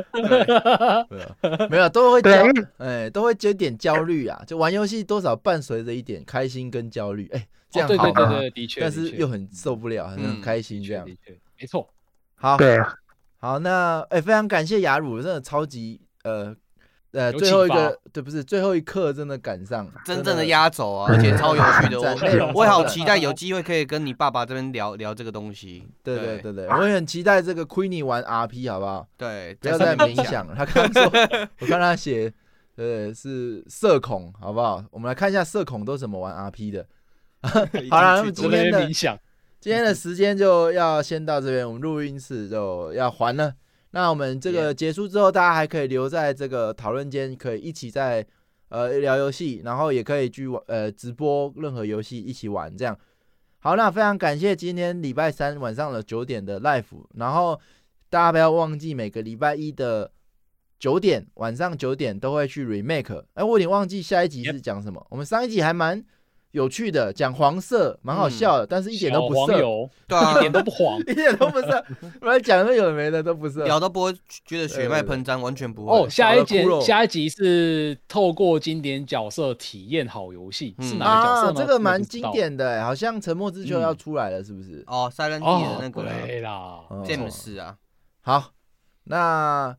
C: 对啊
D: 没有，都会
I: 对啊
D: 焦
I: 因为，
D: 哎，都会有点焦虑啊。就玩游戏多少伴随着一点开心跟焦虑，哎，这
B: 哦
D: 样
B: 对
D: 好
B: 对对
D: 吗？
B: 对，的确，
D: 但
B: 的
D: 是
B: 确
D: 又很受不了，很
C: 嗯
D: 很开心
B: 的
D: 这
B: 确
D: 样。
B: 的确，没错。
D: 好，
I: 对啊，
D: 好，那哎、非常感谢雅鲁，真的超级呃呃，
B: 有
D: 最
B: 启
D: 后一
B: 发
D: 个对，不是最后一刻真的赶上，
C: 真正的压 轴啊，而且超有趣
D: 很
C: 的，
D: 赞内容
C: 我
D: 超
C: 我也好
D: 赞
C: 期待有机会可以跟你爸爸这边聊聊这个东西，
D: 对对
C: 对
D: 对对，我也 很期待这个 Queenie 玩 RP 好不好？
C: 对，
D: 不要
C: 在
D: 再
C: 上面
D: 冥想了，他刚说， 我看他写，呃，是社恐好不好？我们来看一下社恐都怎么玩 RP 的。好了，那么
B: 我
D: 今
B: 们
D: 天的
B: 冥想，
D: 今天的时间就要先到这边，我们录音室就要还了。那我们这个结束之后，大家还可以留在这个讨论间，可以一起在呃聊游戏，然后也可以去玩呃直播任何游戏一起玩这样。好，那非常感谢今天礼拜三晚上的九点的 live，然后大家不要忘记每个礼拜一的九点晚上九点都会去 remake。哎、我有点忘记下一集是讲什么。我们上一集还蛮有趣的，讲黄色，蛮好笑的，但是一点都
B: 嗯小
D: 不
B: 黄
D: 色。
B: 油，
C: 对啊
B: 一，点都不 黄
D: 一点都不是，我来讲的有的没的都不是。
C: 聊到不会觉得血
D: 对
C: 脉
D: 对对
C: 喷张，完全不会
B: 哦。下一
D: 少了
B: 节
D: 骷髅
B: 下一集是透过经典角色体验好游戏，
C: 嗯
B: 是哪个角色
D: 啊，
B: 呢？
D: 这个
B: 我不
D: 蛮
B: 知
D: 经
B: 道嗯
D: 典的欸，好像《沉默之丘》要出来了，是不是？
C: 哦，Silent D 的
B: 哦
C: 那，个啦
B: 对啦，
D: 哦
C: James 啊，
D: 好，那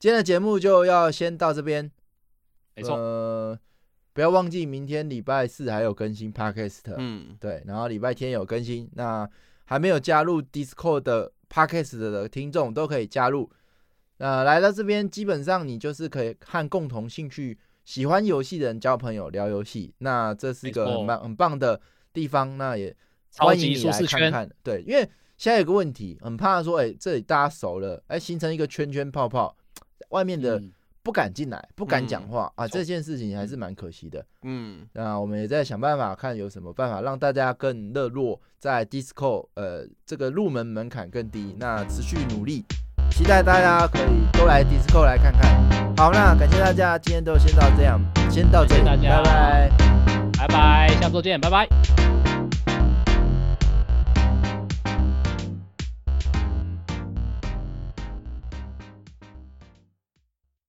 D: 今天的节目就要先到这边。
B: 没错，
D: 呃，不要忘记明天礼拜四还有更新 Podcast，
C: 嗯，
D: 对，然后礼拜天有更新。那还没有加入 Discord 的 Podcast 的听众都可以加入。那来到这边，基本上你就是可以和共同兴趣、喜欢游戏的人交朋友、聊游戏。那这是一个
B: 没错
D: 很棒、很棒的地方。那也
B: 超
D: 欢迎
B: 级
D: 你
B: 舒
D: 来
B: 适
D: 看
B: 圈
D: 看。对，因为现在有个问题，很怕说，哎、这里大家熟了，哎、形成一个圈圈泡泡，外面的
B: 嗯
D: 不敢进来、不敢讲
C: 嗯
D: 话、啊，
B: 没错
D: 这件事情还是蛮可惜的。
C: 嗯，
D: 那我们也在想办法，看有什么办法让大家更热络，在 Disco 呃这个入门门槛更低。那持续努力，期待大家可以都来 Disco 来看看。好，那感谢大家，今天就先到这样，先到这里，
B: 感谢大家
D: 拜拜。
B: 拜拜，下周见，拜拜。